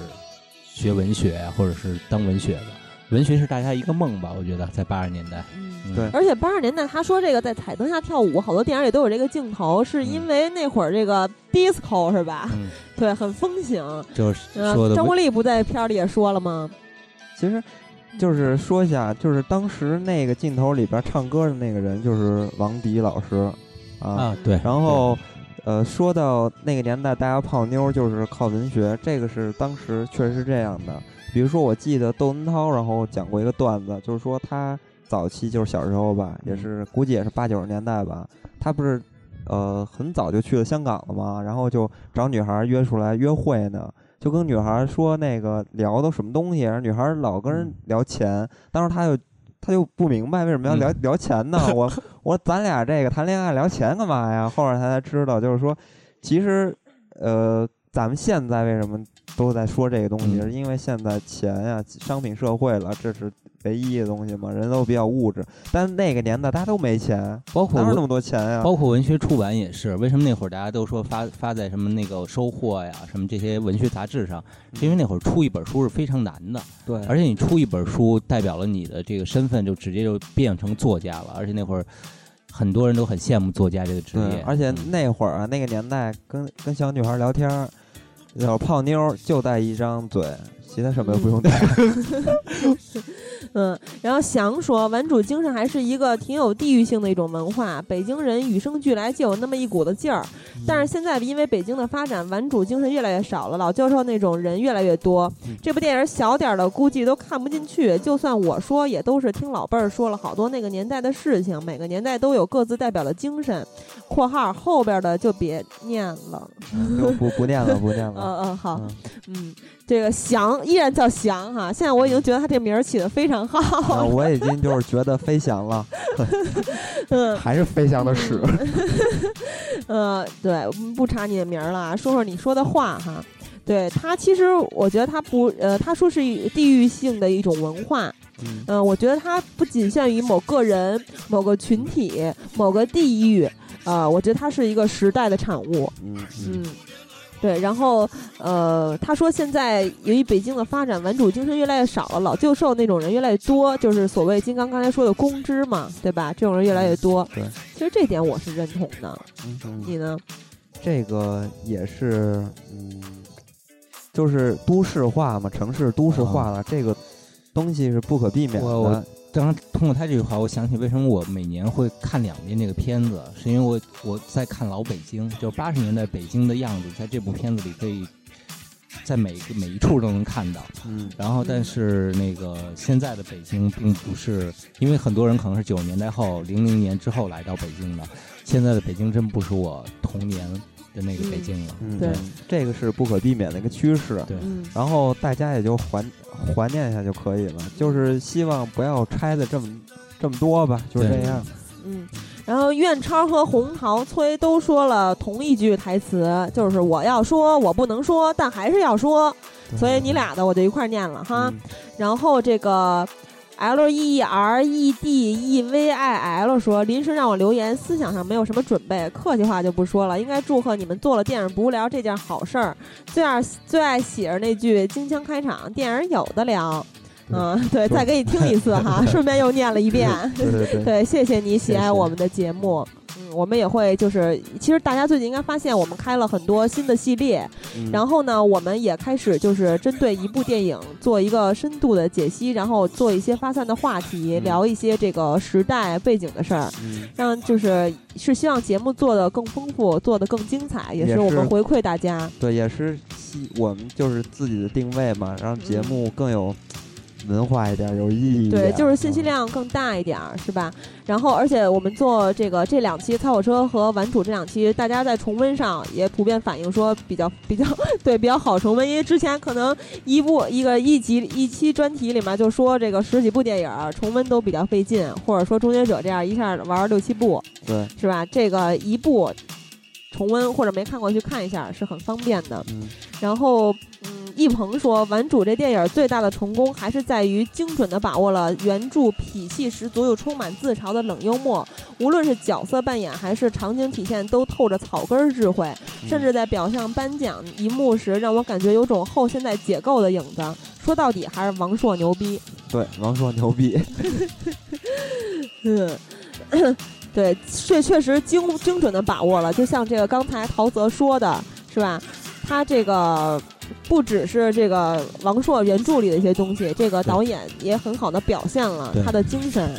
Speaker 3: 学文学或者是当文学的，文学是大家一个梦吧，我觉得在八十年代，嗯
Speaker 1: 对
Speaker 2: 而且八十年代，他说这个在彩灯下跳舞，好多电影里都有这个镜头，是因为那会儿这个 disco 是吧？
Speaker 3: 嗯
Speaker 2: 对，很风行。
Speaker 3: 就是
Speaker 2: 嗯
Speaker 1: 说的
Speaker 2: 张
Speaker 1: 不
Speaker 2: 国立不在片儿里也说了吗？
Speaker 1: 其实，就是说一下，就是当时那个镜头里边唱歌的那个人就是王迪老师，啊，
Speaker 3: 啊对
Speaker 1: 然后，呃，说到那个年代，大家泡妞就是靠文学，这个是当时确实是这样的。比如说，我记得窦文涛，然后讲过一个段子，就是说他早期就是小时候吧，
Speaker 3: 嗯
Speaker 1: 也是估计也是八九十年代吧，他不是呃很早就去了香港了嘛，然后就找女孩约出来约会呢，就跟女孩说那个聊的什么东西，然后女孩老跟
Speaker 3: 嗯
Speaker 1: 人聊钱，当时他就他就不明白为什么要聊、聊钱呢，我我说咱俩这个谈恋爱聊钱干嘛呀？后来他才知道，就是说其实呃。咱们现在为什么都在说这个东西？是因为现在钱呀、商品社会了，这是唯一的东西嘛，人都比较物质。但那个年代大家都没钱，
Speaker 3: 包括
Speaker 1: 哪有
Speaker 3: 文
Speaker 1: 那么多钱呀？
Speaker 3: 包括文学出版也是，为什么那会儿大家都说发发在什么那个收获呀，什么这些文学杂志上？是因为那会儿出一本书是非常难的，
Speaker 1: 对
Speaker 3: 而且你出一本书，代表了你的这个身份就直接就变成作家了，而且那会儿很多人都很羡慕作家这个职
Speaker 1: 对
Speaker 3: 业，，嗯
Speaker 1: 而且那会儿啊，那个年代跟跟小女孩聊天儿，要是泡妞儿就带一张嘴，其他什么都不用带。
Speaker 2: 嗯，然后翔说，玩主精神还是一个挺有地域性的一种文化，北京人与生俱来就有那么一股子劲儿。但是现在因为北京的发展，玩主精神越来越少了，老教授那种人越来越多。这部电影小点儿的估计都看不进去，就算我说，也都是听老辈儿说了好多那个年代的事情，每个年代都有各自代表的精神。（括号后边的就别念了。
Speaker 1: 就不不念了，不念了。
Speaker 2: 嗯嗯，好，嗯，这个翔依然叫翔哈，现在我已经觉得他这名儿起的非常 *laughs* 好。
Speaker 1: 啊，我已经就是觉得飞翔了，
Speaker 2: 嗯
Speaker 1: 还是飞翔的屎。
Speaker 2: 呃，对， *laughs* 嗯不查你的名儿了啊，说说你说的话哈。对他，其实我觉得他不，呃，他说是一地域性的一种文化，
Speaker 1: 嗯、
Speaker 2: 呃，我觉得它不仅限于某个人、某个群体、某个地域，呃，我觉得它是一个时代的产物，
Speaker 1: 嗯
Speaker 2: 嗯，对，然后呃，他说现在由于北京的发展，玩主精神越来越少了，老旧兽那种人越来越多，就是所谓金刚刚才说的公知嘛，对吧？这种人越
Speaker 1: 嗯
Speaker 2: 来越多。
Speaker 1: 对，嗯
Speaker 2: 其实这点我是认同的，你呢？
Speaker 1: 这个也是，嗯，就是都市化嘛，城市都市化了，这个东西是不可避免的。
Speaker 3: 我我当时通过他这句话，我想起为什么我每年会看两遍这个片子，是因为我我在看老北京，就是八十年代北京的样子，在这部片子里可以在每个每一处都能看到。
Speaker 1: 嗯，
Speaker 3: 然后但是那个现在的北京并不是，因为很多人可能是九十年代后、零零年之后来到北京的，现在的北京真不是我童年的那个北京了。
Speaker 1: 嗯，这个是不可避免的一个趋势。
Speaker 3: 对嗯
Speaker 1: 然后大家也就怀怀念一下就可以了，就是希望不要拆的这么这么多吧，就是这
Speaker 3: 对
Speaker 1: 样。
Speaker 2: 嗯，然后苑超和洪桃崔都说了同一句台词，就是我要说，我不能说，
Speaker 1: 嗯
Speaker 2: 但还是要说。所以你俩的我就一块儿念了哈。然后这个 L E R E D E V I L 说，临时让我留言，思想上没有什么准备，客气话就不说了。应该祝贺你们做了电影不无聊这件好事儿。最爱最爱写着那句金腔开场，电影有的聊。嗯，对，再给你听一次 *laughs* 哈，顺便又念了一遍。
Speaker 1: 对
Speaker 2: *laughs*
Speaker 1: 对对
Speaker 2: 谢谢你喜爱我们的节目。嗯，我们也会就是，其实大家最近应该发现，我们开了很多新的系列，
Speaker 1: 嗯
Speaker 2: 然后呢，我们也开始就是针对一部电影做一个深度的解析，然后做一些发散的话题，聊一些这个时代背景的事儿，
Speaker 1: 嗯
Speaker 2: 让就是是希望节目做的更丰富，做的更精彩，也
Speaker 1: 也
Speaker 2: 是我们
Speaker 1: 是
Speaker 2: 回馈大家。
Speaker 1: 对，也是希我们就是自己的定位嘛，让节目更有文化一点，有意义
Speaker 2: 嗯
Speaker 1: 一点。嗯
Speaker 2: 对，就是信息量更大一点儿，是吧？然后，而且我们做这个这两期《开火车》和《玩主》这两期，大家在重温上也普遍反映说比较比较 *laughs* 对比较好重温，因为之前可能一部一个一集一期专题里面就说这个十几部电影儿重温都比较费劲，或者说《终结者》这样一下玩儿六七部，
Speaker 1: 对，
Speaker 2: 是吧？这个一部重温或者没看过去看一下是很方便的。
Speaker 1: 嗯
Speaker 2: 然后，嗯，一鹏说，《顽主》这电影最大的成功还是在于精准的把握了原著痞气十足又充满自嘲的冷幽默，无论是角色扮演还是场景体现，都透着草根儿智慧，
Speaker 1: 嗯
Speaker 2: 甚至在表象颁奖一幕时，让我感觉有种后现代解构的影子。说到底还是王朔牛逼。
Speaker 1: 对，王朔牛逼。
Speaker 2: 嗯， *coughs* 对，确确实精精准的把握了，就像这个刚才陶泽说的，是吧？他这个不只是这个王朔原著里的一些东西，这个导演也很好的表现了
Speaker 1: 对
Speaker 2: 他的精神。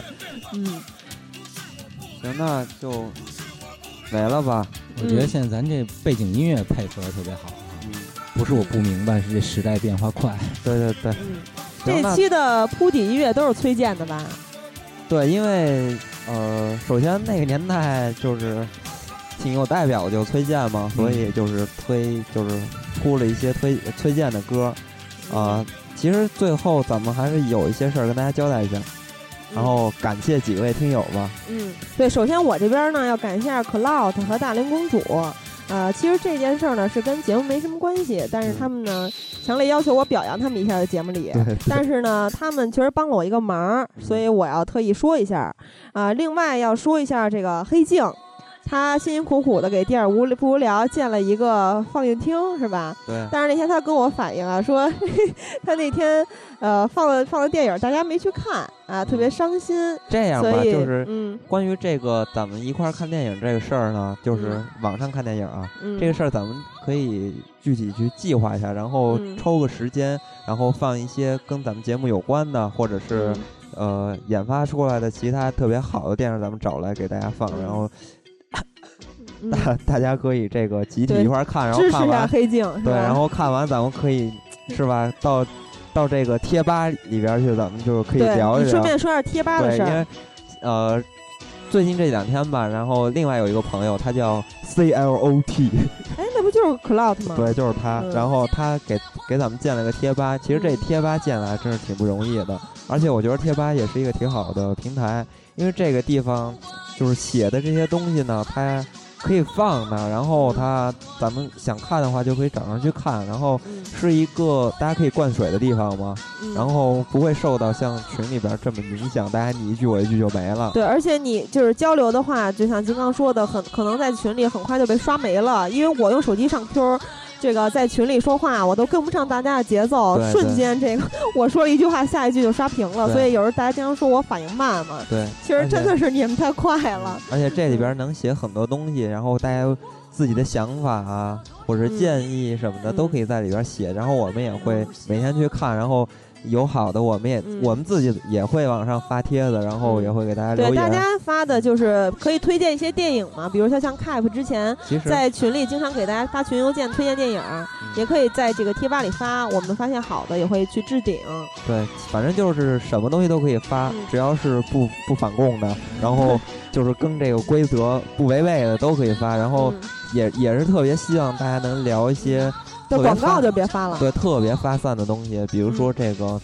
Speaker 2: 嗯，
Speaker 1: 行，那就没了吧？
Speaker 3: 我觉得现在咱这背景音乐配合得特别好，
Speaker 2: 嗯
Speaker 3: 不是我不明白，是这时代变化快。
Speaker 1: 对对对，行
Speaker 2: 嗯这
Speaker 1: 那
Speaker 2: 期的铺底音乐都是崔健的吧？
Speaker 1: 对，因为呃，首先那个年代就是挺有代表，就崔健嘛，所
Speaker 2: 嗯
Speaker 1: 以就是推就是出了一些推崔健的歌啊、
Speaker 2: 嗯
Speaker 1: 其实最后咱们还是有一些事儿跟大家交代一下，然后感谢几位听友吧。
Speaker 2: 嗯，对，首先我这边呢要感谢 Cloud 和大龄公主。呃，其实这件事儿呢是跟节目没什么关系，但是
Speaker 1: 嗯
Speaker 2: 他们呢强烈要求我表扬他们一下在节目里
Speaker 10: 对对。
Speaker 1: *laughs*
Speaker 2: 但是呢，他们确实帮了我一个忙，所以我要特意说一下。啊、另外要说一下这个黑镜，他辛辛苦苦的给电影无不无聊建了一个放映厅，是吧？
Speaker 1: 对
Speaker 2: 但是那天他跟我反映啊，说他那天呃放了放了电影，大家没去看啊，特别伤心。
Speaker 1: 这样吧，
Speaker 2: 所以
Speaker 1: 就是
Speaker 2: 嗯，
Speaker 1: 关于这个咱们一块儿看电影这个事儿呢，就是
Speaker 2: 嗯
Speaker 1: 网上看电影啊，
Speaker 2: 嗯
Speaker 1: 这个事儿咱们可以具体去计划一下，然后
Speaker 2: 嗯
Speaker 1: 抽个时间，然后放一些跟咱们节目有关的，或者
Speaker 2: 嗯
Speaker 1: 是、呃研发出来的其他特别好的电影，咱们找来给大家放，然后。大大家可以这个集体
Speaker 2: 对
Speaker 1: 一块儿看，然
Speaker 2: 嗯
Speaker 1: 后
Speaker 2: 支持
Speaker 1: 看
Speaker 2: 一下
Speaker 1: 完
Speaker 2: 黑镜是
Speaker 1: 对，
Speaker 2: 吧
Speaker 1: 然后看完咱们可以是吧？到到这个贴吧里边儿去，咱们就是可以
Speaker 2: 对
Speaker 1: 聊一聊。
Speaker 2: 你顺便说点贴吧的
Speaker 1: 对
Speaker 2: 事儿
Speaker 1: 因为呃，最近这两天吧，然后另外有一个朋友，他叫 C L O T，
Speaker 2: 哎，那不就是 Cloud 吗？
Speaker 1: *laughs* 对，就是他。
Speaker 2: 嗯
Speaker 1: 然后他给给咱们建了个贴吧，其实这贴吧建的还真是挺不容易的，而且我觉得贴吧也是一个挺好的平台，因为这个地方就是写的这些东西呢，它。可以放那儿，然后它咱们想看的话就可以找上去看，然后是一个大家可以灌水的地方嘛，
Speaker 2: 嗯
Speaker 1: 然后不会受到像群里边这么影响，大家你一句我一句就没了。
Speaker 2: 对，而且你就是交流的话，就像金刚说的，很可能在群里很快就被刷没了，因为我用手机上 Q，这个在群里说话我都跟不上大家的节奏，
Speaker 1: 对
Speaker 2: 瞬
Speaker 1: 对
Speaker 2: 间这个我说一句话，下一句就刷屏了，
Speaker 1: 对
Speaker 2: 所以有时候大家经常说我反应慢嘛，
Speaker 1: 对，
Speaker 2: 其实
Speaker 1: 而
Speaker 2: 真
Speaker 1: 且
Speaker 2: 的是你们太快了。嗯
Speaker 1: 而且这里边能写很多东西，然后大家自己的想法啊，或者
Speaker 2: 嗯
Speaker 1: 建议什么的、都可以在里边写，然后我们也会每天去看，然后有好的我们也、
Speaker 2: 嗯
Speaker 1: 我们自己也会往上发帖子，然后也会给大家
Speaker 2: 对
Speaker 1: 留言。
Speaker 2: 大家发的就是可以推荐一些电影嘛，比如说像 CAP 之前
Speaker 1: 其实
Speaker 2: 在群里经常给大家发群邮件推荐电影，
Speaker 1: 嗯
Speaker 2: 也可以在这个贴吧里发，我们发现好的也会去置顶。
Speaker 1: 对，反正就是什么东西都可以发，
Speaker 2: 嗯
Speaker 1: 只要是不不反共
Speaker 2: *laughs*
Speaker 1: 的，然后就是跟这个规则不违背的都可以发，然
Speaker 2: 嗯
Speaker 1: 后也、也是特别希望大家能聊一些
Speaker 2: 对
Speaker 1: 特别
Speaker 2: 广告
Speaker 1: 发
Speaker 2: 就别发了
Speaker 1: 对，特别发散的东西，比如说这个。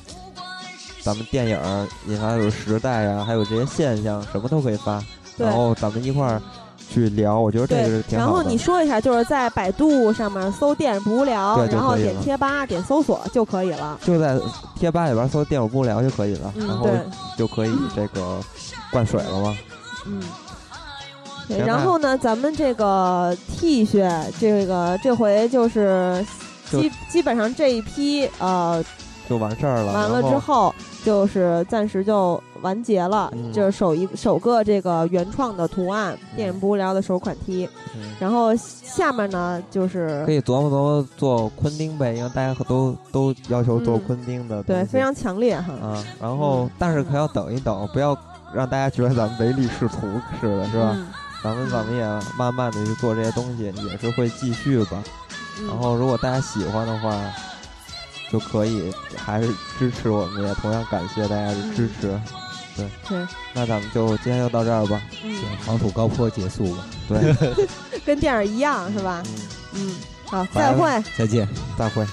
Speaker 1: 咱们电影儿引发有时代啊，还有这些现象，什么都可以发，
Speaker 2: 对
Speaker 1: 然后咱们一块儿去聊，我觉得这个
Speaker 2: 对，
Speaker 1: 是挺
Speaker 2: 然
Speaker 1: 好的。
Speaker 2: 后你说一下，就是在百度上面搜“电不无聊
Speaker 1: 对”，就
Speaker 2: 然后
Speaker 1: 可以
Speaker 2: 点
Speaker 1: 了
Speaker 2: 贴吧，点搜索就可以了。
Speaker 1: 就在贴吧里边搜“电我不聊”就可以了，
Speaker 2: 嗯
Speaker 1: 然后
Speaker 2: 对
Speaker 1: 就可以这个灌水了吗？
Speaker 2: 嗯。对，
Speaker 1: 行
Speaker 2: 然
Speaker 1: 那
Speaker 2: 后呢，咱们这个 T 恤，这个这回就是
Speaker 1: 就
Speaker 2: 基基本上这一批呃
Speaker 1: 就完事儿了。
Speaker 2: 完了
Speaker 1: 然后
Speaker 2: 之后，就是暂时就完结了，
Speaker 1: 嗯
Speaker 2: 就是首一首个这个原创的图案，电影不无聊的首款 T，、
Speaker 1: 嗯
Speaker 2: 然后下面呢就是
Speaker 1: 可以琢磨琢磨做昆汀呗，因为大家都都要求做昆汀的东西、
Speaker 2: 嗯对非常嗯强烈哈，
Speaker 1: 啊。然后，但是可要等一等，不要让大家觉得咱们唯利是图似的，是吧？
Speaker 2: 嗯
Speaker 1: 咱们咱们也慢慢的去做这些东西，也是会继续吧。
Speaker 2: 嗯
Speaker 1: 然后，如果大家喜欢的话，就可以还是支持我们，也同样感谢大家的支持。对
Speaker 2: 对，
Speaker 1: 那咱们就今天就到这儿吧。
Speaker 2: 嗯行
Speaker 1: 黄土高坡结束吧。对，
Speaker 2: 跟电影一样是吧？
Speaker 1: 嗯
Speaker 2: 嗯，好，再会。
Speaker 1: 再见，再会。